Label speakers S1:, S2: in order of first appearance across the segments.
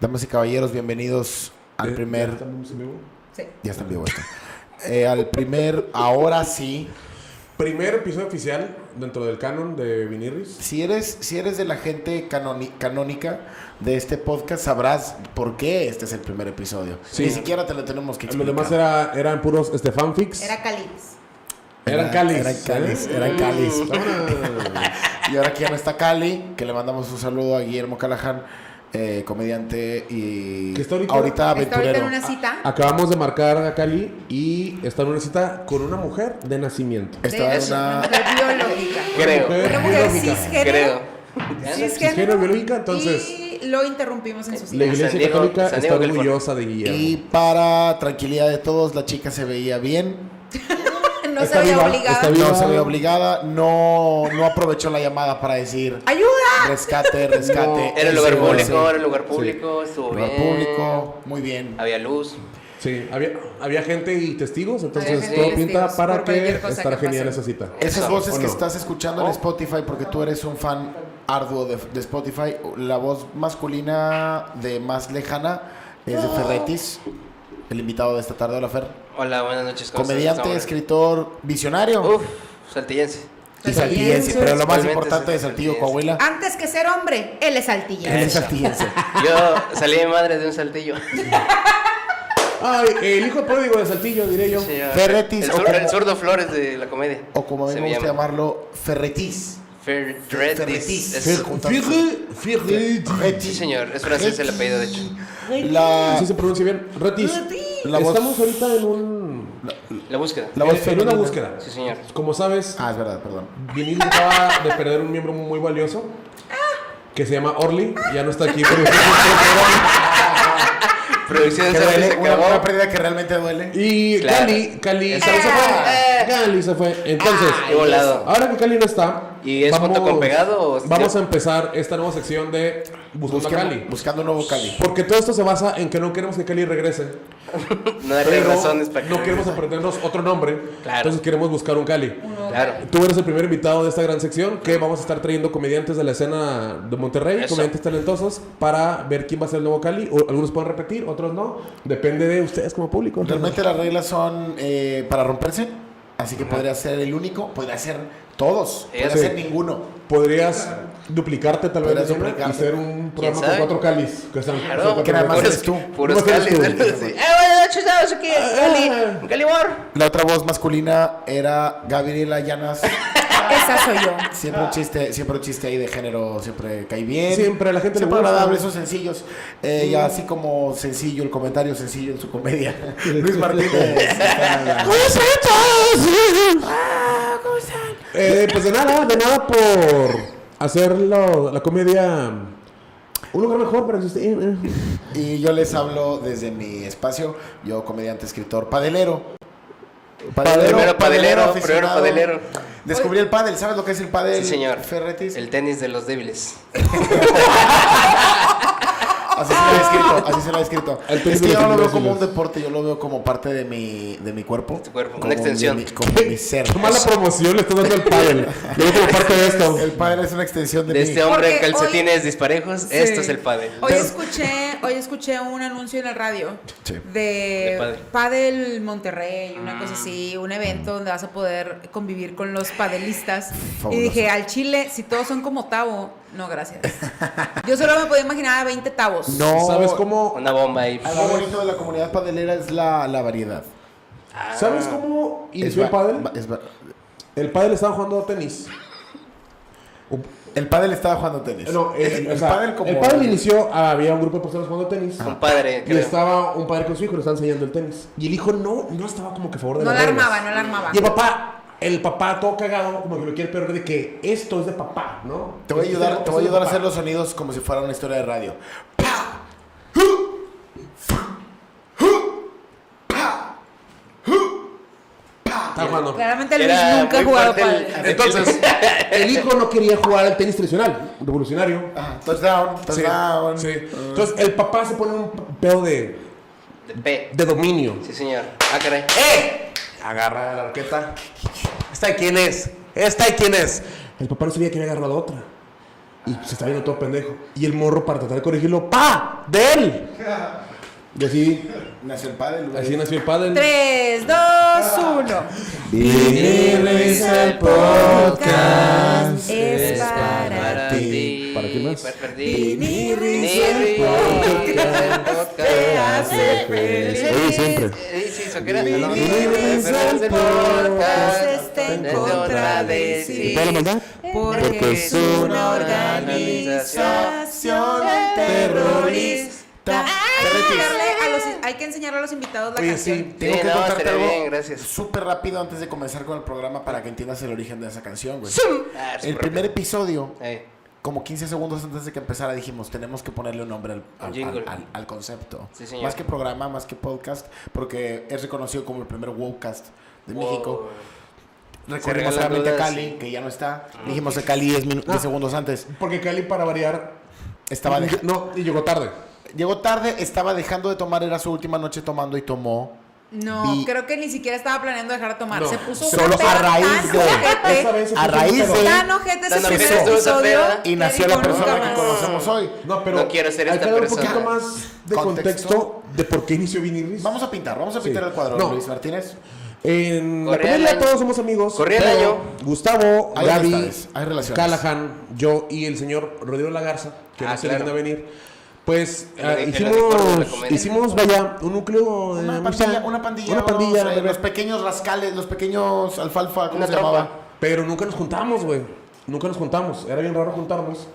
S1: Damas y caballeros, bienvenidos al primer.
S2: Sí.
S1: Ya está en vivo esto. Eh, al primer, ahora sí.
S3: Primer episodio oficial dentro del canon de Vinirris.
S1: Si eres, si eres de la gente canoni- canónica de este podcast, sabrás por qué este es el primer episodio.
S3: Sí.
S1: Ni siquiera te lo tenemos que
S3: Los
S1: explicar.
S3: demás era, eran puros este, fanfics.
S2: Era Calix.
S3: eran Calis. ¿eh?
S1: Eran Calis, eran Calis. Y ahora que ya no está Cali, que le mandamos un saludo a Guillermo Callahan, eh, comediante y
S3: Que está ahorita-
S2: Está ahorita en
S1: aventurero.
S2: una cita.
S3: Acabamos de marcar a Cali y está en una cita con una mujer de nacimiento.
S2: de
S1: Está en
S2: una
S1: una...
S2: mujer biológica.
S3: Mujer
S2: Una mujer
S3: biológica.
S2: cisgénero.
S4: Creo.
S3: Cisgénero biológica, entonces-
S2: Y lo interrumpimos en su
S3: La
S2: cita.
S3: iglesia
S4: San Diego-
S3: católica
S4: San
S3: está
S4: Diego, California.
S3: orgullosa de Guillermo.
S1: Y para tranquilidad de todos, la chica se veía bien,
S2: No se
S3: Está
S2: había
S3: viva,
S2: obligado.
S3: está viva.
S1: no se veía obligada, no, no aprovechó la llamada para decir
S2: ¡Ayuda!
S1: rescate, rescate.
S4: Era el lugar
S1: SOS,
S4: público, era el lugar público, estuvo
S1: lugar
S4: bien.
S1: público, muy bien.
S4: Había luz.
S3: Sí, había, había gente y testigos, entonces
S2: gente y
S3: todo
S2: testigos
S3: pinta para
S2: por
S3: que
S2: cualquier cosa
S3: estará
S2: que
S3: genial
S2: pase.
S3: esa cita.
S1: Esas
S4: Exacto.
S1: voces
S3: ¿O
S1: que
S3: no?
S1: estás escuchando en Spotify, porque tú eres un fan arduo de, de Spotify, la voz masculina de más lejana es de Ferretis, el invitado de esta tarde, hola Fer.
S4: Hola, buenas noches. ¿cómo estás?
S1: Comediante,
S4: ¿Cómo estás?
S1: escritor, visionario.
S4: Uf, saltillense.
S1: y
S2: Saltillense.
S1: saltillense, pero lo más
S4: Totalmente
S1: importante de Saltillo,
S4: saltillense.
S1: Coahuila,
S2: Antes que ser hombre, él es saltillense.
S1: él es
S4: Eso.
S1: saltillense.
S4: Yo salí de madre de un saltillo.
S3: Ay, el hijo pródigo de Saltillo, diré yo.
S4: Sí, yo-
S1: Ferretis,
S4: El,
S1: o
S4: sur-
S1: como-
S4: el zurdo Flores de la comedia.
S1: O como a mí
S4: Se
S1: me gusta
S4: llama.
S1: llamarlo, Ferretis.
S4: Fer-
S1: Ferretis.
S4: Ferretis. Es-
S1: Fer-
S3: Fíjate, fíjate.
S1: Ferretis.
S4: Sí, señor, es francés el apellido, de hecho.
S1: La,
S4: Ah.
S3: Así se pronuncia bien. Retis.
S2: Retis.
S1: La voz-
S3: Estamos ahorita en un.
S4: La búsqueda.
S1: La voz
S3: en- en una
S1: femenina.
S3: búsqueda.
S4: Sí, señor.
S3: Como sabes,
S1: Ah, es verdad, perdón.
S3: Vinil acaba de perder un miembro muy valioso.
S4: Ah.
S3: Que se llama Orly. Ya no está aquí. pero-
S4: Producción
S1: Que
S4: se
S1: duele,
S4: se
S1: una,
S4: acabó.
S1: una pérdida que realmente duele.
S3: y
S4: Claro.
S3: Cali, Cali
S4: Eh,
S3: se fue.
S4: eh.
S3: Cali se fue. Entonces,
S4: Qué volado.
S3: ahora que Cali no está.
S4: ¿Y es junto con pegado o-
S3: Vamos a empezar esta nueva sección de Buscando a
S1: Buscando,
S3: Cali.
S1: buscando un nuevo Cali.
S3: Porque todo esto se basa en que no queremos que Cali regrese.
S4: No darle
S3: Pero
S4: razones para que.
S3: no queremos aprendernos otro nombre.
S4: Claro.
S3: Entonces queremos buscar un Cali.
S4: Claro.
S3: Tú eres el primer invitado de esta gran sección que vamos a estar trayendo comediantes de la escena de Monterrey,
S4: Eso.
S3: comediantes talentosos, para ver quién va a ser el nuevo Cali. O- algunos pueden repetir, otros no. Depende de ustedes como público.
S1: Realmente las reglas son eh, para romperse, así que podría ser el único, podría ser todos, podría
S4: Sí.
S1: ser ninguno.
S3: Podrías duplicarte tal vez
S1: Podrías
S3: de nombre y
S1: duplicarte.
S3: ser un programa con
S4: sabe?
S3: cuatro Calis. Que sean-
S4: Claro.
S3: sean cuatro
S1: Que nada más
S3: Calis.
S1: eres tú.
S3: Puros
S4: Puros calis.
S3: calis,
S4: ¿verdad? Sí. Ah, bueno, ocho, ocho, ocho, que-
S3: Ah.
S4: Cali. Calibor.
S1: La otra voz masculina era Gabriela Llanas.
S2: Esa soy yo.
S1: Siempre
S4: Ah.
S1: un chiste, siempre un chiste ahí de género, siempre cae bien.
S3: Siempre Mm. a la gente le
S1: siempre
S3: gusta.
S1: agradable, son sencillos. Eh, Y así como sencillo, el comentario sencillo en su comedia. Luis Martínez. está-
S3: Eh, pues de nada, de nada por hacer lo- la comedia un lugar mejor para que usted. eh,
S1: Y yo les hablo desde mi espacio, yo comediante, escritor, padelero.
S4: Primero padelero, primero
S1: aficionado.
S4: padelero.
S1: Descubrí el padel, ¿sabes lo que es el padel?
S4: Sí, señor.
S1: Ferretis.
S4: El tenis de los débiles.
S1: Así se lo he escrito, así se lo he escrito.
S3: El tenis
S1: Es que
S3: de
S1: yo no lo
S3: los
S1: veo
S3: ingleses.
S1: como un deporte, yo lo veo como parte de mi, de mi cuerpo.
S4: Tu cuerpo, una
S1: Como
S4: extensión.
S1: de mi- como mi ser.
S3: Mala promoción le está dando al pádel. Yo veo como parte de esto.
S1: El padel es una extensión de,
S4: De
S1: mí.
S4: este hombre en
S2: Porque hoy-
S4: calcetines disparejos,
S2: Sí.
S4: esto es el padre.
S2: Hoy escuché, hoy escuché un anuncio en la radio
S1: Sí.
S2: de,
S4: De Ah. pádel.
S2: Padel Monterrey, una cosa así, un evento donde vas a poder convivir con los padelistas.
S1: Fabuloso.
S2: Y dije, al Chile, si todos son como Tavo, no gracias. Yo solo me podía imaginar a 20 Tavos.
S1: No.
S3: ¿Sabes cómo?
S4: Una bomba ahí.
S1: Algo bonito de la comunidad padelera es la, la variedad. Ah.
S3: ¿Sabes cómo inició el
S1: va-
S3: pádel?
S1: va- es va-
S3: El pádel estaba jugando a tenis.
S1: el padel estaba jugando tenis.
S3: No, el,
S1: el,
S3: Eh, o sea,
S1: pádel como...
S3: el pádel inició, ah, había un grupo de personas jugando a tenis.
S4: Un padre,
S3: Y
S4: creo.
S3: estaba un padre con su hijo, le estaba enseñando el tenis. Y el hijo no, no estaba como que a favor de
S2: No
S3: las
S2: la
S3: reglas.
S2: armaba, no la armaba.
S3: Y el papá, el papá todo cagado, como que lo quiere perder de que esto es de papá, ¿no?
S1: Te
S4: Pues
S1: voy a ayudar, te voy a ayudar a hacer
S3: hacerlo
S1: los sonidos como si fuera una historia de radio.
S3: Está jugando.
S2: Claramente Luis
S4: Era
S2: nunca ha
S4: muy
S2: jugado
S4: fuerte el-
S2: Padel.
S3: Entonces, el hijo no quería jugar al tenis tradicional, revolucionario.
S1: Ah, touchdown,
S3: Sí,
S1: touchdown.
S3: sí. Entonces, el papá se pone un pedo de,
S4: De P.
S3: de dominio.
S4: Sí, señor. Ah, caray.
S3: ¡Eh! Agarra la arqueta. ¿Esta de quién es? ¿Esta de quién es? El papá no sabía que había agarrado otra. Y se está viendo todo pendejo. Y el morro, para tratar de corregirlo, ¡pa! ¡De él! Y así,
S1: Nació el padre.
S3: así nació el padre.
S2: Tres, dos, uno.
S4: Vinirris el podcast
S2: es para
S3: ti. ¿Para quién más?
S4: Para ti.
S2: Vinirris el
S4: podcast te hace
S2: feliz.
S3: Sí, siempre.
S4: Eh, sí, eso que era.
S3: Vinirris
S4: No, no, Vinirris
S3: el
S4: el
S3: podcast
S4: podcast
S3: Pues
S2: está en
S4: es
S2: contra
S4: otra
S2: de
S4: vez.
S2: sí.
S4: sí.
S2: Porque es una organización terrorista. Hay que enseñarle a los- Hay que enseñarle a los invitados la
S1: Oye,
S2: canción.
S1: sí, tengo
S4: Sí,
S1: que
S4: no,
S1: contarte
S4: estaría
S1: algo
S4: bien, gracias.
S1: súper rápido antes de comenzar con el programa para que entiendas el origen de esa canción, güey.
S4: Ah,
S1: El
S4: súper
S1: primer episodio,
S4: rápido. Eh,
S1: como 15 segundos antes de que empezara, dijimos, tenemos que ponerle un nombre al, al-
S4: Jingle.
S1: al- al- al concepto.
S4: Sí, señor.
S1: Más que programa, más que podcast, porque es reconocido como el primer wowcast de
S4: wow.
S1: México.
S4: Se
S1: Recurrimos
S4: regalan
S1: solamente a
S4: dudas, Ah.
S1: Cali,
S4: sí.
S1: que ya no está. Dijimos a Cali 10 minu- 10 segundos antes.
S3: Porque Cali, para variar,
S1: Estaba deja-
S3: No, y llegó tarde.
S1: Llegó tarde, estaba dejando de tomar, era su última noche tomando y tomó.
S2: No,
S1: Vi-
S2: creo que ni siquiera estaba planeando dejar de tomar.
S3: No,
S2: se puso
S1: solo
S2: una
S1: a
S2: peda
S1: raíz
S2: tan
S1: de-
S2: ojete,
S3: Esa vez se
S1: a
S3: puso un
S1: raíz
S3: pedo.
S1: de-
S2: Tan ojete ese
S4: Tan
S2: primer
S4: ojete estuvo esa
S2: episodio.
S4: peda.
S1: Y
S2: que
S1: nació
S2: dijo,
S1: la persona
S2: "Nunca
S1: que
S2: más".
S1: conocemos hoy.
S3: No, pero.
S4: No quiero ser
S3: hay
S4: esta
S3: que dar un
S4: persona.
S3: poquito más de
S1: Contexto.
S3: contexto, de por qué inició Vinirris.
S1: Vamos a pintar, vamos a pintar
S3: Sí.
S1: el cuadro,
S3: No. Eh,
S1: Luis Martínez.
S3: En la
S4: Corría el
S3: comedia
S4: año.
S3: todos somos amigos.
S4: Corría el
S3: pero
S4: año.
S3: Gustavo,
S1: Hay
S3: Gaby,
S1: amistades, hay relaciones.
S3: Callahan, yo y el señor Rodrigo Lagarza, que
S4: Ah,
S3: no se
S4: claro.
S3: le a venir. Pues
S4: El-
S3: ah,
S4: el- el recuerdo de la
S3: hicimos,
S4: comedia.
S3: hicimos, vaya, un núcleo de
S1: Una
S3: amistad,
S1: pandilla, una pandilla,
S3: una
S1: unos,
S3: pandilla,
S1: eh,
S3: de
S1: los
S3: verdad.
S1: pequeños rascales, los pequeños alfalfa, ¿cómo
S4: Una
S1: se
S4: tropa.
S1: llamaba?
S3: Pero nunca nos juntamos, güey. Nunca nos juntamos. Era bien raro juntarnos.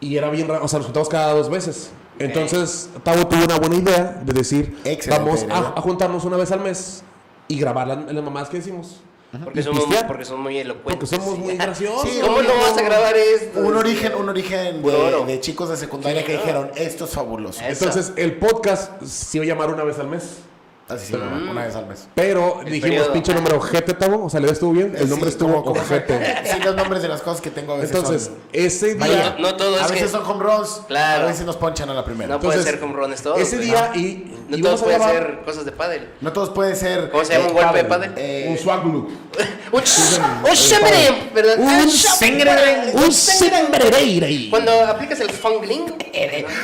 S3: Y era bien raro, o sea, nos juntamos cada dos veces. Entonces, Tavo tuvo una buena idea de decir,
S1: Excelente
S3: vamos
S1: idea.
S3: a, a juntarnos una vez al mes y grabar la- las mamadas que decimos.
S4: Porque
S3: Y
S4: somos,
S3: pistear.
S4: porque somos muy elocuentes.
S3: Porque somos muy graciosos.
S1: Sí,
S4: ¿Cómo
S1: obvio.
S4: no vas a grabar esto?
S1: Un origen, un origen
S4: Puro
S1: de,
S4: oro.
S1: de chicos de secundaria que dijeron, esto es fabuloso.
S4: Eh. Eso.
S3: Entonces, el podcast se iba a llamar una vez al mes.
S1: Así se
S4: Mm.
S1: llama, una vez al mes.
S3: Pero
S4: El
S3: dijimos,
S4: periodo.
S3: pinche número ojete, Tavo. O sea, le estuvo bien. El nombre
S1: Sí,
S3: estuvo
S1: como- como-
S3: ojete.
S1: Sí, los nombres de las cosas que tengo a veces
S3: Entonces,
S1: son-
S3: ese
S1: Vaya,
S3: día,
S4: No todo
S1: a
S4: es
S1: veces
S4: que-
S1: son home runs,
S4: Claro.
S1: a veces nos ponchan a la primera.
S4: No
S1: No,
S4: puede
S3: Entonces,
S4: ser home runs todo.
S3: ese
S4: güey.
S3: día y,
S4: No
S3: y vamos
S4: todos
S3: a
S4: pueden
S3: grabar
S4: ser cosas de pádel.
S1: todos pueden ser...
S4: ¿Cómo se llama un golpe de pádel?
S1: Eh,
S3: un swag look.
S4: ¡Un shambre! ¿Verdad? Un sangre.
S3: Un sangre.
S4: Cuando aplicas el fungling.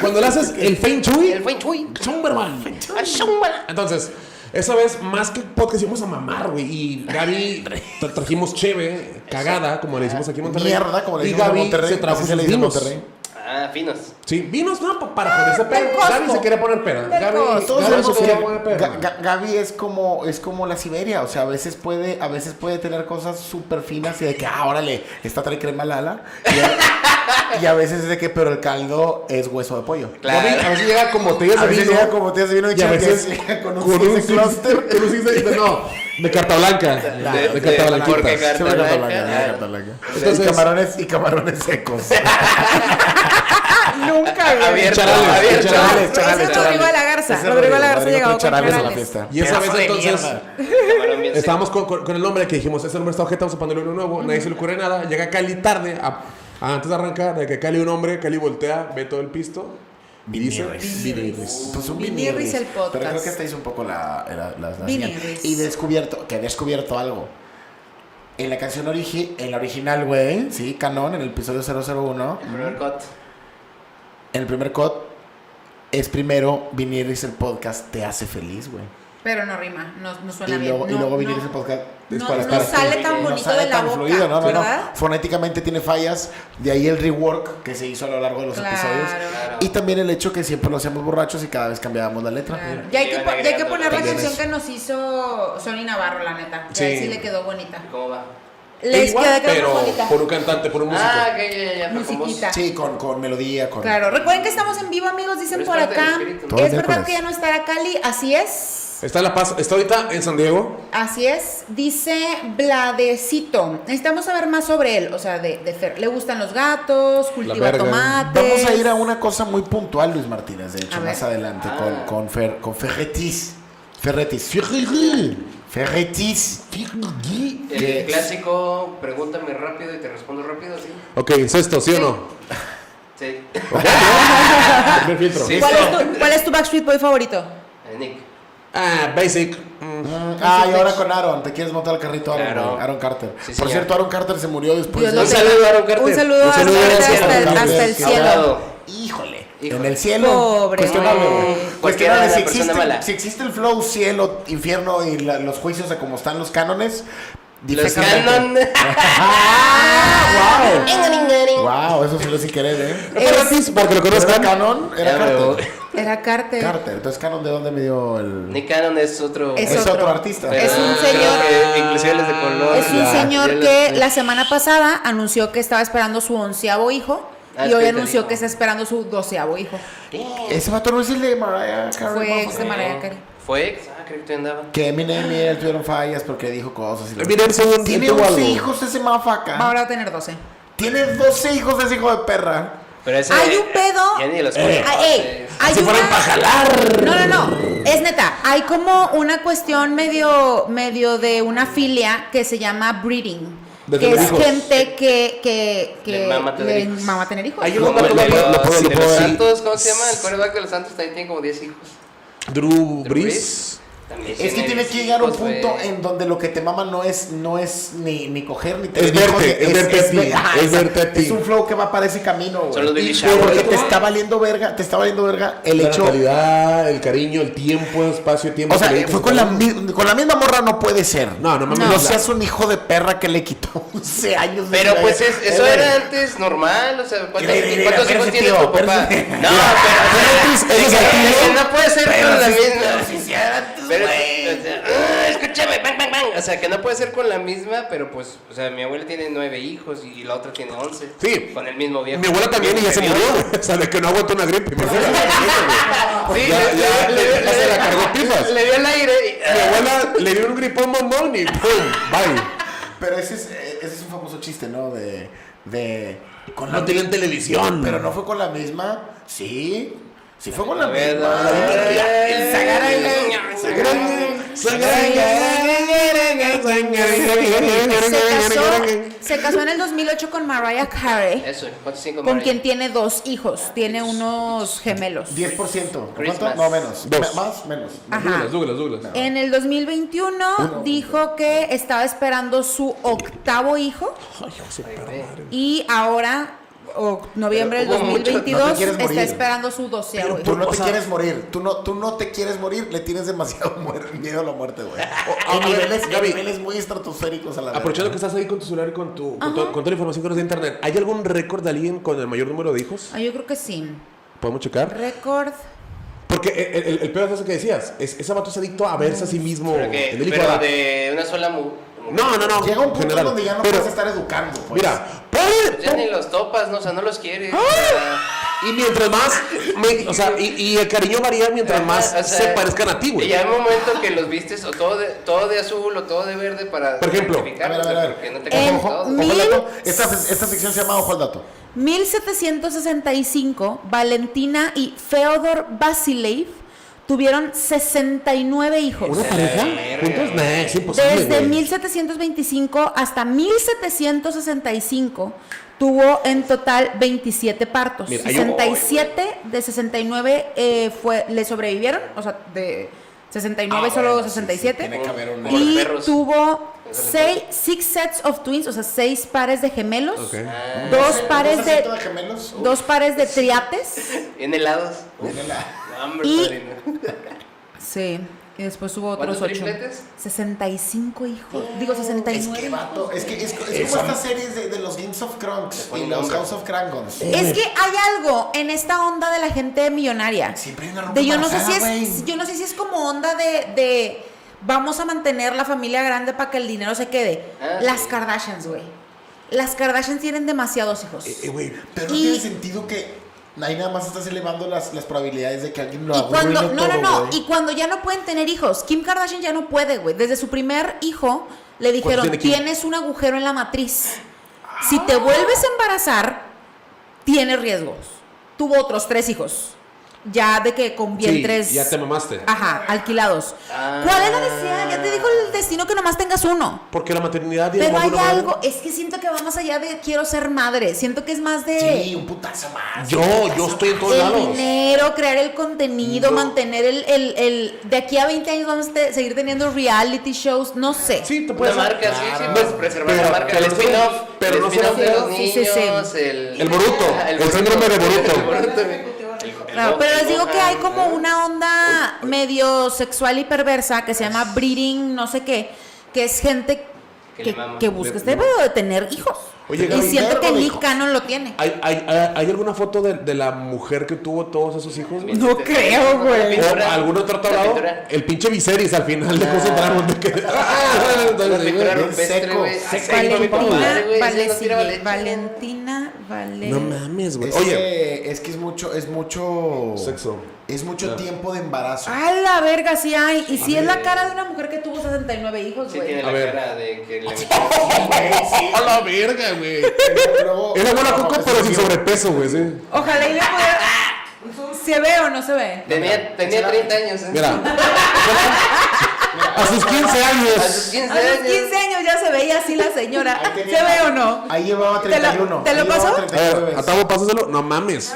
S3: Cuando le haces el Fein Chui,
S4: El feng shui.
S3: Chumberman.
S4: Ah, shumba.
S3: Entonces, esa vez, más que podcast, íbamos a mamar, güey. Y Gaby tra- trajimos cheve, cagada, como le decimos aquí en Monterrey.
S1: Mierda, como le
S3: y
S1: decimos en
S3: Gaby
S1: Monterrey.
S3: se trajo
S1: así se le
S3: sus
S1: dice en
S3: vinos.
S1: Monterrey.
S4: Ah, finos.
S3: Sí, vinos no pa- para ponerse
S2: del
S3: pedo.
S2: Costco.
S3: Gaby se quería poner peda.
S2: Del
S3: Gaby,
S2: Costco.
S1: Todos
S3: Gaby se
S1: sabemos
S3: quería
S1: que
S3: poner peda.
S1: Ga- Ga- Gaby es como, es como la Siberia, o sea, a veces puede, a veces puede tener cosas súper finas y de que, ah, órale, esta trae crema lala. Y a, y a veces es de que, pero el caldo es hueso de pollo.
S4: Claro.
S3: Gaby a veces llega como te
S1: A veces llega como te hace vino
S3: y a veces
S1: con un,
S3: con un
S1: six cluster.
S3: con un six de- no, de carta blanca, de,
S4: de-
S3: carta
S4: de-
S3: blanquita.
S4: porque-
S1: Sí, de carta blanca, de
S4: Claro.
S1: carta blanca.
S3: Entonces-
S1: y camarones y camarones secos.
S2: Nunca, güey.
S4: Abierto.
S3: Charales,
S4: Abierto.
S3: charales,
S2: Ese es Rodrigo de la Garza.
S1: Ese es
S2: Rodrigo de la Garza
S1: Rodrigo
S2: llegaba con
S1: trae charales a la
S2: charales.
S1: fiesta.
S3: Y esa vez
S4: Pedazo de
S3: entonces
S4: mierda. Camarón bien seco.
S3: estábamos con, con- con el nombre que dijimos, ese nombre está objeto, vamos a ponerle uno nuevo, nadie se le ocurre nada, llega Cali tarde, a- a- antes de arrancar, de que Cali un hombre, Cali voltea, ve todo el pisto y dice,
S1: Vinirris.
S3: "Vinirris".
S1: Pues un
S2: Vinirris
S1: vinirris.
S2: el podcast.
S1: Pero creo que esta hizo un poco la, la- la- la
S2: Vinirris.
S1: señal. Y descubierto, que he descubierto algo. En la canción origi, en la original, güey, sí, Canon, en el episodio 001,
S4: Primer cut.
S1: en el primer cut, es primero Vinirris el podcast te hace feliz, güey.
S2: Pero no rima, no, no
S1: Y
S2: suena bien.
S1: luego, y
S2: No,
S1: luego Vinirris
S2: no.
S1: el podcast
S2: No,
S1: es para
S2: no
S1: para-
S2: sale tan
S1: no
S2: bonito
S1: sale
S2: de la
S1: tan
S2: boca,
S1: fluido, no, no, no.
S2: ¿verdad?
S1: Fonéticamente tiene fallas, de ahí el rework que se hizo a lo largo de los
S2: Claro.
S1: episodios.
S4: Claro.
S1: Y también el hecho que siempre lo hacíamos borrachos y cada vez cambiábamos la letra.
S2: Claro. Ya hay que,
S4: Iban
S2: po- ya hay que
S4: agregando
S2: poner la
S1: detalles.
S2: canción que nos hizo Sony Navarro, la neta. Que sí.
S3: Sí.
S2: sí le quedó bonita.
S4: ¿Cómo va?
S2: Les
S3: Igual,
S2: queda
S3: pero
S2: quedó bonita.
S3: por un cantante, por un músico.
S4: Ah, que ya, ya, ya. fue con vos.
S2: Musiquita.
S1: Sí, con, con melodía, con...
S2: Claro, recuerden que estamos en vivo, amigos, dicen
S4: Pero es
S2: por
S4: parte
S2: acá.
S4: del espíritu,
S1: ¿no?
S2: Es
S1: Todo
S2: verdad
S1: miércoles.
S2: que ya no estará Cali, así es.
S3: Está en La Paz, está ahorita en San Diego,
S2: Así es, dice Vladecito. Necesitamos saber más sobre él, o sea, de, de Fer. Le gustan los gatos, cultiva
S3: verga.
S2: tomates.
S1: Vamos a ir a una cosa muy puntual, Luis Martínez, de hecho,
S2: A ver.
S1: más adelante,
S4: Ah.
S1: con, con, Fer, con Ferretis. Ferretis. Ferretis.
S4: El
S1: Que-
S4: clásico, pregúntame rápido y te respondo rápido, ¿sí?
S3: ok, es esto, ¿sí o no?
S4: Sí.
S3: Primer filtro.
S4: Sí.
S1: Ah.
S2: ¿Cuál es, tu, cuál es tu Backstreet Boy favorito?
S4: Eh, Nick.
S3: Ah, basic. Mm,
S1: Ah, y ahora con Aaron, te quieres montar al carrito Aaron,
S4: Claro.
S1: güey, Aaron Carter.
S4: Sí,
S1: Por
S4: señor.
S1: cierto, Aaron Carter se murió después
S2: Dios
S1: de...
S2: lo
S4: Pues Un
S2: tenga.
S4: saludo a Aaron Carter.
S2: Un saludo
S4: Un saludo a Aaron
S2: hasta,
S4: Carter.
S2: hasta- hasta el cielo.
S4: Abogado.
S1: Híjole, en
S4: Híjole.
S1: el cielo.
S2: Pobre.
S1: Cuestionable. güey.
S4: Cualquiera
S1: Cuestionable.
S4: era
S1: Si
S4: una persona
S1: existe,
S4: mala.
S1: si existe el flow, cielo, infierno y la- los juicios de cómo están los cánones.
S4: Los
S1: difícilmente-
S4: canon.
S1: ¡Ah!
S4: Ingaringaring.
S1: ¡Wow! Wow, eso sí lo sin querer, ¿eh?
S3: Fue gratis, porque lo
S1: ¿Pero era
S3: conozcan.
S1: canon? Era
S4: Ya, huevo.
S1: Carter.
S2: Era Carter.
S1: Carter. Entonces, canon, ¿de dónde me dio el...?
S4: Nick Cannon es otro.
S2: Es
S1: Es,
S2: otro.
S1: otro. artista.
S2: Es un
S4: Creo
S2: señor-
S4: que Inclusive los de color.
S2: Es un
S1: Ya,
S2: señor
S4: ya
S2: que
S4: los-
S2: la semana pasada anunció que estaba esperando su onceavo hijo
S4: Ah,
S2: y
S4: es
S2: hoy
S4: que te
S2: anunció
S4: digo.
S2: que está esperando su doceavo hijo.
S1: Ese vato no es el de Mariah Carey.
S2: Fue
S1: ¿no?
S2: ex de Mariah Carey.
S4: Fue ex. Ah, creo que tú andaba.
S1: Que Eminem y él tuvieron fallas porque dijo cosas. Y lo-
S3: Miren, soy un
S1: Tiene
S3: tuvo
S1: 11
S3: algo.
S1: hijos ese
S2: Va
S1: mafaca.
S2: ahora a tener doce.
S1: Tiene 12 hijos de ese hijo de perra.
S4: Pero ese-
S2: Hay un pedo.
S4: Ya ni Eh, los
S2: Ah, ey,
S4: conoces.
S2: hay
S3: Si fueran
S2: una-
S3: para jalar.
S2: No, no, no. Es neta. Hay como una cuestión medio, medio de una filia que se llama breeding.
S3: De
S2: que es
S3: hijos.
S2: gente que, que, que
S4: Le mama tener
S2: le
S4: hijos.
S2: mama tener hijos.
S3: Hay un
S4: Como
S3: vato
S4: el
S3: que
S4: de
S3: lo- lo puedo- lo
S4: los- de
S3: puedo
S4: los
S3: decir.
S4: Santos, ¿cómo se llama? El quarterback de los Santos también tiene como 10 hijos.
S3: Drew
S4: Drew
S3: Brees.
S4: También
S1: Es que tiene que llegar a un
S4: hijos,
S1: punto
S4: Pues, güey.
S1: en donde lo que te mama no es, no es ni, ni coger ni
S3: Es
S1: ni
S3: verte,
S1: coger,
S3: es verte a ti,
S1: ajá,
S3: es verte a ti.
S1: Es un flow que va para ese camino, güey.
S4: Son los baby
S1: Y-
S4: showers.
S1: Porque te está valiendo verga, te está valiendo verga el
S3: La
S1: hecho.
S3: calidad, el cariño, el tiempo, espacio, tiempo.
S1: O sea,
S3: que le
S1: fue
S3: dedicas
S1: con la,
S3: a-
S1: mi- con la misma morra no puede ser.
S3: No, no mames.
S1: No,
S3: la-
S1: seas un hijo de perra que le quitó 11 años de
S4: Pero
S1: vida.
S4: pues es- eso
S1: Eh,
S4: era antes normal, o sea, ¿cuántos,
S1: Mira, mira,
S4: cuántos
S1: mira,
S4: hijos
S1: espérese,
S4: tiene tu
S1: tío,
S4: papá? No,
S1: espérese.
S4: pero o
S3: ellos
S4: sea,
S3: al
S4: es que
S3: tiro.
S4: no puede ser
S1: Pero
S4: con la
S1: si-
S4: misma.
S1: pero si se era antes,
S4: Pero,
S1: güey.
S4: o
S5: eh,
S4: sea, ah, escúchame, bang, bang, bang. O sea, que no puede ser con la misma, pero pues, o sea, mi abuela tiene nueve hijos y la otra tiene once.
S3: Sí.
S4: Con el mismo viejo.
S3: Mi abuela también y ya se murió. O sea, de que no aguantó una gripe. imagínate.
S4: Sí,
S3: Ya-
S4: le-
S3: ya-
S4: le- le-
S3: ya
S4: le-
S3: se la cargó pifas.
S4: Le dio el aire y...
S3: Mi abuela le dio un gripón bombón y ¡pum! Bye.
S1: Pero ese es, eh, ese es un famoso chiste, ¿no? De. de con la-
S3: tienen televisión.
S1: Pero no fue con la misma. Sí. Sí fue con la
S4: A ver,
S1: misma.
S4: a ver, a ver.
S1: El Sagara y la-
S2: Se casó, se casó en el 2008 con Mariah Carey,
S4: Eso, ¿cuántos cinco
S2: con
S4: Mario?
S2: quien tiene dos hijos. Tiene unos gemelos.
S1: 10%. ¿Cuánto?
S4: Christmas.
S1: No, menos.
S3: Dos.
S1: Me- Más, menos.
S2: Ajá.
S3: Douglas, Douglas, Douglas.
S2: En el 2021 dijo que estaba esperando su octavo hijo y ahora, o noviembre del
S4: Pero hubo mucho-
S1: no te
S2: 2022,
S1: quieres morir.
S2: está esperando su doceavo
S1: Tú
S2: hijo.
S1: no te quieres morir. Tú no, tú no te quieres morir. Le tienes demasiado muer- miedo a la muerte, güey.
S3: a
S1: En
S3: ver,
S1: niveles, en
S3: Gaby.
S1: niveles muy estratosféricos a la verdad.
S3: Aprovechando que estás ahí con tu celular y con, tu, con, to- con toda la información que nos da internet, ¿hay algún récord de alguien con el mayor número de hijos?
S2: Ah, yo creo que sí.
S3: ¿Podemos checar?
S2: Récord.
S3: Porque el, el, el peor es eso que decías. Es, ese vato es adicto a verse a sí mismo
S4: Pero que-
S3: en el
S4: pero
S3: licuadora.
S4: de una sola mu- mujer.
S3: No, no, no.
S1: Llega un punto
S3: general.
S1: donde ya no
S3: Pero,
S1: puedes estar educando, pues.
S3: Mira, ponle-
S4: Ya ni los topas, no, o sea, no los quieres.
S3: Y mientras más, me- o sea, y, y el cariño varía
S4: Eh,
S3: mientras más se parezcan a ti, güey.
S4: Y hay un momento que los vistes o todo de, todo de azul o todo de verde para.
S3: Por ejemplo,
S1: A ver, a
S4: identificarlos,
S1: ver, a ver.
S4: porque no te
S2: En
S4: caen
S1: Ojo,
S4: todos.
S1: ojo, ojo al dato.
S2: mil-
S1: Esta, esta sección se llama Ojo al Dato.
S2: 1765, Valentina y Feodor Vasilev tuvieron 69 hijos.
S3: ¿Una pareja?
S4: verga,
S3: ¿Juntos?
S4: güey.
S3: Nah, es
S1: Pues
S3: imposible,
S2: Desde
S3: güey.
S2: 1725 hasta 1765 tuvo en total 27 partos.
S3: Mira, hay un-
S2: 67 de 69 eh, fue, le sobrevivieron, o sea, de 69
S1: Ah,
S2: solo
S1: bueno, sí, sí,
S2: 67.
S1: tiene que haber un-
S4: Como los
S2: y
S4: perros.
S2: tuvo
S4: Eso les
S2: seis, six sets of twins, o sea, seis pares de gemelos,
S3: Ok.
S1: Ah,
S2: dos
S1: ¿Un
S2: pares de,
S1: asiento gemelos? Uy,
S2: dos pares de triates.
S4: En helados.
S1: tiene la-
S4: No, hombre,
S2: Y-
S4: padrino.
S2: Sí. Y después hubo otros
S4: ¿Cuántos
S2: ocho.
S4: tripletes?
S2: 65 hijos. Digo, 69.
S1: Es que, vato, es que es, es
S3: Eh,
S1: como estas series de, de los Games of Crunks y
S4: ponen
S1: los
S4: nombre.
S1: House of Crangons.
S2: Es que hay algo en esta onda de la gente millonaria.
S1: Siempre hay una ropa
S2: de yo no sé si
S1: embarazada,
S2: es,
S1: güey.
S2: yo no sé si es como onda de, de vamos a mantener la familia grande para que el dinero se quede.
S4: Ah,
S2: Las
S4: sí.
S2: Kardashians, güey. Las Kardashians tienen demasiados hijos.
S3: Eh, eh, güey.
S1: Pero no
S2: Y-
S1: tiene sentido que ahí nada más estás elevando las, las probabilidades de que alguien lo
S2: y
S1: arruine
S2: cuando, no, no,
S1: todo,
S2: no,
S1: güey.
S2: y cuando ya no pueden tener hijos, Kim Kardashian ya no puede, güey. Desde su primer hijo le dijeron,
S3: tiene Kim?
S2: tienes un agujero en la matriz. Si te vuelves a embarazar, tienes riesgos. Tuvo otros tres hijos. ya de que con vientres.
S3: Sí, ya te mamaste.
S2: Ajá, alquilados. ¿Cuál es la necesidad? Ya te dijo el destino que nomás tengas uno.
S3: Porque la maternidad... y el
S2: Pero hay
S3: amor no-
S2: algo, es que siento que va más allá de quiero ser madre. Siento que es más de
S1: Sí, un putazo más.
S3: Yo,
S1: un putazo
S3: yo estoy en todos
S2: el
S3: lados.
S2: dinero, crear el contenido,
S3: No.
S2: mantener el, el, el- De aquí a 20 años vamos a te- seguir teniendo reality shows, no sé.
S3: Sí, te
S4: Una
S3: puedes...
S4: marca, sí, sí,
S1: claro.
S4: pues preservar
S3: Pero-
S4: la marca. El
S3: pero no-
S4: spin-off.
S3: pero
S4: el
S3: no
S4: spin-off de los
S2: Sí, sí,
S4: niños.
S2: sí.
S4: El,
S3: El Boruto, el
S4: Boruto.
S3: síndrome de Boruto.
S4: El El- el
S2: Claro, Ah,
S4: Bob,
S2: pero
S4: el
S2: les digo
S4: Bohan,
S2: que hay como
S4: ¿no?
S2: una onda medio sexual y perversa que se llama breeding, no sé qué, que es gente
S4: Que
S2: que,
S4: le mama.
S2: que busca este pedo de tener hijos.
S3: Oye,
S2: y
S3: Gaby,
S2: siento que
S1: verbo de
S2: Nick
S1: hijos.
S2: Cannon lo tiene.
S3: ¿Hay, hay, hay, hay alguna foto de, de la mujer que tuvo todos esos hijos? güey?
S2: No creo, güey.
S3: ¿O algún otro
S4: La
S3: tratado?
S4: pintura,
S3: El pinche Viserys al final de cómo se pararon de que... Ah,
S4: la
S3: entonces,
S4: pintura
S3: güey.
S4: rupestre,
S1: seco,
S4: güey.
S1: seco.
S4: Seco, mi
S2: Valentina,
S4: papá, güey, ese no tira
S2: Valentina,
S4: Valentina.
S2: Valentina, Vale-
S3: No mames, güey.
S1: Es
S3: Oye,
S1: que, es que es mucho, es mucho.
S3: Sexo.
S1: Es mucho
S3: Claro.
S1: tiempo de embarazo.
S2: A la verga, sí hay. Y si es la cara de una mujer que tuvo 69 hijos,
S4: Sí
S2: güey.
S4: tiene
S3: A
S4: la
S3: ver.
S4: cara de que le
S3: ¡A la verga, güey!
S1: Pero luego-
S3: Era buena
S1: no,
S3: coco,
S1: no,
S3: pero
S1: eso
S3: sin
S1: sí,
S3: sobrepeso, güey, sí.
S2: Ojalá y le pudiera. ¿Se ve o no se ve?
S4: Tenía, tenía 30 años. ¿eh?
S3: Mira. A sus 15
S4: A
S3: años.
S4: sus 15
S2: A los 15
S4: años.
S2: años ya se veía así la señora.
S1: ahí
S2: ¿Se
S1: tenía-
S2: ve o no?
S1: Ahí llevaba
S2: ¿Te lo-
S1: 31.
S2: te lo
S1: ahí llevaba
S2: paso?
S1: 39
S3: A ver,
S1: veces.
S3: Atavo, pásaselo. No mames.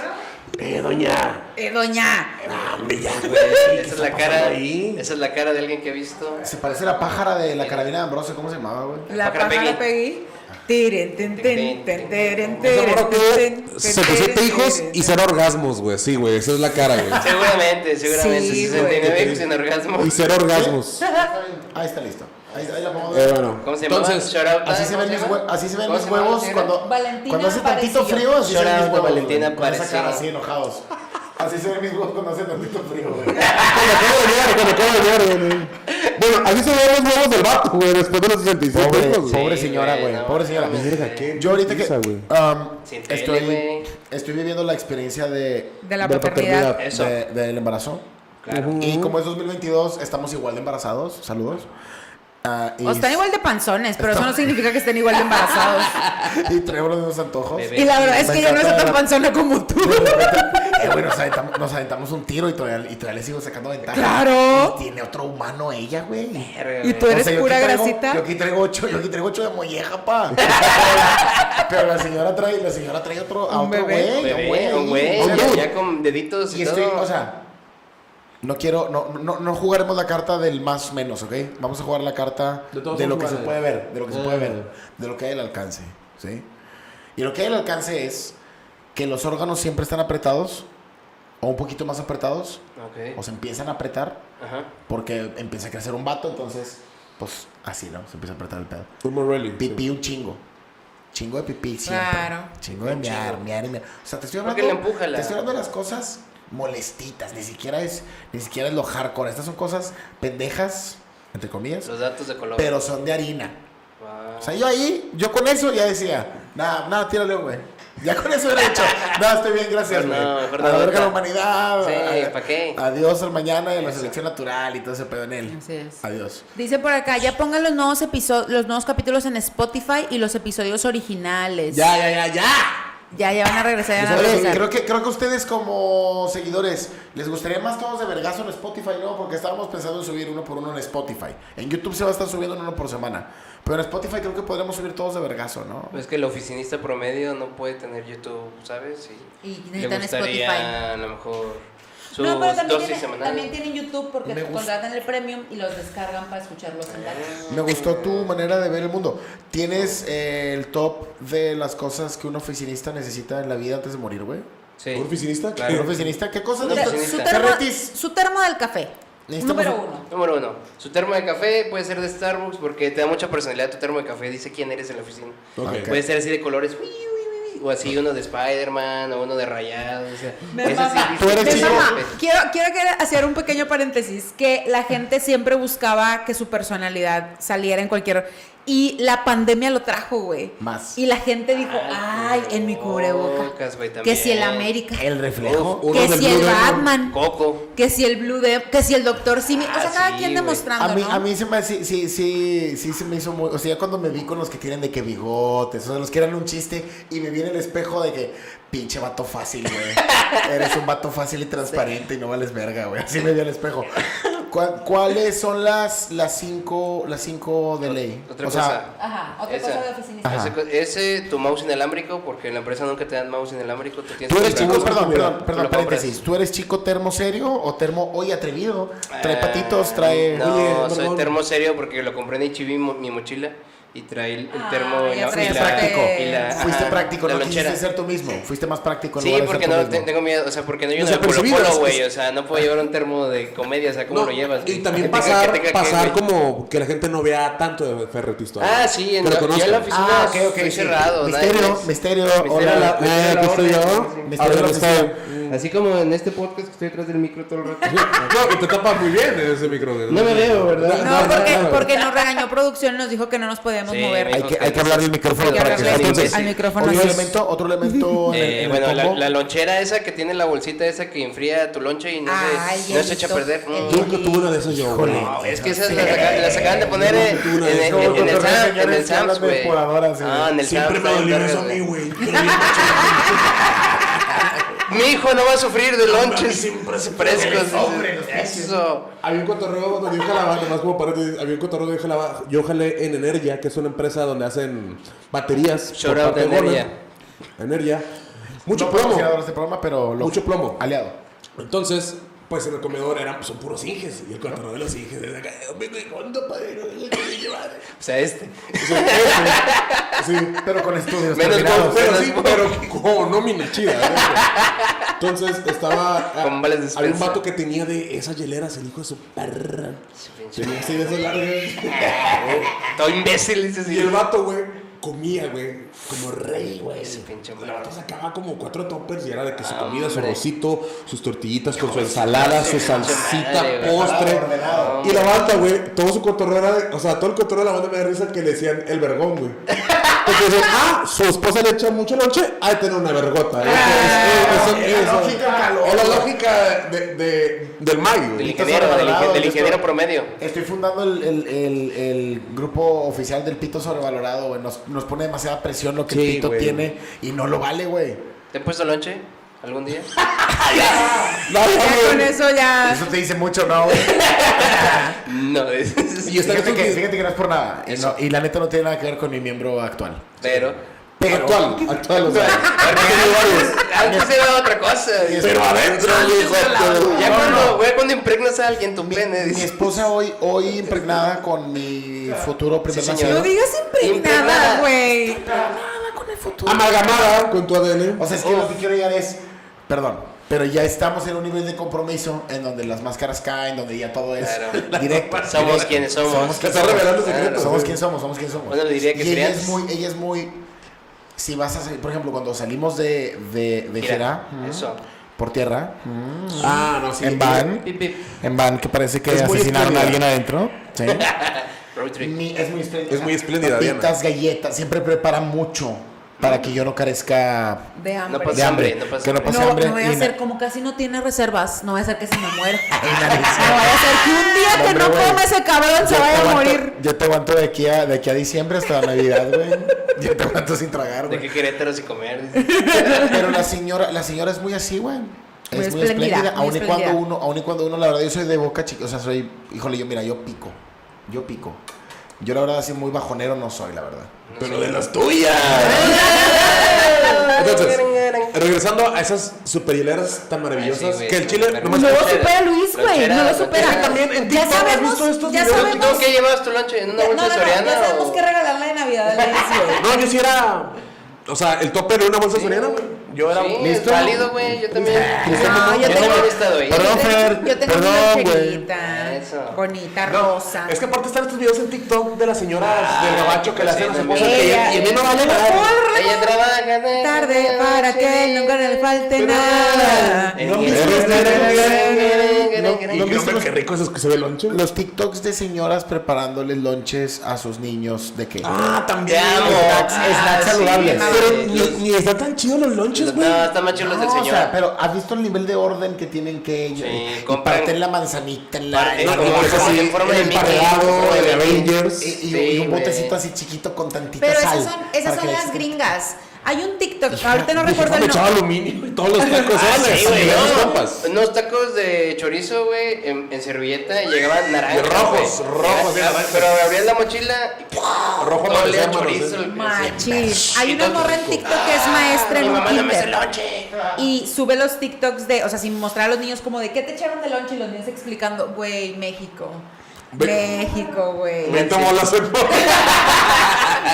S3: Eh, doña.
S2: Eh, doña.
S3: Hombre, ya, güey.
S4: Güey,
S3: ¿Qué
S4: Esa es
S3: está
S4: la cara.
S3: pasando ahí?
S4: Esa es la cara de alguien que he visto.
S1: Se parece a la pájara de la carabina de Ambrose, ¿cómo se llamaba, güey?
S2: La
S4: pájara
S2: pájara
S4: Peggy.
S2: Peggy. Tiren, ten, ten, ten, teren,
S3: Esa
S2: teren,
S3: morra
S2: ten,
S3: tuvo
S2: ten,
S3: 77
S2: teren,
S3: hijos
S2: teren,
S3: y cero orgasmos, güey. Sí, güey, esa es la cara, güey.
S4: Seguramente, seguramente.
S2: Sí,
S4: 69 hijos sin orgasmo.
S3: Y cero orgasmos.
S1: Ahí está listo. Ahí, ahí la pongo.
S3: Eh, bueno.
S4: ¿Cómo se llama?
S3: Entonces,
S1: Así se ven mis, hue- así se ven mis huevos cuando,
S2: Valentina
S1: cuando hace tantito
S2: Parecillo.
S1: frío. Así se ven
S4: Shout
S1: mis
S4: out
S1: huevos.
S4: Valentina
S1: güey, con esa cara
S4: Parecillo.
S1: así enojados. Así se ven mis huevos cuando hace tantito frío, güey.
S3: cuando acabo de llegar, cuando acabo de llegar, güey. Bueno, así se ven los huevos del vato, güey, después de los 67 hijos, güey.
S1: pobre
S4: Sí,
S1: señora,
S4: güey,
S1: güey.
S4: no
S1: pobre señora.
S4: mames, Verga,
S3: qué
S1: Yo ahorita que.
S3: putiza, güey.
S1: um,
S4: Sin tele, güey.
S1: estoy, estoy viviendo la experiencia de.
S2: De la
S3: De la
S2: paternidad.
S3: paternidad.
S1: de-
S4: Eso.
S1: del embarazo.
S4: Claro.
S1: Y como es 2022, estamos igual de embarazados. Saludos. Ah, y,
S2: O están igual de panzones, pero eso no significa que estén igual de embarazados.
S1: y traemos los mismos antojos.
S4: Bebé.
S2: Y la verdad es que yo no soy tan panzona como tú.
S1: Eh, güey, nos aventamos, nos aventamos un tiro y todavía, y todavía le sigo sacando ventaja.
S2: Claro.
S1: Y tiene otro humano ella, güey.
S2: Y tú eres
S1: yo aquí
S2: pura
S1: traigo-
S2: grasita.
S1: Yo aquí traigo ocho, yo aquí traigo ocho de molleja, pa. Pero la señora trae, la señora trae otro, a
S2: Un
S1: otro güey,
S2: bebé.
S1: a un
S4: Bebé, un güey,
S1: a un
S4: ya-
S1: dude.
S4: ya con deditos y,
S1: Y estoy,
S4: todo.
S1: o sea, no quiero, no, no, no jugaremos la carta del más menos, ¿ok? Vamos a jugar la carta
S3: De
S1: de,
S3: todos
S1: lo
S3: somos
S1: que se
S3: iguales.
S1: puede ver, de lo que se
S3: Ah.
S1: puede ver, de lo que hay al alcance, ¿sí? Y lo que hay al alcance es que los órganos siempre están apretados o un poquito más apretados
S4: Ok.
S1: o se empiezan a apretar
S4: Ajá.
S1: porque empieza a crecer un vato, entonces, pues así, ¿no? Se empieza a apretar el pedo.
S3: Un Morelli.
S1: Pipí un chingo. Chingo de pipí siempre.
S2: Claro.
S1: Chingo de mear, mear y mear. O sea, te estoy hablando,
S4: Porque le empuja la-
S1: te estoy hablando de las cosas molestitas, ni siquiera es ni siquiera es lo hardcore, estas son cosas pendejas entre comillas,
S4: Los datos de color.
S1: pero son de harina.
S4: Wow.
S1: O sea, yo ahí, yo con eso ya decía, nada, nada, tírale, güey. Ya con eso era hecho. Nada, estoy bien, gracias,
S4: No,
S1: güey.
S4: mejor
S1: a la
S4: no,
S1: verga la
S4: no.
S1: humanidad.
S4: Sí,
S1: a-
S4: ¿pa' qué?
S1: Adiós al mañana y a la selección natural y todo ese pedo en él.
S2: Así es.
S1: Adiós.
S2: Dice por acá, ya pongan los nuevos episodios, los nuevos capítulos en Spotify y los episodios originales.
S3: Ya, ya, ya, ya.
S2: Ya, ya van a regresar, ya van a
S1: Oye,
S2: regresar.
S1: creo, que, creo que ustedes como seguidores les gustaría más todos de vergazo en Spotify, ¿no? Porque estábamos pensando en subir uno por uno en Spotify. En YouTube se va a estar subiendo uno por semana. Pero en Spotify creo que podríamos subir todos de vergazo, ¿no?
S4: Es que el oficinista promedio no puede tener YouTube, ¿sabes? Y,
S2: Y
S4: le
S2: necesitan
S4: gustaría
S2: Spotify.
S4: a lo mejor su
S2: No, pero también
S4: dosis
S2: tienen,
S4: semanal.
S2: también tienen YouTube porque
S1: Me gusta.
S2: contratan el premium y los descargan para escucharlos
S4: Eh,
S2: en la
S1: Me gustó tu manera de ver el mundo. ¿Tienes eh, el top de las cosas que un oficinista necesita en la vida antes de morir, güey?
S4: Sí.
S3: ¿Un oficinista?
S1: ¿Un
S4: Claro.
S1: oficinista? ¿Qué cosas
S4: Mira,
S1: necesitas?
S2: su,
S4: Oficinista.
S2: termo,
S1: Ferretis.
S2: su termo del café.
S1: Necesitamos
S2: Número
S1: un-
S2: uno.
S4: Número uno, su termo de café puede ser de Starbucks porque te da mucha personalidad tu termo de café, dice quién eres en la oficina.
S3: Ok.
S4: Puede ser así de colores, uy, uy, uy, uy, o así uno de Spider-Man, o uno de Rayado, o sea,
S2: Me
S4: ese sí
S2: mama.
S4: dice pues,
S3: Tú eres
S2: Me
S4: quién
S3: chido.
S2: mama.
S4: eres.
S2: Quiero, quiero que- hacer un pequeño paréntesis, que la gente siempre buscaba que su personalidad saliera en cualquier... Y la pandemia lo trajo, güey.
S1: Más.
S2: Y la gente dijo, ay, en mi cubreboca.
S4: Cubrebocas, güey,
S2: Que
S4: también.
S2: si el América.
S1: El reflejo.
S3: Uno
S2: que
S3: del
S2: si
S3: Blue
S2: el
S3: Demon.
S2: Batman.
S4: Coco.
S2: Que si el Blue Demon. Que si el Doctor Simi. o sea,
S4: Ah,
S2: cada
S4: sí,
S2: quien
S4: güey.
S2: demostrando,
S1: A mí,
S2: ¿no?
S1: a mí se me, sí, sí, sí, sí, se me hizo muy. O sea, ya cuando me vi con los que tienen de que bigotes, o sea, los que eran un chiste, y me vi en el espejo de que, pinche vato fácil, güey. Eres un vato fácil y transparente y no vales verga, güey. Así me vi al espejo. ¿Cuál- ¿Cuáles son las, las cinco, las cinco de ley?
S4: Otra
S1: o
S4: cosa.
S1: sea,
S2: Ajá, otra
S4: Esa.
S2: cosa de oficinista.
S1: Ajá.
S4: Ese co- Ese, tu mouse inalámbrico, porque en la empresa nunca te dan mouse inalámbrico. Tú, tienes
S1: tú eres
S4: que
S1: chico,
S4: comprar-
S1: perdón, perdón,
S4: Lo
S1: perdón,
S4: compras.
S1: paréntesis. ¿Tú eres chico termo serio o termo hoy atrevido? Trae
S4: Ah,
S1: patitos, trae.
S4: No,
S3: Oye,
S4: soy
S3: perdón.
S4: termo serio porque lo compré en HB mo- mi mochila y trae el, el
S2: Ah,
S4: termo y
S2: ya
S4: la,
S2: traes
S4: y la-
S1: práctico.
S4: y la-
S1: Fuiste
S4: ajá,
S1: práctico,
S4: la
S1: no
S4: lonchera.
S1: quisiste ser tú mismo. Fuiste más práctico. en
S4: Sí,
S1: lugar de ser
S4: porque
S1: tú
S4: no
S1: mismo.
S4: te- tengo miedo, o sea, porque no hay
S3: Los
S4: una de Polo
S3: apercibidos,
S4: Polo, güey,
S3: es-
S4: o sea, no puedo llevar un termo de comedia, o sea, ¿cómo
S3: No,
S4: lo llevas?
S3: Y
S4: güey?
S3: también
S4: Que tenga-
S3: pasar,
S4: que tenga que-
S3: pasar
S4: güey.
S3: como que la gente no vea tanto de Ferre tu historia.
S4: Ah, sí, en,
S3: Que lo
S4: yo en la
S3: conozcan.
S4: oficina
S1: Ah, ok, ok,
S4: estoy
S1: sí.
S4: cerrado. nadie
S1: Misterio,
S4: me-
S1: misterio,
S4: Misterio
S1: hola,
S4: a la-
S1: eh,
S4: misterio a la
S3: aquí estoy
S4: orden,
S3: yo.
S4: sí, sí.
S1: Me
S3: A ver,
S1: estoy
S3: está-
S4: Así como en este podcast que estoy detrás del micro todo el rato.
S3: No, que te tapas muy bien ese micro. güey.
S4: No me veo, ¿verdad?
S2: No, porque,
S3: no.
S2: porque nos regañó producción y nos dijo que no nos podíamos
S4: Sí,
S2: mover.
S4: me-
S1: Hay que, hay que hablar del micrófono
S2: Hay que
S1: para que
S2: hablarle
S1: entonces,
S2: al micrófono.
S1: Otro
S2: Sí.
S1: elemento, otro elemento en el-
S4: Eh,
S1: en el
S4: bueno, la,
S1: combo.
S4: la lonchera esa que tiene la bolsita esa que enfría tu lonche y no,
S2: Ay,
S4: se, no se echa a
S2: hielito.
S4: perder. Mm.
S3: Yo nunca tuve una de esas yo. güey.
S1: Híjole.
S4: No, es que esas las, acaban, las acaban de poner eh, en,
S3: No,
S4: el- en,
S3: no,
S4: el- en
S1: no,
S4: el
S1: no,
S4: Sam's,
S1: señores,
S4: en el
S1: que hablan
S4: Sam's,
S1: de
S4: güey.
S1: exploradoras, eh.
S4: Ah, en el
S3: Siempre
S4: Sam's,
S3: me dolió
S4: en
S3: eso a
S4: el-
S3: mí, güey.
S4: Mi hijo no va a sufrir de lonches
S3: siempre se-
S4: frescos.
S1: Hombre, los pinches.
S4: Eso.
S3: Había un cotorreo donde yo jalaba, nomás como para había un cotorreo donde yo jalaba, yo jalé en Energia, que es una empresa donde hacen baterías. por
S4: Shout out
S3: parte de
S4: Energia.
S3: Warner. Energia. Mucho
S1: No
S3: plomo.
S1: patrocinador de este programa, pero lo-
S3: Mucho plomo.
S1: Aliado.
S3: Entonces, pues en el comedor eran, pues, son puros inges. Y el cotorreo de los inges era acá, "Vete, ¿cuándo, padre? No, yo quiero llevar".
S4: O sea, este.
S3: O sea, eso, Sí.
S1: Pero con estudios.
S4: Menos
S1: terminados.
S4: golpe.
S3: Pero sí, pero con nómina chida. ¿no? Entonces estaba. ah,
S4: Con vales de
S3: Había un
S4: despensa.
S3: vato que tenía de esas hieleras, el hijo de su perra. Tenía así de esas largas. Eh,
S4: Todo imbécil, dices.
S3: Y el vato, güey, comía, güey, como rey, güey.
S4: Ese pinche
S3: El
S4: hombre.
S3: vato sacaba como cuatro toppers y era de que su comida, su
S4: hombre.
S3: rosito, sus tortillitas con su ensalada, su salsita,
S4: madre, güey.
S3: postre.
S1: Ordenado.
S3: Y la banda, güey, todo su cotorreo era de- O sea, todo el cotorreo de la banda me da risa que le decían el vergón, güey. Porque decían, ah, su esposa le echa mucha noche, ahí tiene una vergota. Es- es- es- es-
S1: la
S3: es-
S1: lógica calor.
S3: es la lógica de- de- del mayo.
S4: Del
S3: güey.
S4: ingeniero, del, ingen- del ingeniero
S1: Esto-
S4: promedio.
S1: Estoy fundando el, el- el- el grupo oficial del pito sobrevalorado, güey. Nos, nos pone demasiada presión lo que el
S3: Sí,
S1: pito
S3: güey.
S1: tiene y no lo vale, güey.
S4: ¿Te han puesto lonche algún día?
S3: No, no,
S2: Ya con
S3: güey.
S2: eso ya.
S1: Eso te dice mucho, ¿no? güey?
S4: No, es-
S3: Y está
S1: Fíjate
S3: tú
S1: que,
S3: que-
S1: fíjate que no es por nada. Y,
S4: Eso.
S1: no- y la neta no tiene nada que ver con mi miembro actual.
S4: Pero.
S1: Pero-
S3: Actual, actual, o sea.
S4: Antes era otra cosa.
S3: Pero adentro, hijo de-
S4: Ya
S1: No,
S4: cuando,
S1: no.
S4: güey, cuando impregnas a alguien tu
S1: Mi,
S4: pene,
S1: mi
S4: dices,
S1: esposa hoy, hoy impregnada con mi futuro primer
S4: Sí, señor.
S1: nacido.
S2: No digas impregnada,
S4: Impregnada.
S2: güey.
S3: Amalgamada con tu ADN.
S1: O sea, es que
S4: Oh.
S1: lo que quiero llegar es, perdón, pero ya estamos en un nivel de compromiso en donde las máscaras caen, donde ya todo es
S4: Claro.
S1: directo.
S4: Somos
S1: directo.
S4: quienes somos.
S1: quien
S3: Está revelando secretos.
S1: Somos quien somos, somos quien somos.
S4: Bueno, le diría que
S1: y ella
S4: serías-
S1: es muy, ella es muy, si vas a salir, por ejemplo, cuando salimos de, de, de
S4: mira,
S1: Gerá, mm,
S4: Eso.
S1: por tierra,
S3: Ah, no, sí.
S1: en van,
S4: Pip, pip.
S1: en van que parece que
S3: Es muy
S1: asesinaron a alguien
S3: espléndida.
S1: adentro, ¿sí?
S4: Road trip.
S1: Mi- es muy espléndida.
S3: Es muy espléndida, Diana.
S1: Papitas, galletas, siempre prepara mucho para que yo no carezca
S2: De hambre.
S4: pasa-
S1: de hambre.
S4: hambre, no pasa
S1: que no
S4: hambre.
S1: pase
S2: No,
S1: hambre.
S2: no voy
S1: y
S2: a
S1: na-
S2: hacer, como casi no tiene reservas, no voy a hacer que se me muera.
S1: y nariz.
S2: No voy a hacer que un día que
S1: Hombre,
S2: no
S1: güey.
S2: come ese cabrón se
S1: Yo te
S2: vaya a
S1: aguanto-
S2: morir.
S1: Yo te aguanto de aquí a, de aquí a diciembre hasta Navidad, güey. Yo te aguanto sin tragar,
S4: De
S1: güey.
S4: que Querétaro y comer. dices.
S1: Pero la señora, la señora es muy así, güey. Es muy
S2: Muy
S1: espléndida,
S2: espléndida, muy
S1: aun y
S2: espléndida.
S1: cuando uno, aun y cuando uno, la verdad, yo soy de boca chica, o sea, soy, híjole, yo mira, yo pico, yo pico. Yo la verdad, así muy bajonero no soy, la verdad.
S3: Pero de las tuyas. Entonces, regresando a esas superhileras tan
S4: Ay,
S3: maravillosas
S4: sí, güey,
S3: que el chile
S4: sí,
S3: nomás
S2: No lo
S4: lonchera,
S2: supera Luis, güey. No
S4: lonchera,
S2: lo
S4: lonchera.
S2: supera.
S3: También en
S2: Ya
S3: TikTok, ¿has
S2: sabemos.
S3: visto estos
S2: Ya
S3: videos de
S2: sabemos.
S4: ¿Tú qué llevabas tu lonche? ¿En
S2: No,
S4: una
S2: no,
S4: bolsa
S2: no.
S4: Soriana?
S2: Ya sabemos
S4: o-
S2: qué regalarle de Navidad a Luis, güey.
S3: No, yo sí era. O sea, el tope de una bolsa soriana, güey. Yo era.
S4: Sí, es
S1: ¿Listo?
S4: válido, güey. Yo también.
S3: Ah,
S2: No, yo
S4: Yo
S2: Ah, tengo-
S4: no he estado ahí.
S1: Perdón,
S2: Yo tengo-
S1: Fer,
S2: Yo tengo
S1: perdón,
S2: una
S1: güey.
S2: loncherita
S4: Eso.
S2: bonita,
S3: No,
S2: rosa.
S3: es que aparte están estos videos en TikTok de las señoras
S4: Ah,
S3: del gabacho que le hacen a su
S4: también.
S3: esposa. que
S2: Ella-
S3: ya- Y a mí no vale
S2: Por
S3: nada.
S4: Ella trabaja de-
S2: tarde para que nunca le falte
S3: Pero-
S2: nada.
S4: En
S3: No,
S4: el-
S3: pues, ¿No,
S4: gare, gare.
S3: ¿no
S1: Y
S3: viste
S1: yo me
S3: los- qué rico esos que se ve el lonche?
S1: Los TikToks de señoras preparándoles lonches a sus niños de que.
S3: Ah,
S4: Te
S3: también.
S4: amo.
S1: snacks- snacks saludables.
S4: sí,
S3: Pero
S4: los-
S3: ni, ni están tan chidos los lonches,
S4: los-
S3: güey.
S4: no, están más chulos del
S1: No, Ah, o
S4: señor.
S1: sea, pero ¿has visto el nivel de orden que tienen que ellos?
S4: Sí,
S1: y
S4: compran-
S1: parten la manzanita en la.
S4: Parten
S1: en la-
S4: como-
S1: y-
S4: como-
S1: y-
S4: en forma
S3: el
S4: de Mickey,
S3: emparedado,
S4: en forma de
S3: el
S4: Mickey.
S3: Avengers.
S1: y,
S4: Sí,
S1: y un
S4: güey.
S1: botecito así chiquito con tantita
S2: Pero
S1: sal.
S2: esas son, esas
S1: para
S2: son
S1: que
S2: las
S1: les-
S2: gringas. Hay un TikTok, ahorita no
S3: Dije,
S2: recuerdo
S3: me
S2: el
S3: echaba
S2: nombre.
S3: aluminio Pues, y todos los tacos.
S4: Ah,
S3: órale,
S4: sí, güey,
S3: y las
S4: ¿no?
S3: compas.
S4: Unos tacos de chorizo, güey, en, en servilleta y llegaban naranjas.
S3: Y rojos,
S4: güey.
S3: rojos,
S4: Ah,
S3: naranjas.
S4: Pero abrías la mochila y ¡pua!
S3: Rojo
S4: todo olía a
S3: amanecer,
S4: chorizo.
S3: amanecer.
S4: el-
S2: Machis.
S4: sí.
S2: Hay
S4: Y
S2: una
S4: todo
S2: morra en
S4: rico.
S2: TikTok que es maestra
S4: Mi
S2: en un
S4: mamá no me hace
S2: kinder.
S4: lonche.
S2: Y sube los TikToks de, o sea, sin mostrar a los niños como de qué te echaron de lunch y los niños explicando, güey, México.
S3: Ve-
S2: México, güey.
S3: Me tomó la cepa.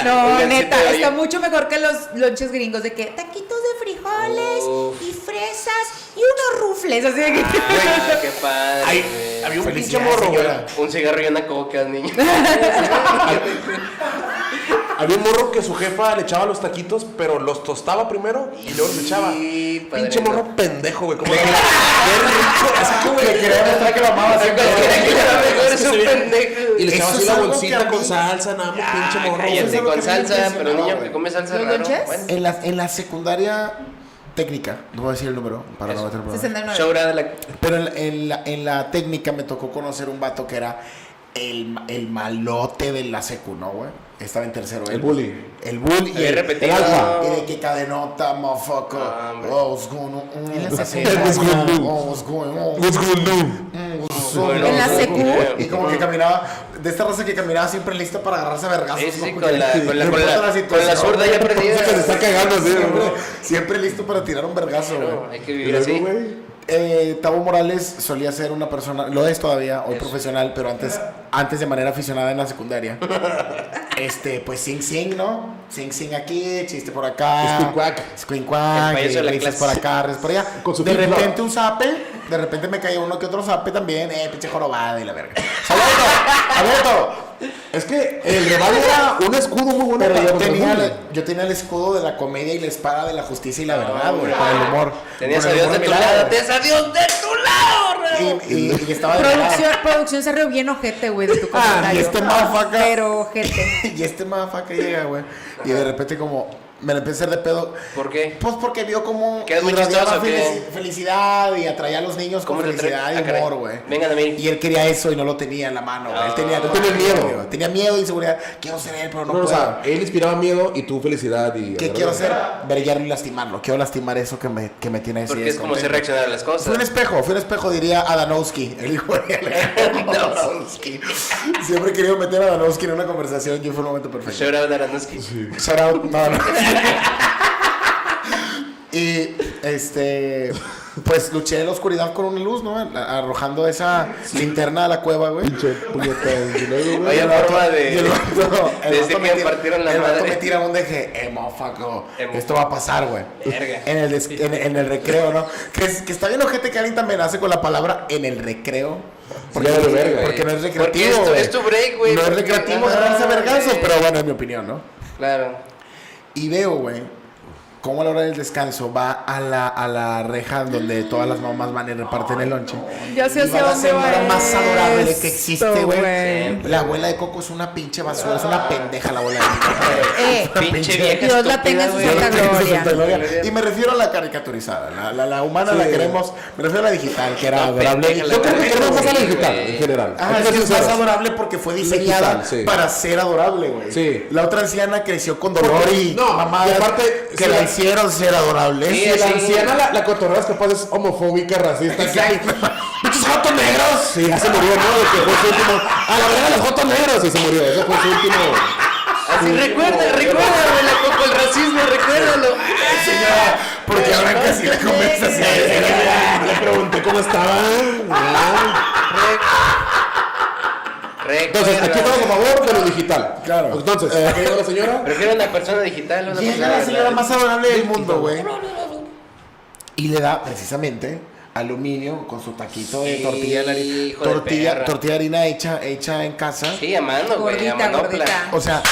S2: No,
S4: Oigan, sí
S2: neta,
S4: te oye.
S2: está mucho mejor que los lonches gringos de que taquitos de frijoles
S4: Uf.
S2: y fresas y unos rufles. Así de que.
S4: Ah, qué padre.
S3: Ay,
S4: güey.
S3: Había un pinche
S1: Felicidades,
S3: morro, güey.
S1: señora.
S4: Un cigarro y una coca, niño.
S3: Había un morro que su jefa le echaba los taquitos, pero los tostaba primero y luego los echaba.
S4: Sí,
S3: Pinche
S4: padrino.
S3: morro pendejo, güey. Como que, qué rico. Así como que quería mostrar que lo amaba. así como-
S4: Eres un pendejo.
S3: Y le echaba
S1: Eso
S3: así
S1: es algo que
S3: la
S1: a
S3: bolsita
S1: mí-
S3: con salsa, nada más,
S4: Ah,
S3: pinche morro.
S4: cállate,
S1: Eso es
S3: güey.
S1: algo
S4: con
S1: que a mí me
S4: salsa, pero
S1: impresionó,
S4: niño que
S1: güey.
S4: come salsa
S2: ¿Los
S4: raro.
S2: lonches?
S4: Bueno,
S1: En la, en la secundaria técnica, no voy a decir el número para no
S4: Eso.
S1: meter problema.
S2: 69.
S4: Showra de la...
S1: Pero en, la- en la, en la técnica me tocó conocer un vato que era el, ma- el malote de la secu, ¿no, güey? Estaba en tercero.
S3: El
S1: él.
S3: bully.
S1: El bully.
S4: Había
S1: el-
S4: repetido.
S1: el alfa. Y de que cadenota, mofoco.
S4: Ah, hombre.
S1: Oh, os gono, mm,
S2: En la
S1: así,
S2: secu.
S1: oh,
S3: Os gono.
S1: oh, os gono, oh,
S3: What's going on?
S1: mm, os
S4: Bueno,
S1: gono.
S2: En la secu.
S1: Y como que caminaba, de esta raza que caminaba siempre lista para agarrarse a vergazos.
S4: Sí, sí,
S1: ¿no?
S4: con
S1: Porque-
S4: la- con la-
S1: no
S4: con
S1: importa
S4: la-
S1: situación,
S4: con la zurda ya
S1: ¿no?
S4: perdida.
S1: Se le está cagando así,
S3: Siempre-
S1: güey. Siempre listo para tirar un vergazo,
S4: Pero
S1: güey.
S4: hay que
S3: Y
S4: vivir
S3: luego,
S4: así.
S3: güey.
S1: Eh, Tabo Morales solía ser una persona, lo es todavía, hoy
S4: Eso.
S1: profesional, pero antes, antes de manera aficionada en la secundaria. este, pues Sing Sing, ¿no? Sing Sing aquí, chiste por acá.
S3: Squinquac.
S1: Squinquac,
S4: El payaso de la
S1: risas
S4: clase.
S1: por acá, risas por allá.
S3: Con su
S1: de
S3: flip-flop.
S1: repente un zape, de repente me caía uno que otro zape también, eh, pinche jorobada y la verga. ¡Saludo! ¡Saludo!
S3: Es que el rival era un escudo muy bueno
S1: Pero
S3: para
S1: yo
S3: contra el
S1: tenía,
S3: bullying.
S1: la- yo tenía el escudo de la comedia y la espada de la justicia y la
S4: Ah,
S1: verdad, güey,
S4: hombre.
S1: con el humor.
S4: Tenías
S1: Con
S4: a
S1: el
S4: Dios
S1: humor
S4: de
S1: en
S4: tu
S1: mi
S4: lado.
S1: lado.
S4: Tenías a Dios de tu lado, Raúl.
S1: Y, y- y estaba de lado.
S2: Producción, producción se rió bien ojete, güey, de tu comentario.
S1: y este motherfucker.
S2: Pero ojete.
S1: Y este motherfucker llega, güey. Y de repente como me lo empecé a hacer de pedo.
S4: ¿Por qué?
S1: Pues porque vio como
S4: ¿Que es muy
S1: irradiaba
S4: chistoso o qué?
S1: felici- felicidad y atraía a los niños con
S4: ¿Cómo te
S1: felicidad
S4: atrae?
S1: y
S4: Ah,
S1: humor,
S4: caray.
S1: güey.
S4: Vengan a mí.
S1: Y él quería eso y no lo tenía en la mano, güey. Él tenía,
S4: Ah.
S3: Tenía miedo.
S1: Tenía miedo y inseguridad. Quiero ser él, pero no,
S3: No, o
S1: puedo.
S3: sea, él inspiraba miedo y tú felicidad y...
S1: ¿Qué quiero hacer? Verguiarlo y lastimarlo. Quiero lastimar eso que me, que me tiene así
S4: Porque es como se
S1: descontento.
S4: reaccionar a las
S1: Fue un
S4: cosas.
S1: espejo, fue un espejo, diría Adanowski, el hijo de Adanowski. Siempre he querido meter a Adanowski en una conversación y fue un momento perfecto.
S4: Showra de Aranowski.
S1: Shout out, no, no. y este, pues luché en la oscuridad con una luz, ¿no? A- Arrojando esa linterna a la cueva, güey.
S3: Pinche puñeta. Y luego, güey,
S4: Oye,
S1: el vato-
S4: forma de-
S1: y el vato- el
S4: desde
S1: vato
S4: que
S1: me tira-
S4: partieron la
S1: el vato
S4: madre.
S1: me tira un deje, eh, mofaco,
S4: Emo.
S1: esto va a pasar, güey.
S4: Verga.
S1: En el, des- en, en el recreo, ¿no? Que, es- que está bien ojete que alguien también hace con la palabra en el recreo. Porque,
S3: Sí,
S1: no, es-
S3: verga, eh.
S1: porque no es
S4: Porque
S1: recreativo,
S4: es tu-
S1: güey.
S4: es tu break, güey,
S1: No es
S4: porque-
S1: recreativo
S4: Ajá,
S1: agarrarse a vergazos,
S4: güey.
S1: pero bueno, es mi opinión, ¿no?
S4: Claro.
S1: Y veo, güey, cómo a la hora del descanso va a la, a la reja donde todas las mamás van y reparten el lonche.
S2: Ya sé
S1: Y
S2: hacia
S1: va la
S2: dónde
S1: señora
S2: va
S1: más adorable que
S2: esto,
S1: existe, güey.
S2: güey.
S1: La abuela de Coco es una pinche basura, es una pendeja la abuela de Coco.
S2: Eh,
S4: Pinche vieja.
S2: Dios la tenga en su
S4: estúpida,
S1: Yo
S4: güey.
S1: no tengo
S2: santa
S1: esa
S2: gloria.
S1: santa gloria. Y me refiero a la caricaturizada, la, la, la humana la queremos, me refiero a la digital, que era
S4: No,
S1: adorable.
S4: pendeja, la
S1: Yo creo que
S4: verdad.
S1: era más
S3: Era más a la
S1: adorable.
S3: digital,
S4: güey.
S3: en general.
S1: Ajá,
S3: Hay
S1: Ah, es
S3: que
S1: que
S3: ser
S1: es más
S3: sinceros.
S1: adorable porque fue diseñada
S3: Digital, sí.
S1: para ser adorable, güey.
S3: Sí.
S1: La otra anciana creció con dolor y
S3: No, y aparte,
S1: que
S3: sí,
S1: la
S3: la-
S1: hicieron ser adorable.
S4: Sí,
S3: Si la
S4: Sí.
S3: anciana, la, la cotorrea es capaz es homofóbica, racista.
S1: Exacto.
S3: ¡Pinches jotos negros! Sí, ya se murió, ¿no? De que fue su último. ¡A la verga los jotos negros! Y se murió. Ese fue su último.
S4: Así recuerda, recuerda, güey, la copa, el racismo, recuérdalo.
S1: Señora, porque ahora casi la conversación
S3: Eh, Le pregunté cómo estaba. Ah, ¿no? Entonces, aquí estamos a favor de lo digital.
S1: Claro.
S3: Entonces, ¿ha pedido la señora?
S4: Prefiero una persona digital a una
S1: Llega
S4: persona
S1: la señora
S4: verdadera.
S1: más adorable del mundo, güey. Y le da precisamente aluminio con su taquito de
S4: Sí,
S1: tortilla, de harina-
S4: hijo de
S1: tortilla,
S4: perra.
S1: tortilla de harina hecha, hecha en casa.
S4: Sí, a mano, güey, a
S2: Gordita,
S4: manopla.
S2: gordita.
S1: O sea,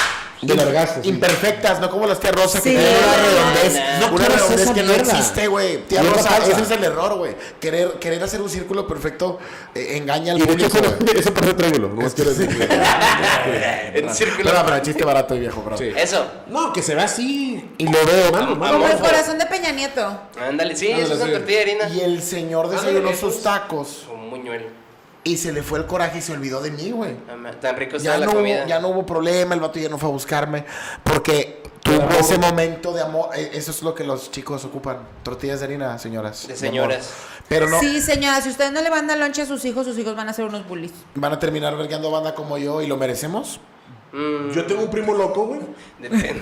S3: De largazos. sí.
S1: Imperfectas, no como las tía Rosa que
S2: Sí.
S1: tienen una redondez.
S4: Nah.
S1: No
S3: No
S1: una
S3: quiero hacer
S1: redondez
S3: esa
S1: que no
S3: mierda.
S1: existe, güey. Tía
S3: Y es la
S1: Rosa,
S3: falsa.
S1: ese es el error, güey. Querer, querer hacer un círculo perfecto eh, engaña al
S3: Y de hecho,
S1: público.
S3: eso,
S1: güey.
S3: eso parece triángulo. No más quiero decir.
S4: En círculo.
S1: Pero, pero, chiste barato y viejo, bro.
S3: Sí.
S4: Eso.
S3: No, que se ve así. Y lo veo, mano. mano.
S2: Como el
S4: Amorfo.
S2: corazón de Peña Nieto.
S4: Ándale, sí, eso es una
S3: sí.
S4: tortilla de harina.
S1: Y el
S4: Ah,
S1: señor desayunó sus tacos
S4: Un muñuelo.
S1: y se le fue el coraje y se olvidó de mí, güey.
S4: Tan rico
S1: Ya
S4: está la
S1: no, hubo,
S4: comida.
S1: ya no hubo problema, el vato ya no fue a buscarme. Porque tuvo ese momento de amor. eh, Eso es lo que los chicos ocupan. Tortillas de harina, señoras.
S4: De señoras.
S1: amor. Pero no.
S2: Sí, señora, si ustedes no le mandan lonche a sus hijos, sus hijos van a ser unos bullies.
S1: Van a terminar vergueando banda como yo y lo merecemos.
S4: Mm,
S3: Yo tengo un primo loco, güey.
S4: depende.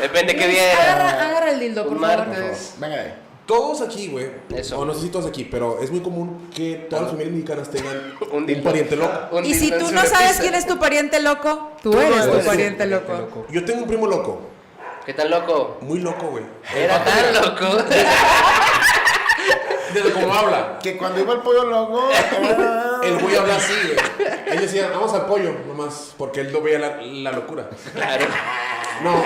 S4: depende qué día
S2: Agarra, agarra el dildo,
S4: Un
S2: por favor.
S4: martes.
S1: Venga, de ahí.
S3: Todos aquí, güey.
S4: Eso.
S3: O no sé si todos aquí, pero es muy común que todas las familias mexicanas tengan un,
S4: dildo. Ah,
S3: pariente loco.
S4: Un
S2: Y si
S4: dildo en
S2: tú
S4: su
S2: no sabes
S4: repisa.
S2: quién es tu pariente loco, tú eres tu
S5: tu
S3: eres
S2: pariente
S5: pariente
S2: loco.
S5: loco.
S3: Yo tengo un primo loco.
S4: ¿Qué tan loco?
S3: Muy loco, güey.
S4: Era tan loco.
S3: Desde cómo habla.
S1: Que cuando iba el pollo loco. ah,
S3: El güey habla así, güey. Él decía, vamos al pollo, nomás, porque él no veía la, la locura.
S4: Claro.
S3: No.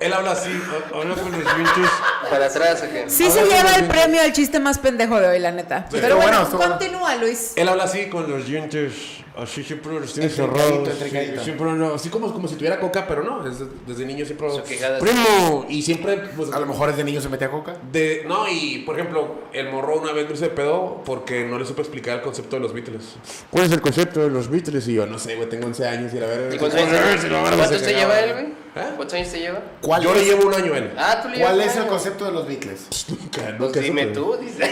S3: él habla así, ha- habla con los pinches.
S4: Para atrás, ¿o qué?
S2: Sí se
S3: Ahora
S2: lleva
S3: sí,
S2: el
S3: sí.
S2: premio al chiste más pendejo de hoy, la neta. Pero
S1: estuvo
S2: bueno,
S1: bueno, estuvo bueno.
S2: continúa, Luis.
S3: Él habla así con los dientes, así siempre los tiene
S1: Entregadito,
S3: cerrados.
S1: entregadito.
S3: sí, siempre, no, así como, como si tuviera coca, pero no, desde, desde niño siempre.
S4: Su quejada.
S3: Primo, y siempre. Pues,
S1: A lo mejor desde niño se metía coca.
S3: De, no, y por ejemplo, el morro una vez me hizo de pedo porque no le supe explicar el concepto de los Beatles. ¿Cuál es el concepto de los Beatles? Y yo, no sé, güey, tengo 11 años y la verdad.
S4: ¿Y cuántos años, ¿Cuántos te lleva él, güey? ¿Cuántos años te lleva?
S1: ¿Cuál,
S3: Yo le
S1: es,
S3: llevo un año a él.
S4: Ah, tú le llevas
S1: ¿cuál
S4: un
S1: es el
S4: año.
S1: concepto de los Beatles?
S3: Nunca,
S4: Pues
S3: nunca
S4: dime
S3: supe.
S4: tú, dice.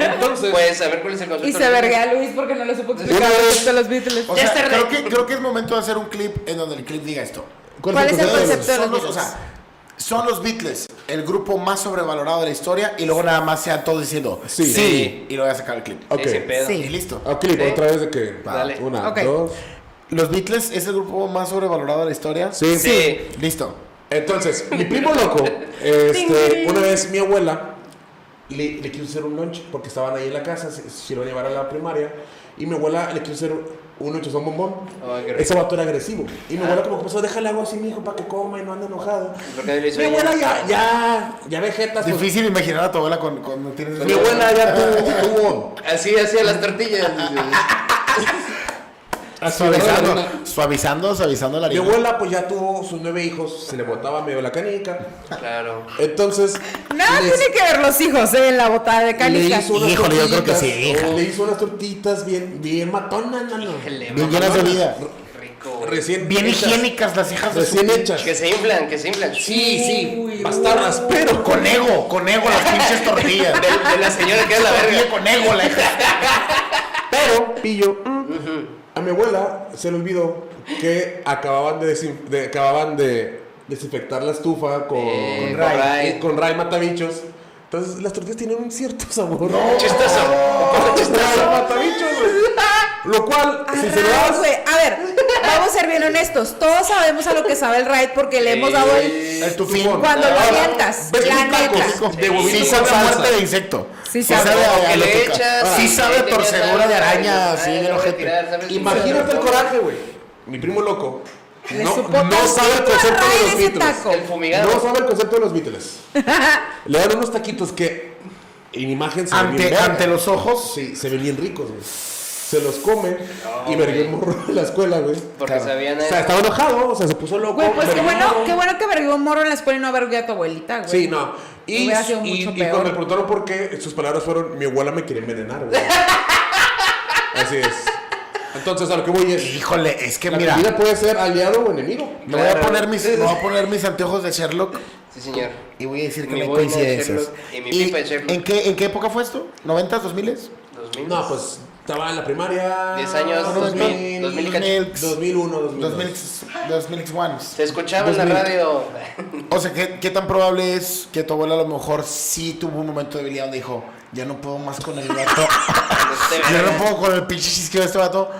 S3: Entonces,
S4: Pues a ver cuál es el concepto.
S2: Y se verguea a Luis porque no le supo explicar
S3: Una
S2: el
S3: vez-
S2: concepto de los Beatles.
S1: O
S4: Ya
S1: sea,
S4: está re-
S1: creo que, creo que es momento de hacer un clip en donde el clip diga esto.
S2: ¿Cuál es el
S3: de
S2: concepto?
S1: Son los,
S2: Beatles.
S1: o sea, son los Beatles, el grupo más sobrevalorado de la historia, y luego nada más sean todos diciendo sí,
S3: Sí.
S1: y lo voy a sacar el clip.
S3: Ok.
S4: Sí, sin pedo.
S1: Y
S2: Sí.
S1: listo.
S3: los- Ah, Ok, otra vez de que. va,
S4: Dale.
S3: Una,
S2: Ok.
S3: dos.
S1: Los Beatles es el grupo más sobrevalorado de la historia.
S3: Sí.
S4: Sí.
S1: Listo.
S3: Entonces, mi primo loco, este, una vez mi abuela le, le quiso hacer un lunch porque estaban ahí en la casa, se, se lo iba a llevar a la primaria, y mi abuela le quiso hacer un lunch un bombón.
S4: Ay, qué rico.
S3: Ese vato era agresivo. Y mi abuela como que empezó, déjale agua así, mi hijo, para que coma y no ande enojado.
S4: ¿Por qué le hizo
S3: Mi
S4: ella?
S3: abuela ya, ya, ya vegetas. pues,
S1: Difícil imaginar a tu abuela con- cuando tienes.
S3: mi abuela ya tuvo, tuvo
S4: Así hacía las tortillas.
S3: Ah,
S1: Suavizando, suavizando, suavizando la
S3: Mi
S1: harina.
S3: abuela pues ya tuvo sus nueve hijos, se le botaba medio la canica.
S4: claro.
S3: Entonces...
S2: Nada
S3: les-
S2: tiene que ver los hijos eh, en la botada de
S3: Le
S2: canica.
S3: hizo unas
S1: Híjole, yo creo que
S3: tortitas,
S1: sí, hija.
S3: Le hizo unas tortitas bien, bien matonas, nano.
S4: Híjole,
S1: Bien llenas de vida.
S4: Rico. güey.
S3: Recién
S1: Bien
S3: hechas.
S1: higiénicas las hijas de su
S3: Recién
S1: pinche-
S3: hechas.
S4: Que se inflan, que se inflan.
S3: Sí, sí. Bastardas, pero con
S1: Con ego, con ego las pinches tortillas.
S4: De, de la señora que es la
S1: Tortilla
S4: verga.
S1: con ego, la hija.
S3: pero pillo. A mi abuela se le olvidó que acababan de, desin- de- acababan de desinfectar la estufa con,
S4: Eh,
S3: con
S4: con
S3: Ray,
S4: Ray.
S3: eh, con Ray Matabichos. Entonces las tortillas tienen un cierto sabor.
S4: Chistoso.
S3: Ray Matabichos, güey. Lo cual, si se lo
S2: Array,
S3: das,
S2: güey. A ver, vamos a ser bien honestos. Todos sabemos a lo que sabe el raid porque le hemos dado el.
S1: Es tu fin.
S2: Cuando lo
S3: Ahora,
S2: avientas,
S3: ves
S2: la
S3: tus tacos,
S2: neta.
S3: de huevito
S1: Sí
S3: con
S1: sabe a
S3: salsa.
S1: muerte de insecto.
S2: Sí
S1: Sí
S2: sabe.
S1: sabe a-
S4: Que
S1: a lo
S4: le
S1: que ca-
S4: echas.
S1: Sí
S4: y
S1: sabe
S4: le
S1: a
S4: tenía
S1: torcedura
S4: salsa,
S1: de araña,
S4: ay,
S1: así
S4: ay,
S1: bien
S4: le
S1: ojete.
S4: tiraba, ¿sabes?
S3: Imagínate el coraje, güey. Mi primo loco.
S2: Le
S3: No,
S2: supo
S3: no sabe el
S2: tantito
S3: concepto
S2: a
S3: de
S2: Ray
S3: los
S2: ese
S3: Beatles.
S2: taco.
S4: El fumigado.
S3: No sabe el concepto de los Beatles. Le dan unos taquitos que en imagen se ven bien
S1: Ante,
S3: verga.
S1: ante los ojos.
S3: Sí, se ven bien ricos, güey. Se los come y me el morro de la escuela, güey.
S4: Porque
S1: Claro.
S4: sabían.
S3: O sea, estaba enojado, o sea, se puso loco.
S2: Güey, pues qué
S3: vergué un
S2: bueno,
S3: morro.
S2: qué bueno que vergué un morro en la escuela y no vergué a tu abuelita, güey.
S3: Sí, no. Y,
S2: Hubiera sido
S3: y-
S2: mucho
S3: y
S2: peor.
S3: cuando me preguntaron por qué, sus palabras fueron, mi abuela me quería envenenar, güey. Así es. Entonces, a lo que voy es,
S1: Híjole, es que
S3: la
S1: mira.
S3: comida puede ser aliado o enemigo.
S1: Me voy a
S4: Claro.
S1: poner mis, me voy a poner mis anteojos de Sherlock
S4: Sí, señor.
S1: y voy a decir que
S4: Mi
S1: no hay
S4: boina de
S1: coincidencias.
S4: Sherlock y mi pipa de Sherlock.
S1: ¿en, qué, ¿En qué época fue esto? ¿90s, 2000s?
S4: 2000.
S3: No, pues estaba en la primaria.
S4: 10 años, 2000, 2000.
S3: 2001, 2002.
S1: 2000, 2001.
S4: Se escuchaba en la
S3: 2000.
S4: radio.
S1: O sea, ¿qué, ¿qué tan probable es que tu abuela a lo mejor sí tuvo un momento de debilidad donde dijo, ya no puedo más con el gato,
S4: Este,
S1: ya no puedo con el pinche chisqueo de este vato?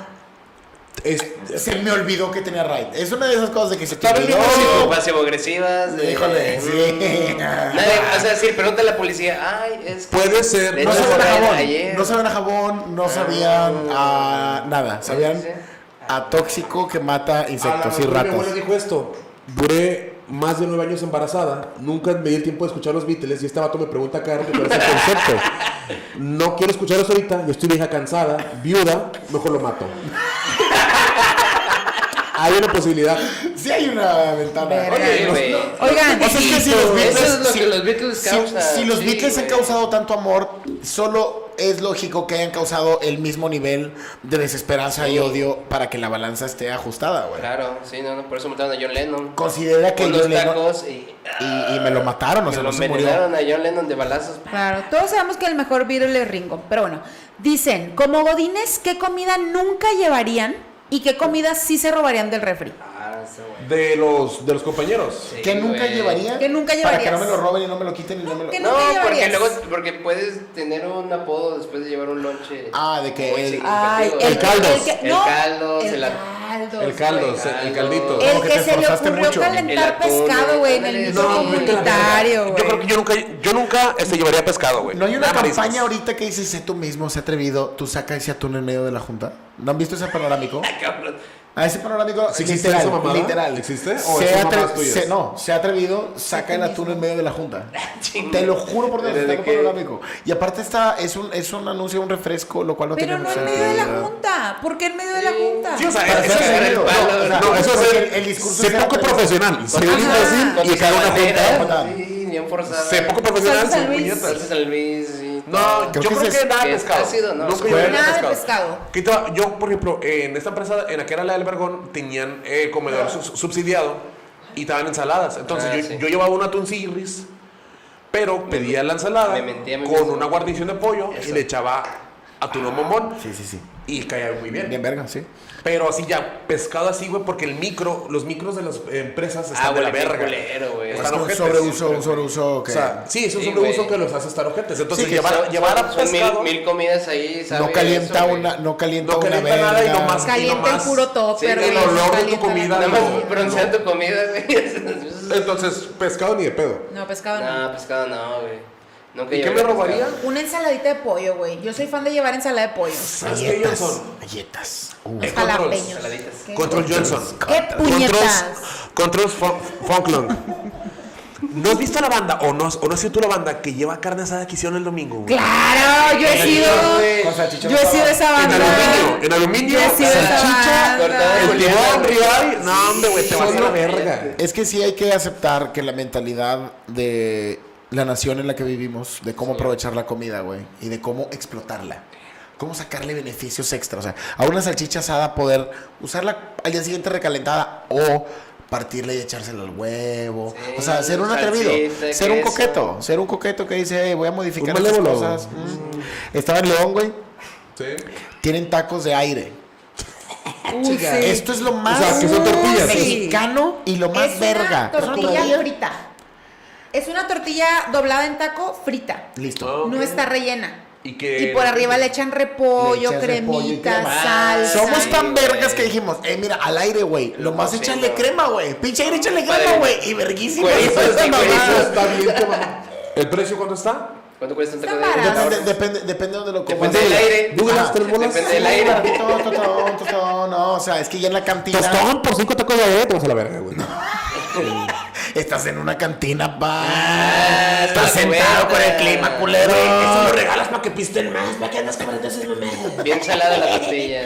S3: Es-
S1: Se me olvidó que tenía raid. Es una de esas cosas de que se te
S3: Está
S1: olvidó.
S3: bien,
S4: Pasivo- Pasivo-agresivas. de- Mm.
S1: Híjole, sí.
S4: Nadie, o sea, sí, pregunta a la policía. Ay, es que.
S3: puede ser.
S4: De
S1: No
S4: hecho,
S1: sabían a
S4: sabían
S1: jabón,
S4: ayer.
S1: no sabían a jabón, no sabían a nada, sabían
S4: Sí, sí.
S1: a tóxico que mata
S3: a Ah, la
S1: insectos y
S3: doctora, Mi
S1: ratas.
S3: abuela dijo esto. Duré más de nueve años embarazada. Nunca me di el tiempo de escuchar los Beatles. Y este vato me pregunta cada rato por ese concepto. No quiero escucharlos ahorita. Yo estoy vieja cansada, viuda. Mejor lo mato. Hay una posibilidad.
S1: Sí hay una ventana.
S2: Verga.
S4: Oye, güey.
S2: Oigan,
S1: O sea, es que si los Beatles,
S4: Eso es lo
S1: si-
S4: que los Beatles
S1: si-
S4: causan.
S1: si los
S4: sí,
S1: Beatles han
S4: güey.
S1: causado tanto amor, solo es lógico que hayan causado el mismo nivel de desesperanza y odio para que la balanza esté ajustada, güey.
S4: Claro, sí, no, no, por eso mataron a John Lennon.
S1: Considera que
S4: Con
S1: John
S4: los
S1: Lennon-
S4: tacos y.
S1: Y, y me lo mataron, o
S4: me
S1: sea,
S4: lo
S1: no se murió.
S4: envenenaron a John Lennon de balazos.
S2: Claro, todos sabemos que el mejor Beatle es Ringo, pero bueno, dicen, como godines, ¿qué comida nunca llevarían y qué comida sí se robarían del refri?
S4: Ah, ese güey.
S3: De los, de los compañeros.
S1: Que nunca
S4: güey.
S1: llevaría.
S2: Que nunca
S1: Para que no
S2: llevarías.
S1: me lo roben y no me lo quiten y no me lo.
S2: que
S4: No,
S2: nunca
S4: porque
S2: llevarías.
S4: luego porque puedes tener un apodo después de llevar un lonche.
S1: Ah, de que
S4: muy
S1: el-
S4: significativo,
S2: Ay,
S4: ¿no?
S1: el caldo.
S2: El, que- no,
S4: El caldo, se
S2: el
S4: la-
S2: caldo.
S3: El caldo, se- el caldito.
S1: Como
S2: El
S1: que
S2: que,
S1: te
S2: se le
S1: esforzaste
S2: ocurrió
S1: mucho.
S4: El
S2: calentar
S4: atún,
S2: pescado, güey, en el
S4: ándale,
S2: mismo
S4: no,
S3: vete a la
S2: comunitario,
S5: Yo creo que
S2: güey.
S5: yo nunca, yo nunca este, llevaría pescado, güey.
S1: No hay una
S5: Nada, mariscos.
S1: campaña ahorita que dice, sé tú mismo, sé atrevido, tú saca ese atún en medio de la junta. ¿No han visto ese panorámico?
S4: Cabrón.
S1: A ese panorámico
S3: ¿Sí existe
S1: literal,
S3: esa mamada?
S1: literal.
S3: ¿Existe? ¿O
S1: Se
S3: son
S1: atre-
S3: mamadas tuyas?
S1: se- no, se ha atrevido, saca el atún en medio de la junta. Te lo juro por Dios,
S4: Desde
S1: está en un
S4: que-
S1: panorámico. Y aparte está, es un, es un anuncio, un refresco, lo cual no
S2: Pero
S1: tiene
S2: no
S1: mucha
S2: en medio de la
S1: utilidad.
S2: junta. ¿Por qué en medio de la junta?
S5: Sí, o sea,
S1: Para
S5: eso
S1: ser
S5: es-
S1: atrevido.
S4: el palo,
S1: No, o sea,
S5: no, eso
S1: porque
S5: es
S1: el, el discurso
S5: Sé
S1: sea
S5: poco
S1: atrevido.
S5: profesional. Sé
S4: Ajá.
S5: un imbécil y cagar una
S4: bandera,
S5: junta.
S4: Sí, bien forzada.
S5: Sé poco profesional,
S2: Salsa
S5: sin
S2: Luis.
S5: puñetas.
S4: Salsa San Luis, sí. Ah,
S5: No,
S1: Creo
S5: yo
S1: que
S5: creo
S1: ese
S5: que
S1: es-
S5: nada de
S4: que
S5: pescado.
S4: ácido, ¿no?
S5: Nunca
S4: Fue-
S5: llevaría
S2: Nada de pescado.
S5: Que estaba- yo, por ejemplo, eh, en esta empresa, en aquella la del Vergón, tenían eh, comedor su- subsidiado y estaban ensaladas. Entonces
S4: Ah,
S5: yo,
S4: sí.
S5: yo llevaba un atún cirris, pero pedía la ensalada
S4: me mentí a mí
S5: con
S4: mismo.
S5: una guarnición de pollo y
S4: Eso.
S5: le echaba atún o bombón
S1: Sí, sí, sí.
S5: y caía muy bien.
S1: Bien verga, sí.
S5: Pero así ya, pescado así, güey, porque el micro, los micros de las eh, empresas están
S4: Ah,
S5: de
S4: güey,
S5: la
S4: qué
S5: verga.
S4: culero, güey.
S1: Es
S5: Están
S1: un
S5: ojetes,
S1: sobreuso,
S5: siempre,
S1: un sobreuso que...
S5: O sea, sí, es un
S4: Sí,
S5: sobreuso
S4: güey.
S5: que los hace estar ojetes. Entonces,
S1: Sí, que
S5: llevar,
S4: Son-
S5: llevar a
S4: son mil,
S5: pescado...
S4: mil comidas ahí, ¿sabes?
S1: no calienta
S4: Eso,
S1: una,
S4: güey.
S1: no calienta
S5: No
S1: una
S5: calienta nada y
S1: verga.
S5: nomás-
S2: Calienta el
S5: nomás-
S2: puro topper,
S4: Sí, el
S2: güey,
S5: olor de tu
S2: calienta la
S5: comida,
S4: Nada
S5: no.
S4: más broncear tu comida, güey.
S3: Entonces, pescado ni de pedo.
S2: No, pescado no.
S4: no, pescado no, güey. Nunca
S5: ¿Y qué me
S4: llevaría
S5: robaría?
S4: pescado.
S2: Una ensaladita de pollo, güey. Yo soy fan de llevar ensalada de pollo.
S5: ¿Sabes qué,
S1: Galletas.
S5: Johnson?
S1: Galletas. Uh.
S5: Eh,
S2: Jalapeños.
S4: Ensaladitas.
S2: ¿Qué?
S5: Control Johnson.
S2: ¿Qué puñetas?
S5: Controls, Controls Fun- Funklong. ¿No has visto la banda o no, has- o no has sido tú la banda que lleva carne asada que hicieron el domingo? güey?
S2: Claro, yo he sido.
S1: Con salchichón
S2: Yo he sido esa
S5: En
S2: banda.
S5: aluminio, en aluminio,
S2: Yo he sido esa
S5: salchicha,
S2: banda.
S5: El limón, ribeye. No, hombre, güey, te vas a la
S3: Solo-
S5: verga.
S1: Es que sí hay que aceptar que la mentalidad de la nación en la que vivimos, de cómo aprovechar la comida, güey, y de cómo explotarla. Cómo sacarle beneficios extra. O sea, a una salchicha asada poder usarla al día siguiente recalentada o partirla y echársela al huevo.
S4: Sí,
S1: o sea, ser un atrevido.
S4: salsita,
S1: Ser un
S4: queso.
S1: coqueto. Ser un coqueto que dice, "Hey, voy a modificar
S3: Un
S1: las
S3: malévolo.
S1: cosas. Mm. Estaba en León, güey.
S3: Sí.
S1: Tienen tacos de aire.
S2: Uy, sí.
S1: Esto es lo más
S3: O sea, que son tortillas.
S1: mexicano y lo más
S2: Es
S1: verga.
S2: Una
S1: Es una
S2: tortilla
S1: tortilla.
S2: frita. Es una tortilla doblada en taco frita.
S1: Listo.
S2: No está rellena.
S5: ¿Y qué?
S2: por arriba le echan repollo,
S1: Le echas repollo y
S2: cremita,
S1: crema. Ah,
S2: salsa.
S1: Somos tan
S4: Ay,
S1: vergas
S4: güey.
S1: que dijimos, eh, mira, al aire, güey. Lo más
S4: Sí,
S1: échale
S4: no.
S1: crema, güey. Pinche aire, échale crema,
S4: Vale.
S1: güey. Y verguísima.
S4: Güey,
S1: Eso
S4: sí,
S1: es
S4: güey,
S1: mamá.
S4: eso
S3: Pues, Está bien, qué mamá. ¿El precio cuánto está?
S4: ¿Cuánto cuesta un
S2: Está
S4: taco de aire?
S2: barato.
S1: Depende, depende, depende de donde lo comas.
S4: Depende del aire.
S1: Dura
S4: Ajá.
S1: las tres
S3: bolas.
S4: Depende del aire.
S1: Tostón, tostón, tostón. No, o sea, es que ya en la cantina.
S3: por cinco tacos de aire te vas a la verga, güey.
S1: Estás en una cantina, pa.
S4: Ah,
S1: Estás
S4: la
S1: sentado
S4: cubeta.
S1: con el clima, culero.
S5: Eso lo regalas para que pisten más, para que andas cobrando esos momentos.
S4: Bien salada la tortilla.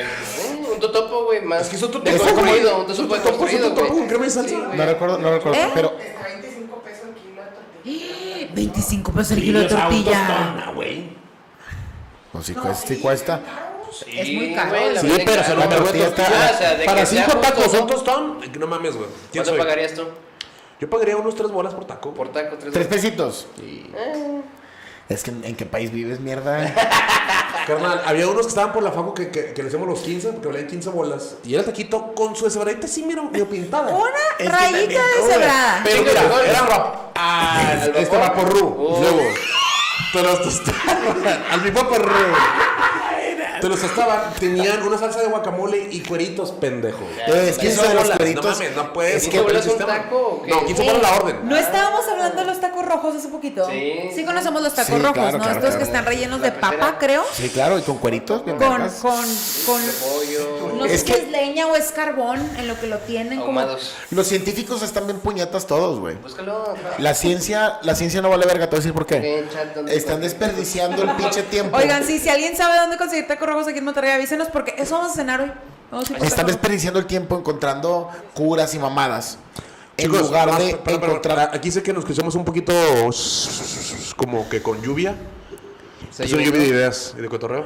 S4: Mm, Un totopo, güey, más.
S5: Es que son totopos,
S4: de
S5: güey.
S4: construido, un totopo
S5: Son
S4: de
S5: totopos,
S4: construido,
S5: son totopos
S4: güey.
S5: con crema y salsa.
S4: Sí, güey.
S1: No recuerdo, no recuerdo.
S2: ¿Eh?
S1: Pero
S6: 25 pesos el kilo de tortilla.
S2: 25 pesos el kilo de tortilla.
S5: güey.
S1: Pues sí, cuesta, sí cuesta.
S2: Es muy caro.
S4: güey, la
S1: Sí,
S4: venden
S1: pero se
S4: caro.
S1: lo merece.
S4: Ah, o sea, de
S5: Para
S4: que sea
S5: cinco
S4: justo,
S5: tacos, un
S4: ¿no?
S5: tostón. No mames, güey. ¿Quién
S4: ¿Cuánto
S5: soy?
S4: pagarías tú?
S5: Yo pagaría unos tres bolas por taco.
S4: Por taco,
S1: Tres
S4: tres. dólares.
S1: pesitos. Es que en, en qué país vives, mierda.
S5: Carnal, había unos que estaban por la facu que, que, que le hacíamos los 15, porque valían 15 bolas. Y era taquito con su esbaradita así, mira, medio pintada.
S1: que
S2: Una
S1: también,
S2: rayita
S1: güey.
S2: deshebrada.
S5: Pero
S4: Chinga,
S5: mira,
S4: mejor.
S5: era rap. Ah,
S4: Al
S5: este
S4: vapor.
S5: vaporru.
S4: Oh.
S5: Luego, te los tostaban. Al mi vaporru.
S3: Te los estaban, tenían una salsa de guacamole y cueritos, pendejo.
S1: Eh, Es que eso de los cueritos.
S3: No mames, no puedes.
S1: Es
S4: ¿Y
S1: que
S4: tú hablas
S3: el
S4: un
S3: sistema-
S4: taco o qué?
S3: No, ¿quién fue para la orden?
S2: No estábamos hablando de los tacos rojos hace poquito.
S4: Sí.
S2: conocemos los tacos
S1: Sí,
S2: rojos,
S1: claro,
S2: ¿no?
S1: claro,
S2: Estos
S1: claro.
S2: que están rellenos
S4: La
S2: de papa,
S4: pecera.
S2: creo.
S1: Sí, claro, y con cueritos. bien
S2: Con,
S1: vergas.
S2: con, con.
S4: Pollo.
S2: No
S1: Es
S2: sé si
S1: que-
S2: es leña o es carbón en lo que lo tienen. como-
S4: Ahumados.
S1: Los científicos están bien puñetas todos, güey.
S4: Búscalo.
S1: La ciencia, la ciencia no vale verga, te voy a decir por qué.
S4: Ven, chat, ¿dónde
S1: Están
S4: está?
S1: desperdiciando el pinche tiempo.
S2: Oigan, sí, si alguien sabe dónde conseguir tacos rojos aquí en Monterrey, avísenos porque eso vamos a cenar hoy. Vamos a ir por
S1: Están
S2: tacos rojos.
S1: desperdiciando el tiempo encontrando curas y mamadas. En
S3: Chicos,
S1: lugar
S3: más-
S1: de
S3: perdón, perdón,
S1: encontrar.
S3: Aquí sé que nos escuchamos un poquito como que con lluvia.
S4: Se
S3: Es una
S4: llevó.
S3: lluvia de ideas y de cotorreo.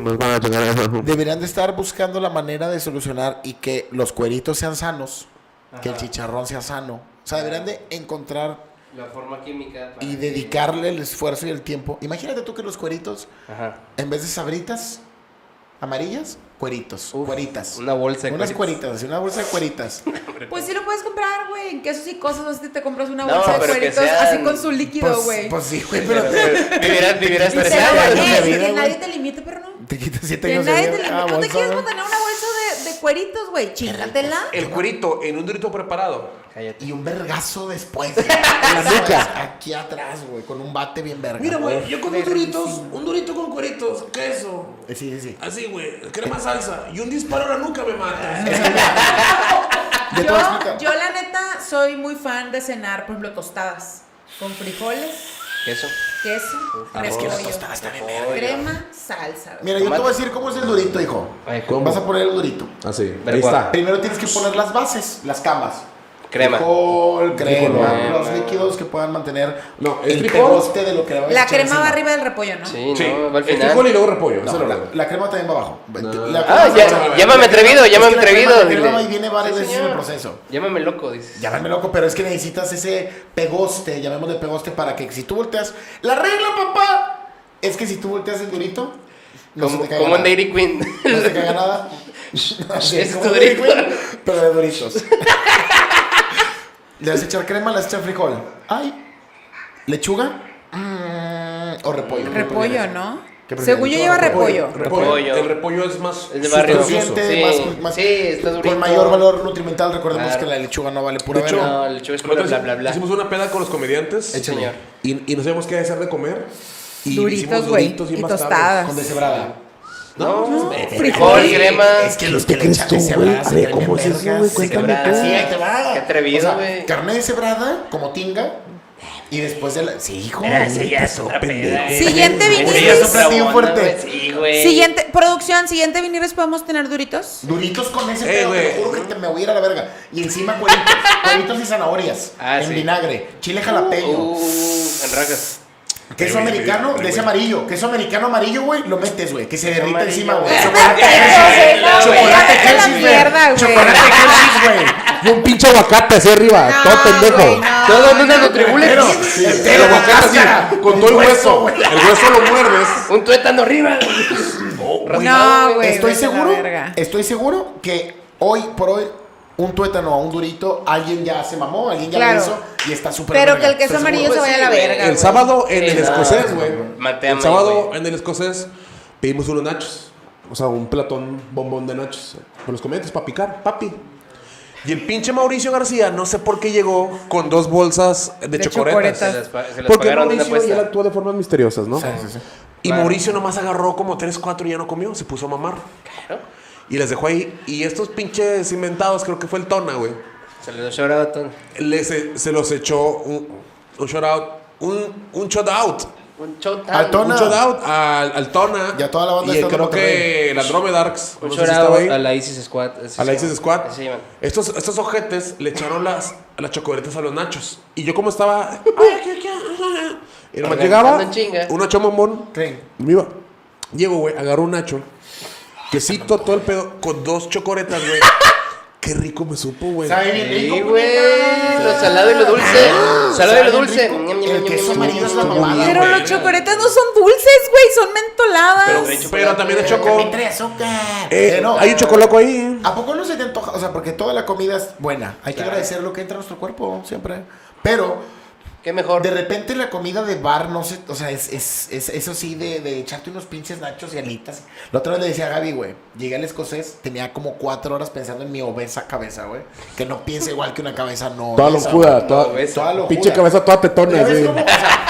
S3: Nos van a tocar
S1: Deberían de estar buscando la manera de solucionar y que los cueritos sean sanos, que el chicharrón sea sano. O sea, deberían de encontrar
S4: La forma química. para
S1: y
S4: que-
S1: dedicarle el esfuerzo y el tiempo. Imagínate tú que los cueritos,
S4: Ajá.
S1: en vez de sabritas amarillas, cueritos,
S4: Uf,
S1: cueritas.
S4: una bolsa de
S1: Unas
S4: cueritos.
S1: cueritas, así, una bolsa de cueritas.
S2: Pues sí lo puedes comprar, güey. En quesos y cosas, así te compras una
S4: No,
S2: bolsa de
S4: pero que
S2: cueritos
S4: sean-
S2: así con su líquido,
S1: Pues-
S2: güey.
S1: Pues sí, güey, pero
S4: Vivirás, vivirás
S2: Dice,
S1: sea,
S4: estresado,
S1: güey,
S4: ¿no?
S1: no
S2: "Eh,
S1: me vida,
S2: que nadie
S1: güey".
S2: te limite, pero no.
S1: te quitas siete
S2: Que
S1: años de
S2: nadie te
S1: vida.
S2: limite.
S1: Ah,
S2: ¿No te
S1: bolsa,
S2: quieres
S1: güey.
S2: mantener una bolsa de, de cueritos, güey? Chingatela.
S3: El cuerito en un durito preparado.
S4: Cállate.
S1: Y un vergazo después. güey. En la nuca. Aquí atrás, güey, con un bate bien verga.
S3: Mira, güey, yo con dos duritos, un durito con cueritos, queso,
S1: Eh, Sí, sí, sí.
S3: así, güey, crema salsa y un disparo a la nuca me mata.
S1: Yo te voy a explicar.
S2: Yo, yo, la neta, soy muy fan de cenar, por ejemplo, tostadas. Con frijoles,
S4: Queso.
S2: queso,
S4: Ah, es que las
S2: crema,
S1: tostadas también
S4: verga.
S2: crema, salsa.
S1: Mira, yo te voy a decir cómo es el durito, hijo.
S4: Ay, ¿cómo?
S1: Vas a poner el durito.
S3: Así,
S4: Pero ahí está.
S1: Primero tienes que poner las bases, las camas.
S4: Crema.
S1: Frijol, crema,
S4: Frijol.
S1: los líquidos que puedan mantener
S3: No, el
S1: el
S3: frijol-
S1: coste de lo que le vas a
S2: La
S1: echar
S2: crema va
S1: encima.
S2: arriba del repollo, ¿no?
S4: Sí,
S3: Sí, Este
S4: no, va al
S3: el frijol y
S4: final.
S3: luego repollo, ese
S1: No,
S3: lo
S1: la,
S3: leo.
S1: la crema también va abajo. La crema
S4: Ah,
S1: se echa
S4: ya,
S1: abajo.
S4: ya me he atrevido, ya me
S1: Es
S4: he
S1: que la crema-
S4: atrevido.
S1: La crema
S4: dile.
S1: ahí viene varias
S4: Sí,
S1: veces en
S4: señor.
S1: el proceso.
S4: Llámame loco, dices.
S1: Llámame loco, pero es que necesitas ese pegoste, llamémosle pegoste, para que si tú volteas. La regla, papá, es que si tú volteas el durito, no se
S4: Como,
S1: te caiga
S4: como en
S1: nada.
S4: Dairy Queen.
S1: No se te caiga nada.
S4: Es
S1: como
S4: tu
S1: Dairy
S4: durito.
S1: Queen, Pero de duritos. Le vas a echar crema, le vas a echar frijol. Ay. ¿Lechuga? Mm, o repollo.
S2: Repollo, ¿no?
S1: ¿Qué prefieres?
S2: Según yo lleva repollo.
S4: Repollo.
S3: El repollo es más
S4: Es de barrio.
S3: sustancioso.
S1: Suficiente,
S4: Sí,
S1: más- más-
S4: sí, está durito.
S1: Con mayor valor nutrimental, recordemos
S4: Claro.
S1: que la lechuga no vale pura
S3: De hecho,
S1: verga.
S4: No, el show es
S3: la otra
S4: puro bla,
S3: vez
S4: bla, bla.
S3: Hicimos una peda con los comediantes.
S4: Échale. Señor.
S3: Y, y no sabíamos qué hacer de comer. Y
S2: Duritos,
S3: hicimos
S2: güey.
S3: duritos bien
S2: Y
S3: bastardos.
S2: tostadas.
S1: Con deshebrada.
S3: No,
S4: Frijol,
S2: Frijoles.
S4: crema.
S1: que los que le echan deshebrada se creen bien vergas, se creen
S4: Cuéntame tú.
S1: Sí, ahí te va.
S4: Qué atrevido,
S1: O sea,
S4: güey.
S1: carne deshebrada, como tinga. Y después de la. Sí, hijo.
S5: Ah, eh.
S2: Siguiente
S1: Ese
S4: vinil.
S1: ya es un platillo
S4: Esa
S1: fuerte.
S4: onda, güey, Sí, güey.
S2: Siguiente, producción, siguiente vinires podemos tener duritos.
S1: Duritos con ese
S3: Eh,
S1: pedo, te
S3: güey.
S1: lo juro que te me voy a ir a la verga. Y encima cueritos, cueritos y zanahorias.
S4: Ah,
S1: en
S4: sí.
S1: vinagre, chile jalapeño,
S4: Uh, en rajas.
S1: queso
S3: Pero,
S1: americano
S3: pero,
S1: de ese
S3: pero,
S1: amarillo. Queso americano amarillo, güey, lo metes, güey. Que se derrita
S4: amarillo,
S1: encima, güey.
S4: güey.
S1: Chocolate
S2: Eso,
S1: Hershey's,
S2: güey.
S1: Chocolate
S2: Vete a la
S1: Hershey's,
S2: mierda,
S1: güey.
S2: güey.
S1: Chocolate Hershey's, güey.
S3: Y un pinche aguacate hacia arriba.
S2: No, todo pendejo. güey, no.
S3: Todo en una
S1: Pero,
S3: El aguacate así, con todo el
S1: Pues,
S3: hueso.
S1: güey.
S3: El hueso lo muerdes.
S4: Un tuétano arriba.
S2: No, güey.
S1: Estoy
S2: vete a la
S1: seguro,
S2: verga.
S1: estoy seguro que hoy por hoy un tuétano a un durito, alguien ya se mamó, alguien ya
S2: Claro.
S1: lo hizo y está súper
S2: Pero
S1: verga.
S2: que el queso
S1: Estoy seguro.
S2: amarillo se vaya a la
S4: güey.
S2: verga.
S3: El
S2: güey.
S3: sábado en
S4: Sí,
S3: el
S4: no.
S3: escocés, güey.
S4: Maté a
S3: El
S4: mí,
S3: sábado
S4: güey.
S3: en el escocés pedimos unos nachos. O sea, un platón bombón de nachos. Con los comediantes para picar, papi. Y el pinche Mauricio García, no sé por qué llegó con dos bolsas de,
S2: De
S3: chocoretas.
S2: chocoretas.
S4: Se las pa- se las
S3: Porque
S4: pagaron de una
S3: Mauricio y él
S4: apuesta.
S3: actuó de formas misteriosas, ¿no? Y
S4: Claro.
S3: Mauricio nomás agarró como tres, cuatro y ya no comió, se puso a mamar. Y las dejó ahí. Y estos pinches inventados, creo que fue el Tona, güey.
S4: Se le dio a todo.
S3: les- se, los echó un, un shot out. Un, un shot out.
S4: Un chota.
S1: Al Tona.
S3: Un shout out al, al Tona.
S1: Y a toda la banda
S3: Y
S1: de
S3: creo
S1: Tona
S3: que el Andromedarks.
S4: Un
S3: no sé si
S4: shout
S3: estaba ahí,
S4: out a la ISIS Squad. así
S3: a la
S4: se
S3: Isis
S4: llama.
S3: Squad.
S4: Así se llaman.
S3: Estos, estos ojetes le echaron las, las chocoretas a los nachos. Y yo, como estaba. "Ay, qué- qué- ah". y nomás
S4: Organizando
S3: llegaba.
S4: en chinga.
S3: Un nacho bombón.
S1: Creen.
S3: Me iba. Llego, güey, agarro un nacho. Quesito, todo el pedo. Con dos chocoretas, güey. Qué rico me supo, güey.
S1: Sabe bien rico,
S4: Sí,
S1: puñeta.
S4: güey. Lo salado y lo dulce. Salado y lo dulce.
S1: rico.
S4: Ah, Ñam, ñam,
S1: El
S4: ñam,
S1: queso
S4: ñam,
S1: amarillo es la
S4: ñam,
S1: mamada,
S4: ñam,
S2: Pero
S4: ñam,
S1: güey.
S2: los chocoretas no son dulces, güey, son mentoladas.
S3: Pero,
S4: de pues, chocolate.
S3: pero también de choco.
S1: Entre azúcar.
S3: Eh, Ah,
S1: Eh, no.
S3: Hay un chocoloco ahí. eh.
S1: ¿A poco no se te antoja? O sea, porque toda la comida es buena. Hay que
S4: Claro.
S1: agradecer lo que entra a nuestro cuerpo siempre. Pero
S4: ñam. ¿Qué mejor?
S1: De repente la comida de bar, no sé, o sea, es, es, es- eso sí, de, de echarte unos pinches nachos y alitas. La otra vez le decía a Gaby, güey, llegué al escocés, tenía como cuatro horas pensando en mi obesa cabeza, güey. Que no piensa igual que una cabeza no.
S3: Toda
S1: obesa,
S3: locura,
S1: güey.
S3: toda,
S4: obesa.
S1: Toda locura.
S3: pinche cabeza toda tetona.
S1: Ya ves
S3: así.
S1: cómo, o sea,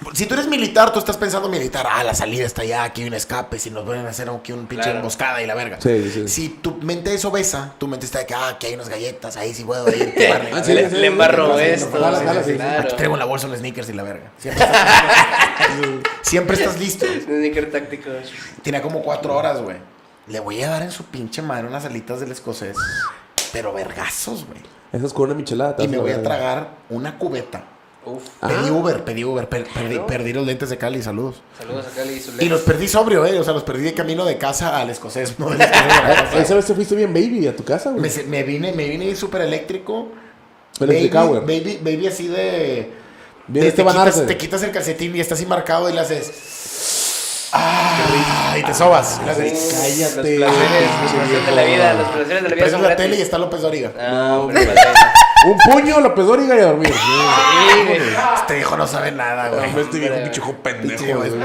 S1: Pues, si tú eres militar, tú estás pensando militar, ah, la salida está allá, aquí hay un escape, si nos vuelven a hacer aquí un pinche
S4: Claro.
S1: emboscada y la verga.
S3: Sí, sí, sí.
S1: Si tu mente es obesa, tu mente está de que, ah, aquí hay unas galletas, ahí sí puedo ir, tomarme.
S3: Ah, sí,
S4: le,
S3: sí,
S4: le
S3: sí,
S4: embarro
S3: sí, sí,
S4: esto.
S3: sí, jala,
S4: sí,
S3: jala,
S4: sí,
S3: sí,
S4: claro.
S1: Aquí traigo en la bolsa un sneakers y la verga. Siempre estás, siempre estás listo.
S4: Sneaker táctico.
S1: Tenía como cuatro horas, güey. Le voy a dar en su pinche madre unas alitas del escocés, pero vergazos, güey.
S3: Eso es con una michelada. te
S1: Y
S3: vas
S1: me
S3: la
S1: voy a
S3: verga. Ah.
S1: tragar una cubeta.
S4: Uf.
S1: Pedí Uber, pedí Uber, per- perdí,
S4: Claro.
S1: perdí los lentes de Cali, saludos.
S4: Saludos a Cali y su
S1: Y los perdí sobrio, eh. O sea, los perdí de camino de casa al escocés. No del escocés a la casa.
S3: Esa vez te fuiste bien baby a tu casa, güey.
S1: me, se- me vine, me vine súper eléctrico.
S3: Pero es de
S1: baby,
S3: Cowher. este
S1: baby, baby así de.
S3: Bien
S1: de- te,
S3: Esteban
S1: quitas,
S3: Arce.
S1: te quitas el calcetín y está así marcado y le haces. Ah, y te sobas. Y le haces,
S3: Cállate.
S4: Los placeres, los
S3: Pinche
S4: placeres de la
S3: viejo.
S4: vida, los placeres de la vida
S1: Prendes
S4: son
S1: la tele y
S4: gratis.
S1: está López Dóriga.
S4: No, hombre, placeres.
S3: Un puño, López Dóriga y a dormir.
S4: Sí, güey.
S1: Este hijo no sabe nada, güey.
S7: Hombre, este viejo, pinche hijo
S1: Pinche,
S7: pendejo.
S1: güey.
S7: güey.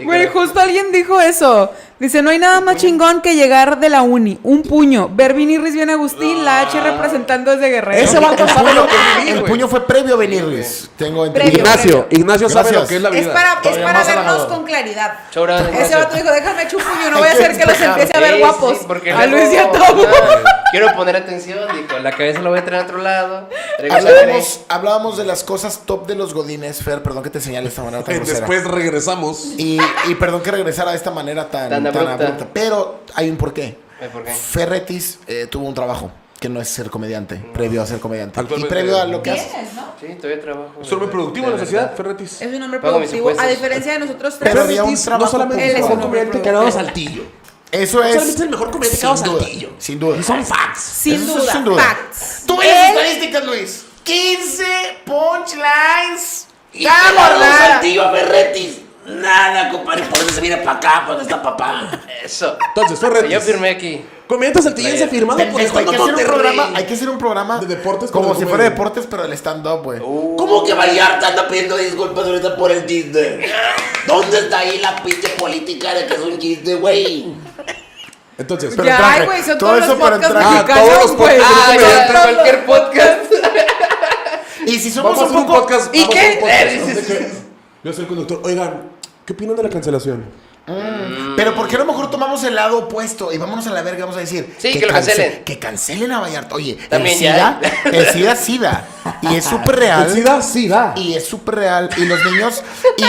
S4: Y
S8: Güey,
S4: claro,
S8: justo alguien dijo eso. Dice, no hay nada más chingón que llegar de la uni. Un puño. Berbinirris bien Agustín, la H representando desde Guerrero.
S3: Ese vato sabe lo que es vivir,
S1: El
S3: güey.
S1: puño fue previo a venir, Luis. Tengo entendido.
S3: Ignacio, Ignacio sabe
S1: Gracias.
S3: lo que es la vida.
S2: Es para, es
S1: Todavía
S2: para
S1: más
S2: vernos
S1: halagador.
S2: con claridad.
S4: Chora,
S2: Ese
S4: gracias.
S2: vato dijo, déjame chupar yo no voy a hacer que los empiece a
S4: Sí,
S2: ver
S4: sí,
S2: guapos.
S4: porque
S2: a
S4: luego,
S2: Luis y a Tobo.
S4: o sea, Quiero poner atención, y con la cabeza la voy a traer a otro lado. Traigo
S1: Ah,
S4: la
S1: Hablábamos, hablábamos de las cosas top de los godines, Fer. Perdón que te señale de esta manera tan grosera.
S3: Después regresamos.
S1: Y, y perdón que regresara de esta manera tan,
S4: Tan
S1: tan
S4: abrupta.
S1: abrupta. Pero hay un porqué.
S4: Ay, ¿por qué?
S1: Ferretis eh, tuvo un trabajo que no es ser comediante, previo a ser comediante. Y
S3: Actualmente-
S1: previo a lo que hace.
S2: ¿no?
S4: Sí, todavía trabajo.
S3: Es un hombre
S4: de-
S3: productivo
S4: de
S3: en la sociedad,
S4: verdad.
S3: Ferretis.
S2: Es un hombre
S4: Pago mis
S2: productivo, a
S4: impuestos.
S2: diferencia de nosotros tres.
S1: Pero había un
S3: Ferretis no
S1: trabajo
S3: solamente
S1: por
S3: es un
S2: Él es
S3: mejor
S2: un
S3: comediante
S2: hombre
S3: que Eduardo
S2: productivo.
S3: Saltillo.
S1: Eso es.
S3: solamente es el mejor comediante que
S1: sin
S3: Gabo
S1: duda,
S3: Saltillo.
S1: Sin duda.
S3: Son facts.
S2: Sin
S1: Eso es
S2: duda.
S1: sin duda.
S2: Facts.
S1: Tú ves las estadísticas, Luis. 15 punchlines.
S9: Eduardo
S1: ¡Cámara!
S9: Saltillo a Ferretis. Nada, compadre, por eso se viene para acá, ¿dónde está papá?
S4: Eso.
S3: Entonces,
S4: Yo
S3: Ferretis.
S4: firmé aquí.
S3: Comediante saltillense firmado por
S1: Hay
S3: Estando
S1: que hacer un
S3: Monterrey.
S1: programa, hay que hacer un programa
S3: De deportes con
S1: como
S3: el
S1: si fuera
S3: comedia.
S1: deportes, pero el stand-up, güey.
S5: Uh.
S9: ¿Cómo que Vallarta anda pidiendo disculpas ahorita por el chiste? ¿Dónde está ahí la pinche política de que es un chiste, güey?
S3: Entonces,
S1: Pero
S8: Ya,
S1: el traje,
S8: güey, son
S1: todo
S8: todos los
S1: eso para el
S8: podcasts
S1: traje.
S3: Ah, todos
S8: mexicanos,
S3: los
S8: güey.
S3: podcasts,
S4: Ah,
S3: Pero
S4: ya,
S3: comediante.
S4: cualquier podcast.
S1: Y si somos
S3: vamos a hacer
S1: un
S3: un
S1: poco.
S3: podcast.
S4: ¿Y
S3: vamos a hacer un
S4: qué?
S3: podcast,
S4: Eh,
S3: ¿no?
S4: sí,
S3: De
S4: sí,
S3: que- Yo soy el conductor. Oigan, ¿qué opinan de la cancelación?
S1: Pero ¿por qué a lo mejor tomamos el lado opuesto y vámonos a la verga? Vamos a decir.
S4: Sí, que lo
S1: cance-
S4: cancelen.
S1: Este, Que cancelen a Vallarta. Oye,
S4: También
S1: el
S4: ya,
S1: SIDA.
S2: ¿eh?
S1: El SIDA es SIDA. Y es súper real.
S3: El SIDA, SIDA.
S1: Y es súper real. Y los niños. Y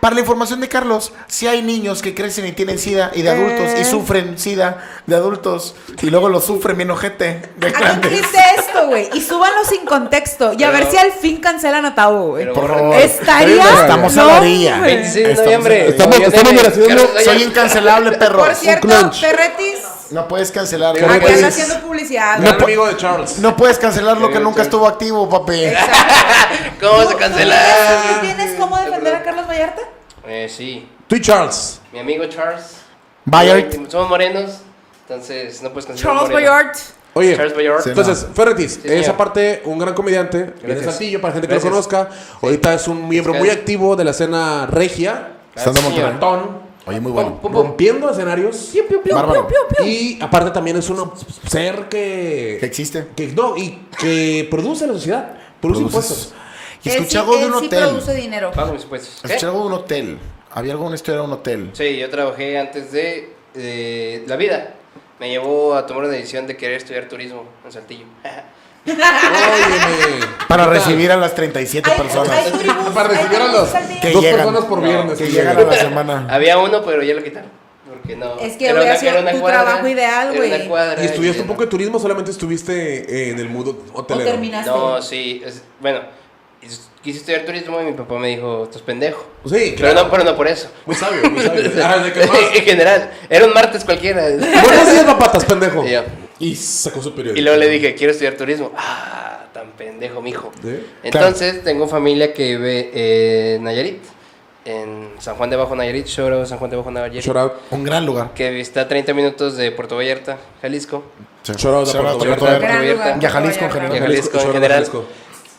S1: para la información de Carlos, si hay niños que crecen y tienen SIDA y de adultos
S2: Eh.
S1: y sufren SIDA de adultos y luego lo sufren bien
S2: Ah,
S1: ojete de
S8: ¿A quién
S1: grandes.
S8: dijiste esto, güey? Y súbanlo sin contexto. Y a ver si al fin cancelan a Tabo, güey.
S4: Pero-
S1: Por favor.
S8: Estaría-
S1: Estamos a la
S8: No,
S1: orilla.
S8: hombre.
S4: 26 de
S1: Estamos
S4: noviembre.
S1: a la
S3: Estamos-
S4: Oye,
S3: estamos
S4: nene,
S3: mereciendo-
S4: Carlos,
S1: Soy
S4: oye,
S1: incanstelable, perro.
S2: Por cierto,
S3: crunch.
S2: Ferretis,
S1: No puedes cancelar.
S4: Creo
S1: no
S4: que
S2: aquí
S1: puedes-
S2: anda haciendo publicidad.
S1: pues, No
S3: Gran
S1: po-
S3: amigo de Charles.
S1: No puedes cancelar lo que
S4: Creo
S1: nunca
S4: que-
S1: estuvo activo, papi.
S4: ¿Cómo se
S2: ¿Tú
S4: cancela?
S2: tienes cómo defender a Carlos Vallarta?
S4: Eh, sí.
S3: Tú y Charles.
S4: Mi amigo Charles. Eh,
S1: Bayard.
S4: Somos morenos. Entonces, no puedes cancelar. a un
S8: Charles
S4: moreno.
S8: Bayard.
S3: Oye,
S4: Charles Bayard.
S1: Sí.
S3: entonces, Ferretis,
S4: Sí,
S3: es
S4: señor.
S3: aparte un gran comediante. Es
S4: Gracias.
S3: Saltillo, para gente que lo
S4: Gracias.
S3: conozca. Ahorita es un miembro
S4: Gracias.
S3: muy activo de la escena regia.
S1: Estando
S4: Claro, señor.
S1: Monterrey.
S3: Ton.
S1: Oye,
S2: Oh.
S1: muy bueno.
S4: Pum, pum, pum.
S3: Rompiendo escenarios.
S1: Bárbaro.
S3: Y aparte también es un ser que...
S1: Que existe.
S3: que no, y que produce la sociedad. Produce
S1: Produces.
S3: impuestos.
S1: Y escuché
S2: él
S1: algo
S2: sí,
S1: de un
S2: él sí produce
S1: hotel.
S2: dinero.
S4: Pago mis impuestos. ¿Qué?
S1: Escuché algo de un hotel. Había alguna historia de un hotel.
S4: Sí, yo trabajé antes de eh, la vida. Me llevó a tomar la decisión de querer estudiar turismo en Saltillo.
S3: Óyeme.
S1: Para recibir a las 37
S2: Hay- hay
S1: personas
S2: tribus-
S3: Para
S2: hay
S3: recibir a
S2: tribus
S3: los-
S2: al día.
S1: que
S3: Dos
S1: llegan.
S3: personas por viernes.
S1: que llegan a la semana.
S4: Había uno, pero ya lo quitaron. Porque no.
S2: Es que hubiera sido tu trabajo ideal,
S4: era
S2: güey.
S4: una cuadra
S3: ¿Y estudiaste un
S4: no.
S3: poco de turismo o solamente estuviste eh, en el mundo hotelero?
S2: O terminaste.
S4: No, sí. es- bueno, es- quise estudiar turismo y mi papá me dijo, estás pendejo.
S3: Sí,
S4: Pero
S3: claro.
S4: no, pero no por eso.
S3: Muy sabio, muy sabio. Ah, ¿de qué
S4: en
S3: más?
S4: general, era un martes cualquiera.
S3: Buenos días, papatas, pendejo.
S4: Y yo-
S3: Y sacó su periódico.
S4: Y luego le dije, quiero estudiar turismo. Ah, tan pendejo, mijo.
S3: ¿Sí?
S4: Entonces, tengo familia que vive en Nayarit, en San Juan de Bajo Nayarit, shout out San Juan de Bajo Nayarit,
S3: Shout out.
S1: Un gran lugar.
S4: que está a 30 minutos de Puerto Vallarta, Jalisco.
S3: Shout out a
S1: Shout out a
S3: Puerto
S1: Puerto
S3: Vallarta.
S4: Puerto
S2: Gran
S4: Vallarta.
S2: lugar.
S1: Y a Jalisco en
S4: Y a
S1: general.
S4: Jalisco en
S3: Shout out a
S4: general.
S3: Jalisco.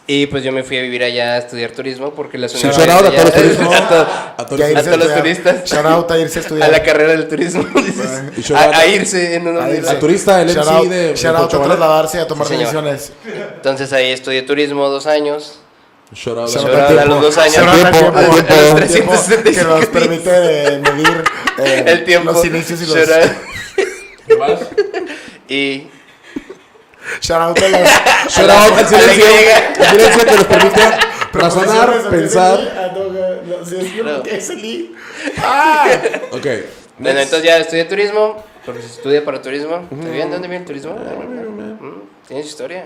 S4: Y pues yo me fui a vivir allá a estudiar turismo porque la
S3: Sí,
S4: universidad
S3: shout out a todos los turismos.
S4: a, to-
S3: A todos
S4: Ya
S3: los
S4: irse a los turistas.
S1: Shout out a irse a
S4: a
S1: estudiar.
S4: la carrera del turismo. dices,
S3: Y shout
S4: a,
S3: out a-
S4: a irse en una
S1: A irse.
S3: al turista, el
S1: Shout
S3: MC
S1: out-
S3: de-
S1: Shout
S3: de
S1: out a
S3: Cochabalet.
S1: trasladarse a tomar
S4: Sí, señor.
S1: decisiones.
S4: Entonces ahí estudié turismo dos años.
S3: Shout out.
S1: Shout
S4: Yo era
S1: out al
S4: a los dos años.
S1: Shout out al
S4: Tiempo,
S1: tiempo,
S4: a los
S1: tiempo,
S4: 365
S1: tiempo que nos permite eh, medir eh,
S4: el tiempo.
S1: los inicios y los.
S4: Yo era-
S3: ¿Qué más?
S4: y
S1: Shout out a las
S3: Shout out al silencio.
S4: A la que llega.
S3: El silencio que nos permite
S1: proporciones,
S3: razonar, pensar.
S1: ah, no, eh, no, sí, es que
S4: No.
S1: es el I.
S3: Ok.
S4: bueno, entonces ya estudié turismo. Porque se estudia para turismo. ¿Te bien? ¿Dónde viene el turismo?
S1: Ah,
S4: Mm, ¿Tienes historia?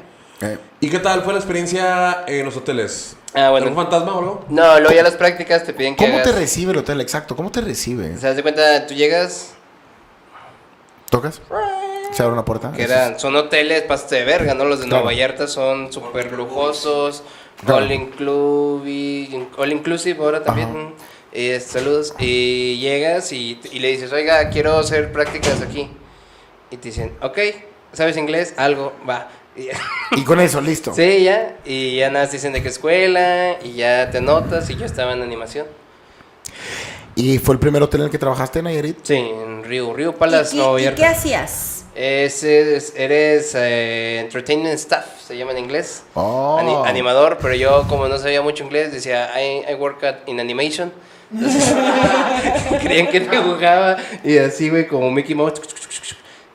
S3: ¿Y qué tal fue la experiencia en los hoteles?
S4: Ah, bueno.
S3: ¿Algún fantasma o algo?
S4: No, luego ya las prácticas te piden que
S1: ¿Cómo te
S4: hagas-
S1: recibe el hotel? Exacto, ¿cómo te recibe?
S4: O sea, haz de cuenta, tú llegas,
S1: ¿Tocas? ¿Se abre una puerta?
S4: que eran, son hoteles, paste de verga, ¿no? Los de
S1: Ah, Claro.
S4: Nueva Vallarta son súper lujosos,
S1: Claro.
S4: all, inclusive, all inclusive ahora también. Eh, saludos. Y llegas y, y le dices, oiga, quiero hacer prácticas aquí. Y te dicen, ok, ¿sabes inglés? Algo, va. Y-
S1: Y con eso, listo.
S4: Sí, ya. Y ya nada, más te dicen de qué escuela, y ya te notas, y yo estaba en animación.
S1: ¿Y fue el primer hotel en el que trabajaste, Nayarit?
S4: Sí, en Río, Río
S2: ¿Y,
S4: Palace,
S2: qué-
S4: Nueva
S2: y
S4: Vallarta.
S2: qué hacías?
S4: Es, es- eres eh, entertainment staff, se llama en inglés.
S1: Oh.
S4: Ani- animador, pero yo como no sabía mucho inglés decía I, I work at- in animation. Entonces, creían que dibujaba y así, güey, como Mickey Mouse.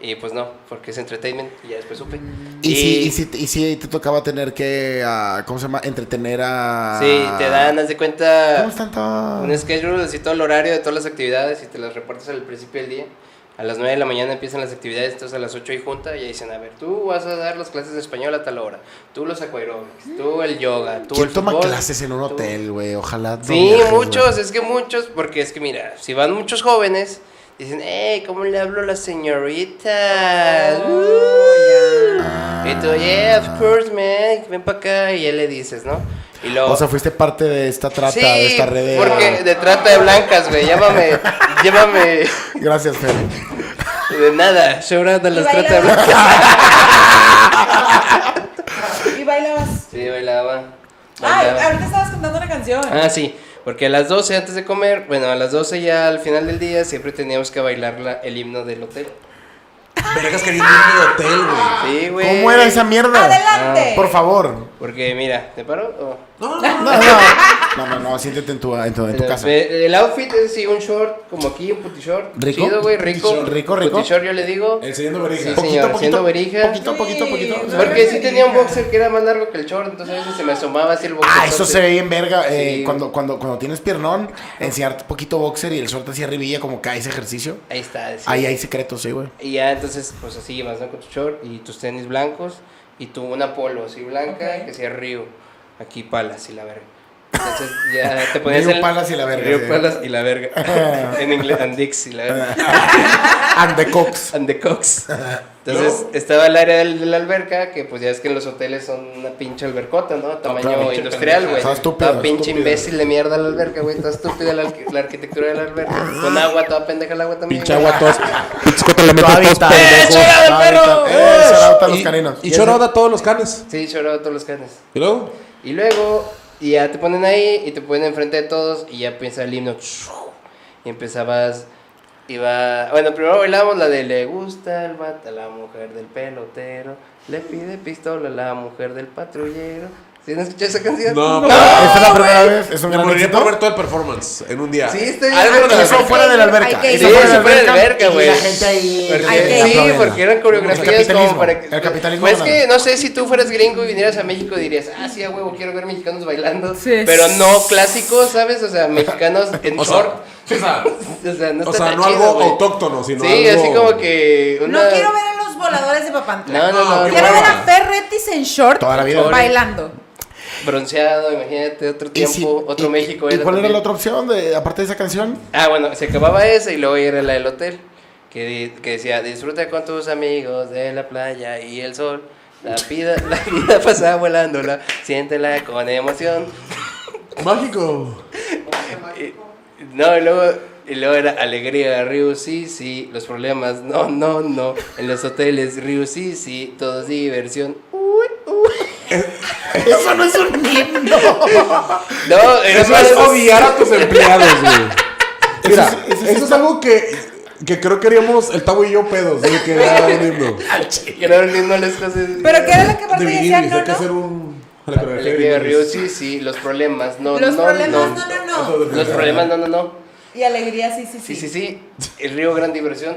S4: Y pues no, porque es entertainment y ya después supe.
S1: ¿Y, si, y, si, y si te tocaba tener que, ah, ¿cómo se llama? Entretener a...
S4: sí, te dan, haz de cuenta...
S1: ¿Cómo están todos?
S4: Un schedule, así todo el horario de todas las actividades y te las reportas al principio del día. A las 9 de la mañana empiezan las actividades, entonces a las 8 hay junta y ahí dicen, a ver, tú vas a dar las clases de español a tal hora, tú los acuaróbics, tú el yoga, tú
S1: ¿Quién
S4: el
S1: toma
S4: fútbol,
S1: clases en un
S4: tú-
S1: hotel, güey? Ojalá... no
S4: Sí,
S1: viajes, güey.
S4: muchos, es que muchos, porque es que mira, si van muchos jóvenes, dicen, hey, ¿cómo le hablo a la señorita?
S1: Oh,
S4: Uh". Y tú, yeah, of course, man, ven para acá y ya le dices, ¿no? Y luego,
S1: O sea, fuiste parte de esta trata,
S4: sí,
S1: de esta red de...
S4: porque de trata de blancas, güey, llévame, llévame,
S1: Gracias, Fer.
S4: de nada, shout out a
S2: Y
S4: las trata de blancas.
S2: bailabas. y bailabas.
S4: Sí, bailaba,
S10: Ay,
S4: bailaba.
S10: ahorita estabas cantando una canción.
S4: Ah, sí, porque a las 12 antes de comer, bueno, a las 12 ya al final del día siempre teníamos que bailar la- el himno del hotel.
S5: Vergas que bien lindo el hotel, güey.
S4: Sí, güey.
S1: ¿Cómo era esa mierda?
S10: Adelante.
S1: Por favor.
S4: Porque mira, ¿te paro? o?
S1: No, no, no, no, no, siéntete en tu, en tu, en tu casa.
S4: Eh, El outfit es así, un short, como aquí, un puti short.
S1: ¿Rico?
S4: Chido, güey, rico.
S1: Puti short, rico, rico.
S4: Puti short yo le digo.
S3: Enseñando verijas.
S4: Sí, señor, haciendo verija.
S1: poquito, poquito, poquito. o sea,
S4: Porque sí tenía un boxer que era más largo que el short, entonces a veces se me asomaba así el boxer.
S1: Ah, eso se ve bien verga. eh,
S4: Sí.
S1: cuando, cuando, cuando tienes piernón, enseñarte poquito boxer y el short hacia arribilla, como cae ese ejercicio.
S4: Ahí está. sí.
S1: Ahí hay secretos, sí, güey.
S4: Y ya entonces, pues así vas ¿no? con tu short y tus tenis blancos y tu una polo así blanca que sea Río. Aquí palas y la verga. Entonces ya te ponías
S1: Río
S4: el-
S1: Palas y la verga,
S4: Río
S1: sí.
S4: palas y la verga. en inglés, and dicks y la verga.
S1: And the Cox.
S4: and the Cox. Entonces estaba el área del- de la alberca, que pues ya es que en los hoteles son una pinche albercota, ¿no? Tamaño industrial, güey.
S1: Está estúpido,
S4: Toda pinche
S1: estúpido.
S4: imbécil de mierda la alberca, güey. Toda estúpida la, arqu- la arquitectura de la alberca. Con agua, toda pendeja el agua también.
S3: Pinche
S4: güey.
S3: agua todos. Pinches cuatro elementos
S1: Todavía
S3: todos
S1: está.
S3: pendejos.
S1: Eh, chingada, perro. Eh, shout out a los
S3: Y-
S1: caninos.
S3: Y shout out a todos los canes.
S4: Sí, lloraba todos los canes.
S3: ¿Y luego?
S4: Y luego, y ya te ponen ahí y te ponen enfrente de todos y ya empieza el himno. Y empezabas. Iba. Bueno, primero bailamos la de Le gusta el bata a la mujer del pelotero. Le pide pistola a la mujer del patrullero. ¿Sí no escuchado esa canción?
S5: No,
S1: Esta es la primera vez. Es un
S5: me
S1: gran
S5: moriría por ver
S1: éxito.
S5: todo el performance en un día.
S4: Sí, está bien.
S1: Algo de eso fuera de la
S2: Hay
S1: alberca.
S2: que
S1: Eso
S2: ir.
S1: fuera de la
S4: Sí, fuera de la
S1: alberca,
S4: alberca,
S1: Y la
S4: güey.
S1: gente ahí.
S2: Hay que
S4: Porque,
S2: ir.
S4: sí,
S1: aplaudiendo.
S4: porque eran coreografías como
S1: capitalismo,
S4: para que.
S1: el capitalismo
S4: Pues es
S1: ganando.
S4: que no sé si tú fueras gringo y vinieras a México dirías, ah, sí, a huevo, quiero ver mexicanos bailando.
S10: Sí.
S4: Pero no clásicos, ¿sabes? O sea, mexicanos en
S5: O
S4: short.
S5: sea, sí, o sea,
S4: O sea, no,
S5: o
S4: está
S5: sea,
S4: tan
S5: no
S4: chido,
S5: algo
S4: güey.
S5: autóctono, sino
S4: Sí,
S5: algo...
S4: así como que.
S2: No
S4: una-
S2: quiero ver a los voladores de Papantla.
S3: Ah,
S4: No, no, no.
S5: No,
S2: Quiero
S5: Qué
S2: ver
S5: hueva.
S2: a Ferretis en short
S1: Toda la vida.
S2: bailando.
S4: Bronceado, imagínate, otro
S1: Y
S4: tiempo,
S1: si-
S4: otro
S1: y- ¿Y
S4: México.
S1: cuál era
S4: también.
S1: la otra opción, de, aparte de esa canción?
S4: Ah, bueno, se acababa esa y luego era la del hotel. Que, di- que decía, disfruta con tus amigos de la playa y el sol. La vida, la vida pasa volándola, siéntela con emoción.
S5: Mágico.
S4: No, y luego, y luego era alegría, Ryu, sí, sí, los problemas, no, no, no. En los hoteles, Ryu, sí, sí, todo es diversión. Uy, uy.
S1: Eso no es un himno.
S4: No, es
S3: Eso
S4: más-
S3: es odiar a tus empleados, güey. Mira, eso
S1: es-
S3: es, algo que, que creo que haríamos el Tavo y yo pedos, de que era un himno.
S4: Crear un himno a las cosas.
S2: Pero que era la que parte
S3: De
S2: decía,
S3: Vinilis,
S2: no,
S3: hay que hacer
S2: no.
S3: un... la coreografía de
S4: El que río,
S3: Vinilis.
S4: sí, sí, los problemas, no,
S2: Los
S4: no,
S2: problemas,
S4: no.
S2: no, no, no.
S4: Los problemas, no, no, no.
S2: Y alegría, sí, sí, sí.
S4: Sí, sí, sí. El río, gran diversión.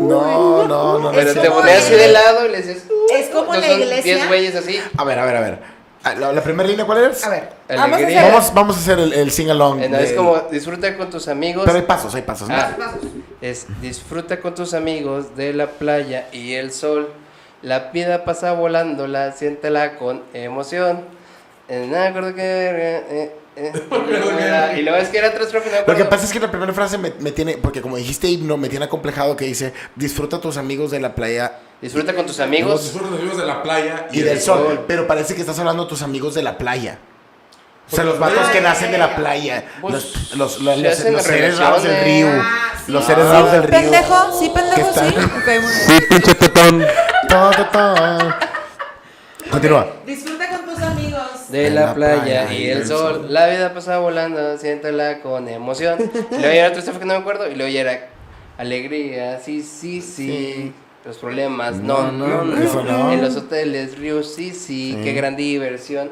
S1: No, no, no.
S4: Pero
S1: no.
S4: Este, te ponías así de lado y le decías. "Uh,
S11: Es como
S4: no
S11: la
S4: son
S11: iglesia.
S4: 10 güeyes así.
S1: A ver, a ver, a ver. Ah, La, la primera línea, ¿cuál es?
S11: A ver.
S2: Vamos a
S4: Alegría.
S2: hacer-
S1: Vamos, vamos a hacer el, el sing along.
S4: Eh, no, es como disfruta con tus amigos.
S1: Pero hay pasos, hay pasos. ¿no?
S4: Ah, es disfruta con tus amigos de la playa y el sol. La vida pasa volándola, siéntela con emoción. Eh, no me acuerdo que. eh, eh, y luego es que era tres estrofas, no me
S1: Lo que
S4: acuerdo.
S1: pasa es que la primera frase me, me tiene, porque como dijiste himno, me tiene acomplejado que dice, disfruta a tus amigos de la playa
S4: Disfruta con tus amigos.
S3: Nosotros nos vimos de la playa
S1: y del sol. Pero parece que estás hablando de tus amigos de la playa. O sea, los vatos que nacen de la playa.
S4: Pues,
S1: Los, los, los-
S4: se
S1: los-
S4: hacen
S1: los seres raros del río.
S4: relaciones.
S11: Ah,
S1: Los seres raros del río.
S2: Pendejo, sí, pendejo,
S1: está-
S2: sí. Ok, muy bien.
S3: pinche tetón.
S1: Ta, ta, ta. Continúa.
S2: Disfruta con tus amigos.
S4: De la, playa, y el sol. La vida pasa volando, siéntela con emoción. Y luego ya era otra estrofa que no me acuerdo. Y luego ya era alegría, sí, sí, sí. Los problemas, no, no, no.
S1: eso no.
S4: En los hoteles, río, sí, sí. Qué gran diversión.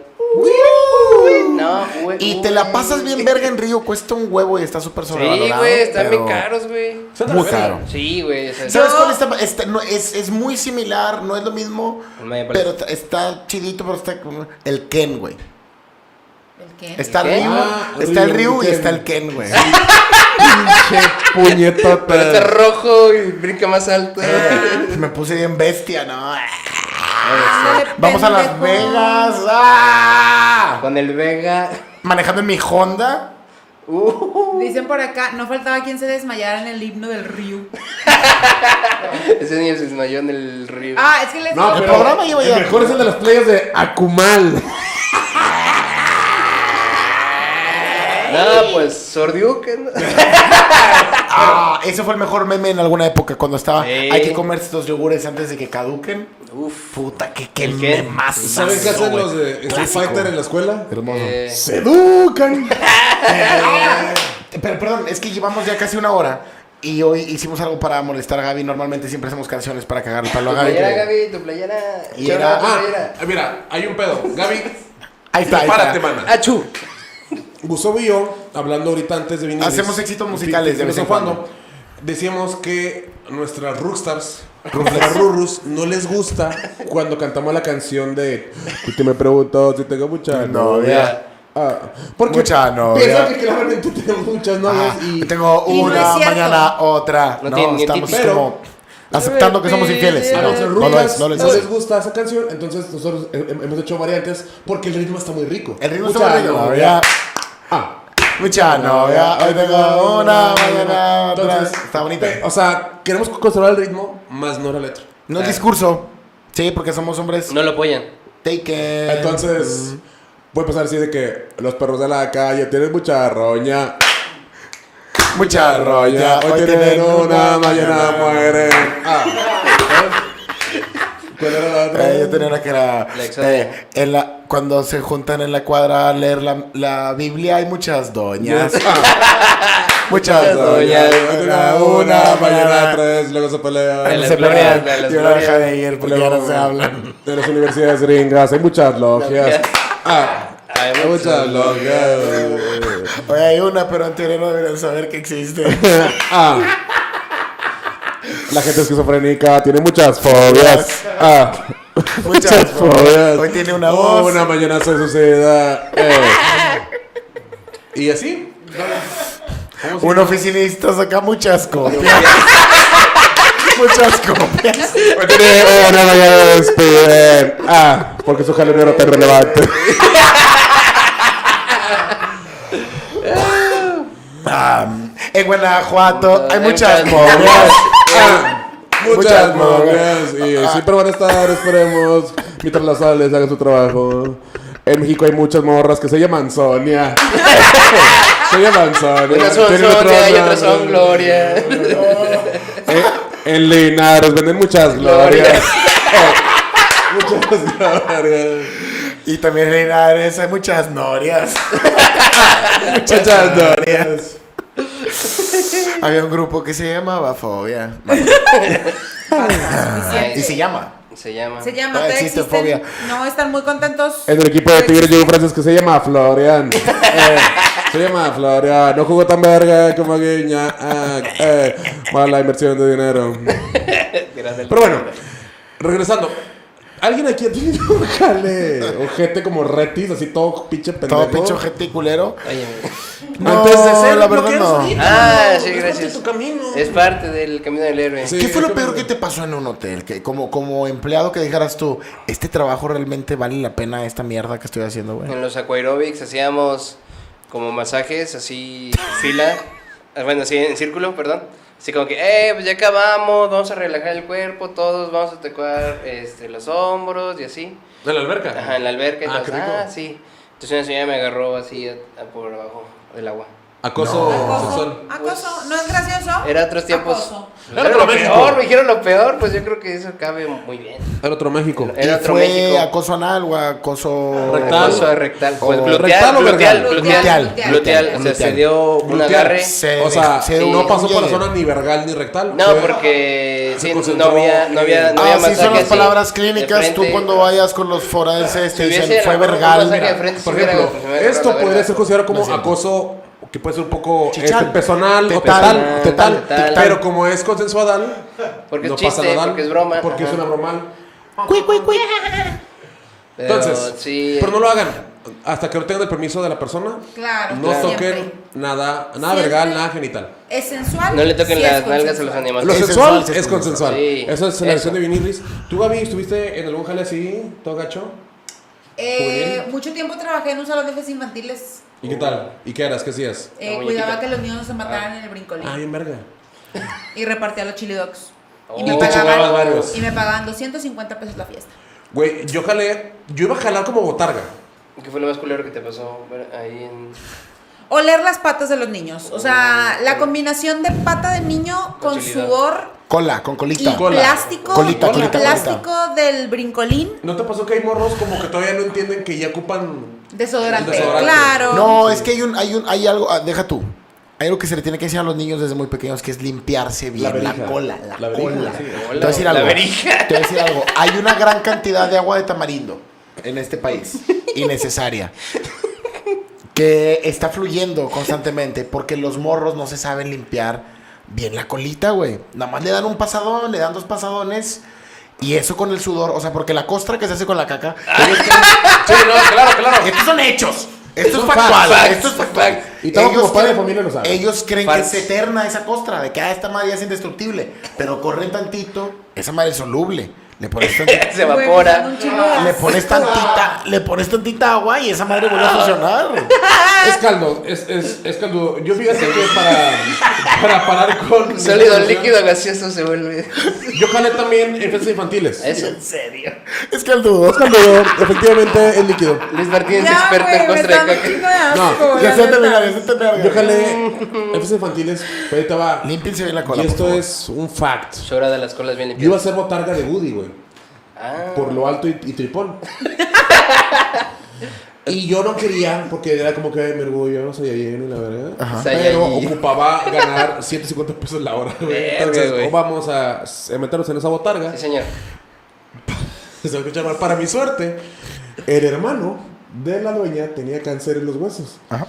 S4: No, güey.
S1: Y te la pasas bien verga en Río, cuesta un huevo y está súper
S4: Sí,
S1: sobrevalorado.
S4: güey, están
S1: pero
S4: bien caros, güey.
S1: Muy caro.
S4: Sí, güey. o sea,
S1: ¿Sabes cuál está? está- no, es, es muy similar, no es lo mismo,
S4: Me parece.
S1: pero está- está chidito, pero está como- el Ken, güey.
S11: ¿El qué?
S1: Está
S4: ¿El Ken?
S1: Ryu,
S3: Ah,
S1: está el
S3: Ryu,
S1: Ryu y
S3: Ken.
S1: está el Ken, güey.
S4: Pero está rojo y brinca más alto.
S1: Eh. Me puse bien bestia, ¿no?
S2: Ándale,
S1: Vamos a Las
S2: Ah, pendejo.
S1: Vegas. ¡ah!
S4: Con el Vega. uh,
S1: Manejando en mi Honda.
S2: Dicen por acá, no faltaba quien se desmayara en el himno del río.
S4: Ese niño se desmayó en el río.
S2: Ah, es que les
S3: No,
S1: El
S3: pero
S1: programa lleva ya. Ah,
S3: el mejor es el de las playas de Akumal.
S4: No, pues Sordiuque. ¿no?
S1: Ah, ese fue el mejor meme en alguna época cuando estaba.
S4: Sí.
S1: Hay que comerse estos yogures antes de que caduquen.
S4: Uf.
S1: Puta, que qué
S4: ¿El qué?
S1: más.
S3: ¿Saben qué hacen los de Street Fighter en la escuela?
S1: Hermoso. Eh,
S4: Eh,
S3: Se educan.
S1: Pero perdón, es que llevamos ya casi una hora y hoy hicimos algo para molestar a Gaby. Normalmente siempre hacemos canciones para cagar el palo a
S4: tu
S1: Gaby.
S4: playera, Gaby, tu playera.
S1: Y
S4: Chora,
S1: era-
S4: tu
S3: Ah,
S4: playera.
S3: mira, hay un pedo. Gaby,
S1: Ahí está, ahí está.
S3: párate, mana.
S4: Achú.
S3: Gustavo y yo, hablando ahorita antes de venir.
S1: Hacemos éxitos musicales de vez en cuando.
S3: Decíamos que nuestras rockstars, nuestras rurus, no les gusta cuando cantamos la canción de. Y te me pregunto si tengo mucha
S1: Novia.
S3: Ah, porque
S1: Mucha novia.
S3: Piensan que claramente tenemos muchas novias
S1: Ah,
S3: y.
S1: tengo
S11: Y no
S1: una,
S11: es cierto.
S1: mañana otra.
S4: No
S1: No,
S4: tiene ni
S1: estamos
S3: típico.
S1: como aceptando que somos infieles.
S3: A
S1: No,
S3: nuestras
S1: no lo es,
S3: rucas
S1: no
S3: Eh, no,
S1: lo es.
S3: les gusta esa canción, entonces nosotros he- he- hemos hecho variantes porque el ritmo está muy rico.
S1: El ritmo
S3: Mucha
S1: está muy rico.
S3: novia.
S1: Novia,
S3: Ah,
S1: Mucha novia, hoy tengo una, mañana otra.
S3: Entonces,
S1: Está bonita.
S3: pe- O sea, queremos conservar el ritmo, más no la letra.
S1: eh, No es discurso. Sí, porque somos hombres.
S4: No lo apoyan.
S1: Taken.
S3: Entonces, voy a pasar así de que los perros de la calle tienen mucha roña.
S1: mucha
S3: Roña, hoy tienen una, mañana mueren. Ah. ¿eh? ¿Cuál era la otra?
S1: Eh, yo tenía una que era.
S4: La exótica.
S1: eh, en la, cuando se juntan en la cuadra a leer la, la Biblia, hay muchas doñas. muchas doñas.
S4: doñas.
S3: Hoy tienen una, mañana tres, luego se
S4: En
S3: pelean.
S4: las
S1: Se
S4: glorias,
S1: pelean.
S4: de las
S1: Y una deja
S4: glorias.
S1: de ir porque ya no se hablan.
S3: De las universidades gringas, hay muchas logias.
S4: Logias.
S3: Ah,
S4: Hay
S3: hay muchas logias.
S1: Oye, hay una, pero en teoría no deberían saber que existe.
S3: Ah. La gente esquizofrénica tiene muchas fobias. Ah.
S1: Muchas Hoy tiene una
S3: Oh,
S1: voz.
S3: una mañana se suicida. Eh. Y así. ¿Cómo se
S1: Un
S3: llama?
S1: oficinista saca muchas copias. muchas copias.
S3: Hoy tiene una mañana de despiden. Ah, porque su jalonero era tan relevante.
S1: Ah, en Guanajuato hay
S4: Hay
S1: muchas
S4: muchas
S1: copias.
S3: Ah,
S1: Muchas
S3: muchas Ah, momias. Y siempre van a estar, esperemos. Mientras las sales hagan su trabajo. En México hay muchas morras que se llaman Sonia. se llaman Sonia.
S4: Unas son
S3: Tienen otro
S4: Sonia y otras
S3: nombre.
S4: son Gloria.
S3: Eh, en Linares venden muchas glorias. Eh, Muchas gracias.
S1: Y también Reina Ares, hay muchas norias.
S3: Muchas gracias.
S1: Había un grupo que se llamaba Fobia.
S4: Ay,
S1: Y se llama.
S4: Se llama.
S2: Se llama,
S1: Ah,
S2: todavía
S1: existe
S2: existen.
S1: fobia.
S2: No, están muy contentos.
S3: En el equipo
S4: Pues
S3: de Tigres llegó un francés que se llama Florian. Eh, se llama Florian. No jugó tan verga como Guiña. Eh, mala inversión de dinero.
S4: Gracias.
S3: Pero bueno, regresando. ¿Alguien aquí ha tenido un jale? Ojete como retis, así todo pinche pendejo.
S1: Todo pinche ojete y culero.
S4: Oye,
S3: Antes de ser
S1: la
S3: lo que
S1: verdad
S3: eres
S1: no.
S3: ahorita,
S4: Ah,
S3: no,
S4: sí,
S3: es parte de
S4: gracias.
S3: tu camino.
S4: es parte del camino del héroe.
S3: Sí.
S1: ¿Qué fue lo
S3: yo
S1: peor
S3: creo
S1: que te pasó en un hotel? Que como, como empleado que dijeras tú, ¿este trabajo realmente vale la pena esta mierda que estoy haciendo, güey?
S4: En los aquaerobics hacíamos como masajes, así fila, Ah, bueno, así en círculo, perdón. Así como que, eh, pues ya acabamos, vamos a relajar el cuerpo, todos vamos a tocar este, los hombros y así.
S3: ¿De la alberca?
S4: Ajá, en la alberca.
S3: Ah,
S4: entonces,
S3: qué rico.
S4: ah, sí. Entonces una señora me agarró así a- a por abajo del agua.
S3: Acoso
S2: Acoso.
S3: sexual.
S2: Acoso. ¿No es gracioso?
S4: Era otros tiempos.
S2: Acoso.
S4: Era,
S3: Era
S4: lo
S3: otro México.
S4: peor, me dijeron lo peor, pues yo creo que eso cabe muy bien.
S3: Era otro México.
S1: ¿Y
S4: Era otro
S1: fue
S4: México.
S1: acoso anal o acoso
S3: Rectal.
S4: Acoso rectal. Pues
S1: O-
S4: gluteal,
S3: ¿rectal o
S4: gluteal,
S3: vergal?
S4: gluteal,
S2: Gluteal,
S4: gluteal. O sea,
S1: gluteal.
S4: se dio un
S3: Gluteal.
S4: agarre.
S1: Se-
S3: O sea,
S1: se-
S3: no pasó por la
S1: huye.
S3: zona ni vergal ni rectal.
S4: No,
S3: Fue-
S4: porque
S3: Se
S4: sí, no
S3: concentró
S4: había, no había, no había
S1: Ah, sí,
S4: masaje
S1: son las
S4: así
S1: palabras
S4: de
S1: clínicas. Tú
S4: frente.
S1: cuando vayas con los forenses
S4: Si
S1: te
S4: hubiese
S1: dicen,
S4: a
S1: fue
S4: lo mejor un masaje de
S1: vergal.
S4: frente,
S3: Por
S4: sí hubiera-
S3: ejemplo,
S4: pues, me hubiera agarrado
S3: esto
S4: la
S3: podría
S4: verga.
S3: ser considerado como
S1: No es cierto.
S3: acoso que puede ser un poco
S1: Chichal.
S3: este, personal o
S1: Tetal,
S3: tal,
S1: tetal,
S4: tetal.
S3: Pero como es consensuadal,
S4: Porque es
S3: no
S4: chiste,
S3: pasa nada.
S4: porque es broma,
S3: Porque es
S4: ajá.
S3: una bromal.
S4: Pero
S3: Entonces,
S4: sí,
S3: pero no lo hagan hasta que no tengan el permiso de la persona.
S2: Claro,
S3: No
S2: claro.
S3: toquen
S2: Siempre.
S3: nada, nada
S2: Siempre.
S3: vergal, nada genital.
S2: ¿Es sensual?
S4: no le toquen
S2: Sí, es
S4: las nalgas a los
S2: consensual.
S4: animales.
S3: Lo
S1: Es
S3: sexual
S1: sensual, sí,
S3: es
S1: es
S3: consensual.
S4: Sí,
S3: Eso es la
S4: eso.
S3: versión de Vinilis. ¿Tú, Gaby, estuviste en algún jale así, todo gacho?
S2: Eh, mucho tiempo trabajé en un salón de fiestas infantiles.
S3: ¿Y qué
S4: Oh.
S3: tal? ¿Y qué eras? ¿Qué hacías?
S2: Eh,
S4: La
S2: cuidaba
S4: muñequita.
S2: que los niños no se mataran en el brincolín.
S3: Ah, bien verga.
S2: Y repartía los chili dogs.
S4: Oh.
S2: Y, me
S4: Y te
S3: chingabas
S2: pagaban,
S3: varios.
S2: y me pagaban 250 pesos la fiesta.
S3: Güey, yo jalé, yo iba a jalar como botarga.
S4: ¿Qué fue lo más culero que te pasó ver, ahí en
S2: Oler las patas de los niños. O sea, la combinación de pata de niño con
S4: Facilidad.
S2: sudor
S1: Cola, con colita.
S2: y plástico,
S1: Colita,
S2: y
S1: colita,
S2: plástico del brincolín,
S3: ¿No te pasó que hay morros como que todavía no entienden que ya ocupan
S2: desodorante.
S3: Desodorante.
S2: Claro.
S1: No, es que hay un, hay un, hay algo, ah, deja tú. Hay algo que se le tiene que enseñar a los niños desde muy pequeños, que es limpiarse bien la,
S3: verija.
S1: cola, la,
S3: La verija,
S1: cola.
S3: sí.
S1: Te voy a decir
S4: La
S1: algo.
S4: verija.
S1: Te voy a decir algo. Hay una gran cantidad de agua de tamarindo en este país, innecesaria, que está fluyendo constantemente porque los morros no se saben limpiar bien la colita, güey. Nada más le dan un pasadón, le dan dos pasadones. Y eso con el sudor, o sea, porque la costra que se hace con la caca, ellos tienen-
S3: Sí, no, claro, claro.
S1: estos son hechos. Esto es
S3: Son
S1: factual.
S3: facts,
S1: Esto es factual.
S3: facts. Y todo
S1: Ellos
S3: como padre de
S1: creen-
S3: familia lo sabe.
S1: Ellos creen
S4: Facts.
S1: que es eterna esa costra, de que ah, esta madre es indestructible. Pero corren tantito, esa madre es soluble. Le pones, tanti-
S4: se evapora.
S12: Un chingo de
S1: le pones tantita, le pones tantita agua y esa madre vuelve a funcionar.
S4: Ah.
S3: Es caldo, es, es, es caldo. Yo fíjate que para, para parar con. mi
S4: Sólido,
S3: emoción,
S4: líquido, gaseoso se vuelve.
S3: Yo jalé también en fiestas infantiles.
S4: ¿Es en serio?
S1: Es que el dudo.
S3: caldo, efectivamente, es líquido.
S4: Luis Martínez,
S2: Ya,
S4: experto
S2: güey,
S4: en
S2: me
S4: costra
S2: está
S4: de
S2: un chingo
S4: coca.
S2: de asco,
S3: No,
S1: Ya
S2: la
S1: se
S2: neta.
S1: termina, ya se termina.
S3: Yo jalé en fiestas infantiles, pero ahí estaba.
S1: Límpiense bien la cola.
S3: Y
S1: por
S3: esto
S1: favor.
S3: es un fact.
S4: Llora de las colas bien
S3: Yo iba a
S4: limpias.
S3: ser botarga de Woody, güey.
S4: Ah,
S3: Por lo alto y, y tripón. y yo no quería, porque era como que "Ay, me orgullo, no soy bien, y la verdad. Pero
S4: Saiyajin.
S3: ocupaba ganar 150 pesos la hora, güey.
S4: Verga,
S3: Entonces,
S4: güey.
S3: o vamos a, s- a meternos en esa botarga.
S4: sí, señor.
S3: Se va a escuchar mal. Para mi suerte, el hermano de la dueña tenía cáncer en los huesos.
S1: Ajá.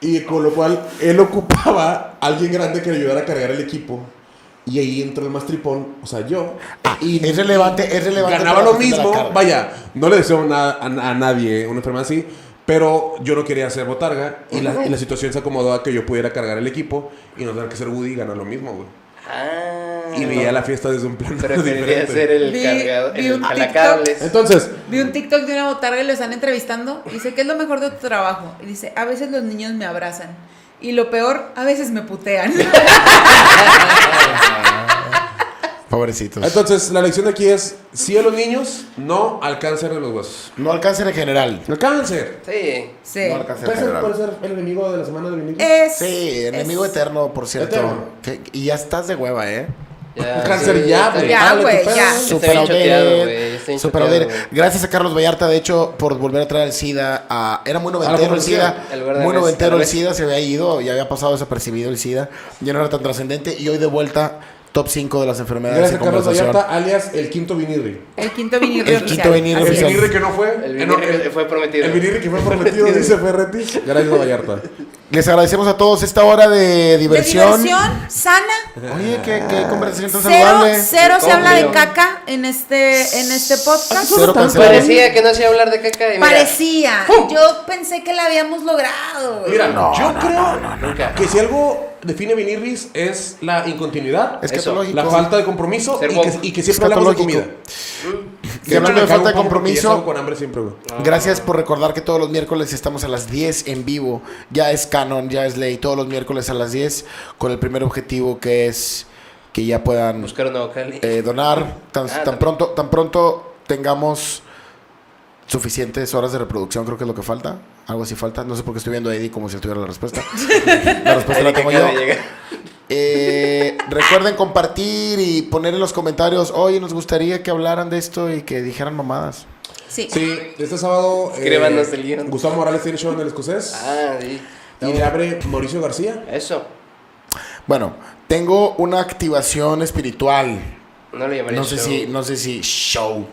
S3: Y con lo cual, él ocupaba a alguien grande que le ayudara a cargar el equipo. Y ahí entró el más tripón, o sea, yo. y
S1: Ah, Es relevante, es relevante.
S3: ganaba
S1: para
S3: lo
S1: la gente de la
S3: mismo.
S1: carga.
S3: Vaya, no le deseo nada a, a nadie una enfermedad así, pero yo no quería hacer botarga y la, y la situación se acomodó a que yo pudiera cargar el equipo y no tener que ser Woody y ganar lo mismo, güey.
S4: Ah.
S3: Y veía la fiesta desde un plan
S4: Preferiría
S3: diferente.
S4: ser el
S2: Vi-
S4: cargado,
S2: vi
S4: el
S2: un
S4: jalacables.
S3: Entonces,
S2: Vi un TikTok de una botarga y lo están entrevistando. Y dice, ¿qué es lo mejor de tu trabajo? Y dice, a veces los niños me abrazan. Y lo peor, a veces me putean.
S1: Pobrecitos.
S3: entonces la lección de aquí es, sí a los niños, no al cáncer de los huesos.
S1: no al cáncer en general.
S3: El cáncer.
S4: Sí.
S2: Sí.
S1: No al cáncer en
S3: Puede ser,
S1: general.
S3: puede ser el enemigo de la semana de vinil.
S2: Es,
S1: Sí,
S2: es-
S1: enemigo eterno, por cierto.
S3: Eterno.
S1: Que- y ya estás de hueva, ¿eh?
S4: Ya,
S3: cáncer
S4: sí,
S3: ya,
S4: está
S3: güey.
S4: bien.
S2: Ya,
S3: Dale tu
S2: güey,
S3: pedo.
S2: ya.
S4: Está bien choteado, güey, ya
S1: Superhotel,
S4: está Está bien
S1: So, pero a
S4: choteado,
S1: ver,
S4: güey.
S1: gracias a Carlos Vallarta, de hecho, por volver a traer el SIDA. a- era muy noventero
S3: como
S1: el
S3: el SIDA.
S1: SIDA.
S4: Al lugar de
S1: Muy
S4: Andrés,
S1: noventero el
S4: Andrés.
S1: SIDA, se había ido y había pasado desapercibido el SIDA. Ya no era tan trascendente. Y hoy de vuelta, top 5 de las enfermedades
S3: Gracias
S1: en
S3: a Carlos
S1: conversación.
S3: Vallarta, alias el quinto vinirri.
S10: El quinto vinil
S1: El quinto venir
S3: El
S1: oficial.
S3: vinirri que no fue.
S4: El
S3: eh, no,
S4: vinirri que fue prometido.
S3: El vinirri que fue prometido, dice Ferretti. Gracias a Vallarta.
S1: Les agradecemos a todos esta hora de
S2: De
S1: diversión.
S2: diversión sana.
S1: Oye, qué, qué conversación tan
S2: Cero,
S1: saludable.
S2: cero se
S4: Obvio.
S2: habla de caca en este, en este podcast.
S1: Cero cancelación.
S4: Parecía que no se iba a hablar de caca. y mira,
S2: Parecía. Yo pensé que la habíamos logrado. güey.
S3: Mira, yo creo
S4: nunca.
S3: que si algo define vinirris es la incontinuidad,
S1: Es
S4: Eso,
S1: catológico.
S3: la falta de compromiso
S4: Ser
S3: y
S4: woke.
S3: que, y que siempre hablamos de comida.
S1: Escatológico. Y hablando de falta de compromiso,
S3: con hambre siempre, güey.
S1: Ah. Gracias por recordar que todos los miércoles estamos a las 10 en vivo. Ya es canon, ya es ley. Todos los miércoles a las 10 con el primer objetivo que es que ya puedan
S4: Buscar una vocal.
S1: eh, donar tan, tan
S4: Ah, también.
S1: pronto tan pronto tengamos suficientes horas de reproducción. Creo que es lo que falta. Algo así falta. No sé por qué estoy viendo a Eddie como si él tuviera la respuesta. La respuesta la tengo
S4: Acaba
S1: yo.
S4: de llegar.
S1: Eh, recuerden compartir y poner en los comentarios. Oye, nos gustaría que hablaran de esto y que dijeran mamadas.
S2: Sí.
S3: Sí, este sábado. eh,
S4: Escríbanos el guión.
S3: Gustavo Morales tiene show en el escocés.
S4: Ah, sí.
S3: y le abre Mauricio García.
S4: Eso.
S1: Bueno, tengo una activación espiritual.
S4: No le llamaría
S1: No sé
S4: show.
S1: si, no sé si show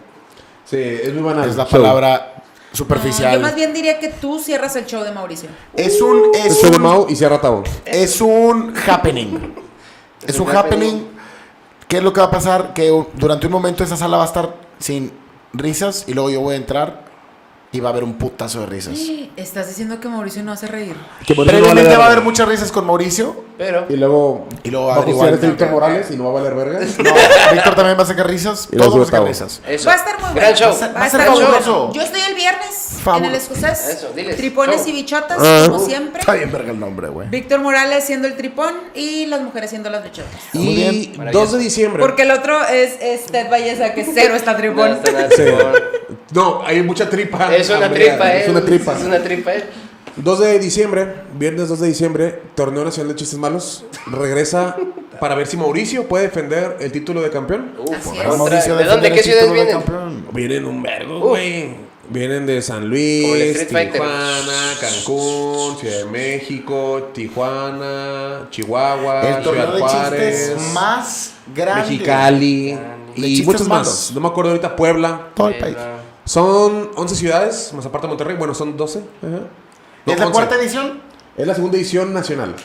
S3: Sí, es muy banal.
S1: es la
S3: Ah, Show.
S1: palabra
S2: No, Ah, yo más
S1: superficial.
S2: bien diría que tú cierras el show de Mauricio.
S1: Es un,
S3: Es
S1: es
S3: show de
S1: un,
S3: Mau y Sierra Tabo.
S1: es un happening. Es un happening. ¿Qué es lo que va a pasar? Que u- durante un momento esa sala va a estar sin risas y luego yo voy a entrar y va a haber un putazo de risas.
S2: Estás diciendo que Mauricio no hace reír.
S1: Previamente va a haber muchas risas con Mauricio
S4: Pero.
S3: Y luego.
S1: y luego va a
S3: va a
S1: haber igual.
S3: postear este Víctor Morales y no va a valer verga.
S1: No, Víctor también va a sacar risas.
S3: Y
S1: Todos
S3: luego
S1: van a sacar
S3: Gustavo.
S1: risas.
S4: Eso.
S2: Va a estar muy bueno.
S4: Gran show.
S2: Va a
S1: Va a ser
S2: estar muy
S1: fabuloso.
S2: bueno. Yo estoy el viernes en el
S1: Fabuloso. Ah.
S2: escocés.
S4: Eso, diles.
S2: Tripones
S4: Show.
S2: y bichotas, como siempre.
S1: Está bien verga el nombre, güey.
S2: Víctor Morales siendo el tripón y las mujeres siendo las bichotas.
S1: Muy
S3: Y
S1: bien.
S3: 2 de diciembre.
S2: Porque el otro es, es Ted Valleza, que cero está
S4: No,
S2: tripón.
S4: está nada
S3: Sí.
S4: chingón.
S3: No, hay mucha tripa.
S4: Es una
S3: Andrea,
S4: tripa, eh.
S3: Es una tripa.
S4: Es una tripa, eh.
S3: 2 de diciembre, viernes 2 de diciembre, Torneo Nacional de Chistes Malos. Regresa para ver si Mauricio puede defender el título de campeón.
S4: Uf,
S2: Así es.
S4: otra-
S1: Mauricio
S4: ¿De dónde?
S1: defender
S4: ¿Qué
S1: el
S4: ciudades
S1: título de
S4: vienen?
S1: campeón.
S3: Vienen un vergo,
S4: Uf.
S3: güey. Vienen de San
S4: Como el
S3: Luis,
S4: Street Fighter.
S3: Tijuana, Cancún, Ciudad de México, Tijuana, Chihuahua,
S1: El torneo
S3: Ah, Ciudad
S1: de
S3: Juárez,
S1: chistes más grande.
S3: Mexicali
S1: De
S3: y
S1: chistes
S3: muchos
S1: malos.
S3: más. No me acuerdo ahorita, Puebla.
S1: Todo
S4: Eh,
S1: el país.
S3: Eh, Son 11 ciudades, más aparte de Monterrey. Bueno, son 12. Ajá. No,
S1: es la
S3: 11.
S1: cuarta edición,
S3: Es la segunda edición nacional.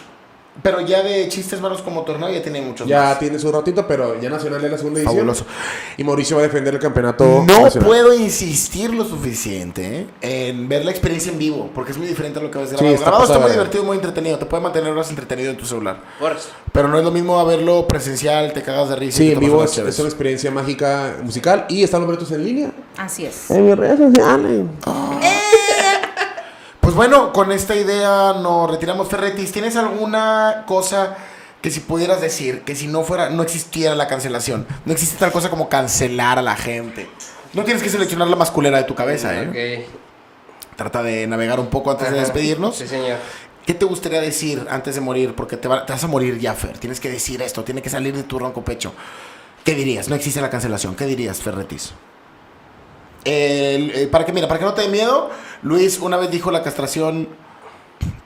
S1: pero ya de chistes malos como torneo ya tiene muchos
S3: Ya
S1: más.
S3: tiene su ratito, pero ya Nacional es la segunda edición.
S1: Fabuloso.
S3: Y Mauricio va a defender el campeonato.
S1: No
S3: nacional.
S1: puedo insistir lo suficiente ¿eh? en ver la experiencia en vivo, porque es muy diferente a lo que ves grabado.
S3: está
S1: grabado está
S3: pasada
S1: muy
S3: de ver.
S1: divertido, muy entretenido. Te puede mantener horas entretenido en tu celular.
S4: Boris.
S1: Pero no es lo mismo a verlo presencial, te cagas de risa. y
S3: Sí,
S1: te
S3: en
S1: pasas
S3: vivo
S1: más
S3: es,
S1: chéveres.
S3: es una experiencia mágica musical. Y están los boletos en línea.
S2: Así es.
S3: En mis redes sociales.
S1: Pues bueno, con esta idea nos retiramos. Ferretis, ¿tienes alguna cosa que si pudieras decir que si no fuera, no existiera la cancelación? No existe tal cosa como cancelar a la gente. No tienes que seleccionar la masculera de tu cabeza, ¿eh?
S4: Ok.
S1: Trata de navegar un poco antes de
S4: Ajá.
S1: despedirnos.
S4: Sí, señor.
S1: ¿Qué te gustaría decir antes de morir? Porque te, va- te vas a morir ya, Fer. Tienes que decir esto, tiene que salir de tu ronco pecho. ¿Qué dirías? No existe la cancelación. ¿Qué dirías, Ferretis? El- eh, para que, mira, para que no te dé miedo, Luis una vez dijo la castración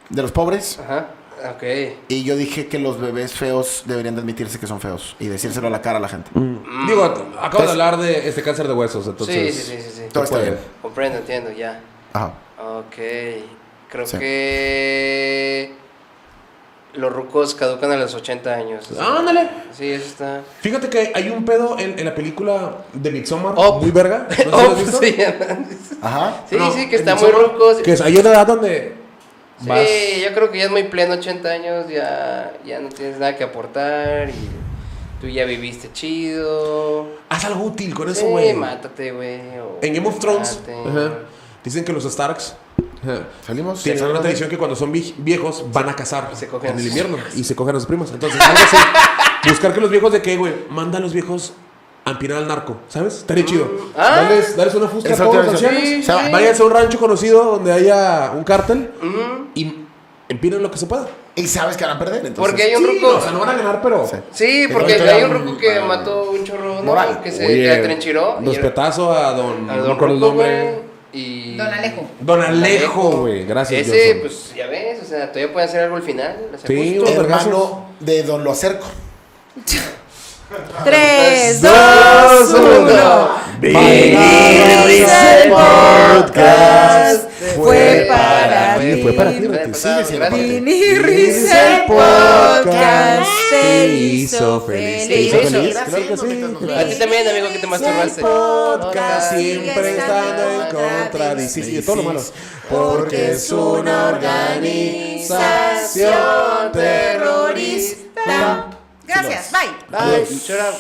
S1: de los pobres.
S4: Ajá. Ok.
S1: Y yo dije que los bebés feos deberían de admitirse que son feos y decírselo a la cara a la gente.
S3: Digo, Mm. acabo de hablar de este cáncer de huesos,
S4: Sí,
S3: entonces.
S4: sí, sí, sí, sí.
S1: Todo está
S3: puede.
S1: bien.
S4: Comprendo, entiendo, ya.
S1: Ajá.
S4: Ok. Creo
S1: Sí.
S4: que. Los rucos caducan a los 80 años.
S3: Ah, Ándale.
S4: Sí, eso está.
S3: Fíjate que hay un pedo en, en la película de Midsommar.
S4: Up.
S3: Muy verga. ¿No sé si lo has
S4: Oh,
S3: visto?
S4: sí,
S1: Ajá.
S4: sí,
S3: No,
S4: sí, que
S3: en
S4: está muy
S3: Midsommar,
S4: rucos.
S3: Que es- hay una edad donde.
S4: Sí,
S3: vas-
S4: yo creo que ya es muy pleno, 80 años, ya, ya no tienes nada que aportar y tú ya viviste chido.
S3: Haz algo útil con
S4: Sí,
S3: eso, güey.
S4: mátate, güey. o
S3: En Game of Thrones,
S4: mate.
S3: ajá, dicen que los Starks ajá,
S1: Salimos.
S3: tienen una
S1: Salimos.
S3: tradición que cuando son vi- viejos van a cazar
S4: Se cogen a
S3: en el
S4: sus
S3: invierno y se cogen a sus primos. Entonces, algo así. buscar que los viejos de qué, güey, manda a los viejos a empinar al narco, ¿sabes? Estaría chido.
S4: Ah.
S3: Dales, dales una fusca a
S1: Eso
S3: todos
S1: te
S3: los
S1: iba a decir. Sí,
S3: ancianos. O sea, váyanse a un rancho conocido donde haya un cártel y empiren lo que se pueda.
S1: Y sabes que van a perder, entonces.
S4: Porque hay un
S3: Sí,
S4: ruco.
S3: o sea, no van a ganar, pero.
S1: Sí.
S4: Sí,
S1: Que
S4: porque
S1: no le
S4: hay un
S1: hagan,
S4: ruco que
S1: ah,
S4: mató un chorro, ¿no?
S1: moral.
S4: Que se
S3: Oye,
S4: que atrenchiró. y era-
S3: Respetazo a don.
S4: a
S3: no
S4: don
S3: me acuerdo el
S4: ruco,
S3: nombre.
S4: güey, Y...
S13: Don Alejo.
S3: Don Alejo, güey. Gracias,
S4: Ese,
S3: Johnson.
S4: pues ya ves, o sea, todavía pueden hacer algo al final. hacer
S3: Sí,
S4: justo.
S3: o-
S1: Hermano de Don Lo Acerco.
S2: Tres,
S3: Dos,
S2: dos,
S3: uno.
S2: uno.
S3: Bailamos
S2: el podcast
S3: fue
S2: para
S3: Fue para ti,
S2: ti.
S4: Fue
S3: güey.
S4: para
S1: sigue siendo
S4: gracias.
S1: parte.
S2: Vini Riz, el podcast te hizo
S3: Te hizo
S2: feliz.
S3: feliz,
S1: Gracias,
S3: claro que sí.
S1: no te-
S4: A ti también, amigo, que te masturbaste.
S3: El podcast
S4: Podcast
S3: siempre
S2: sigue
S3: estando en
S2: estando
S3: contra de sí, sí, de todo lo malo. Porque es una organización
S2: organización
S3: terrorista.
S2: terrorista.
S13: Gracias, bye.
S4: Ay, chora.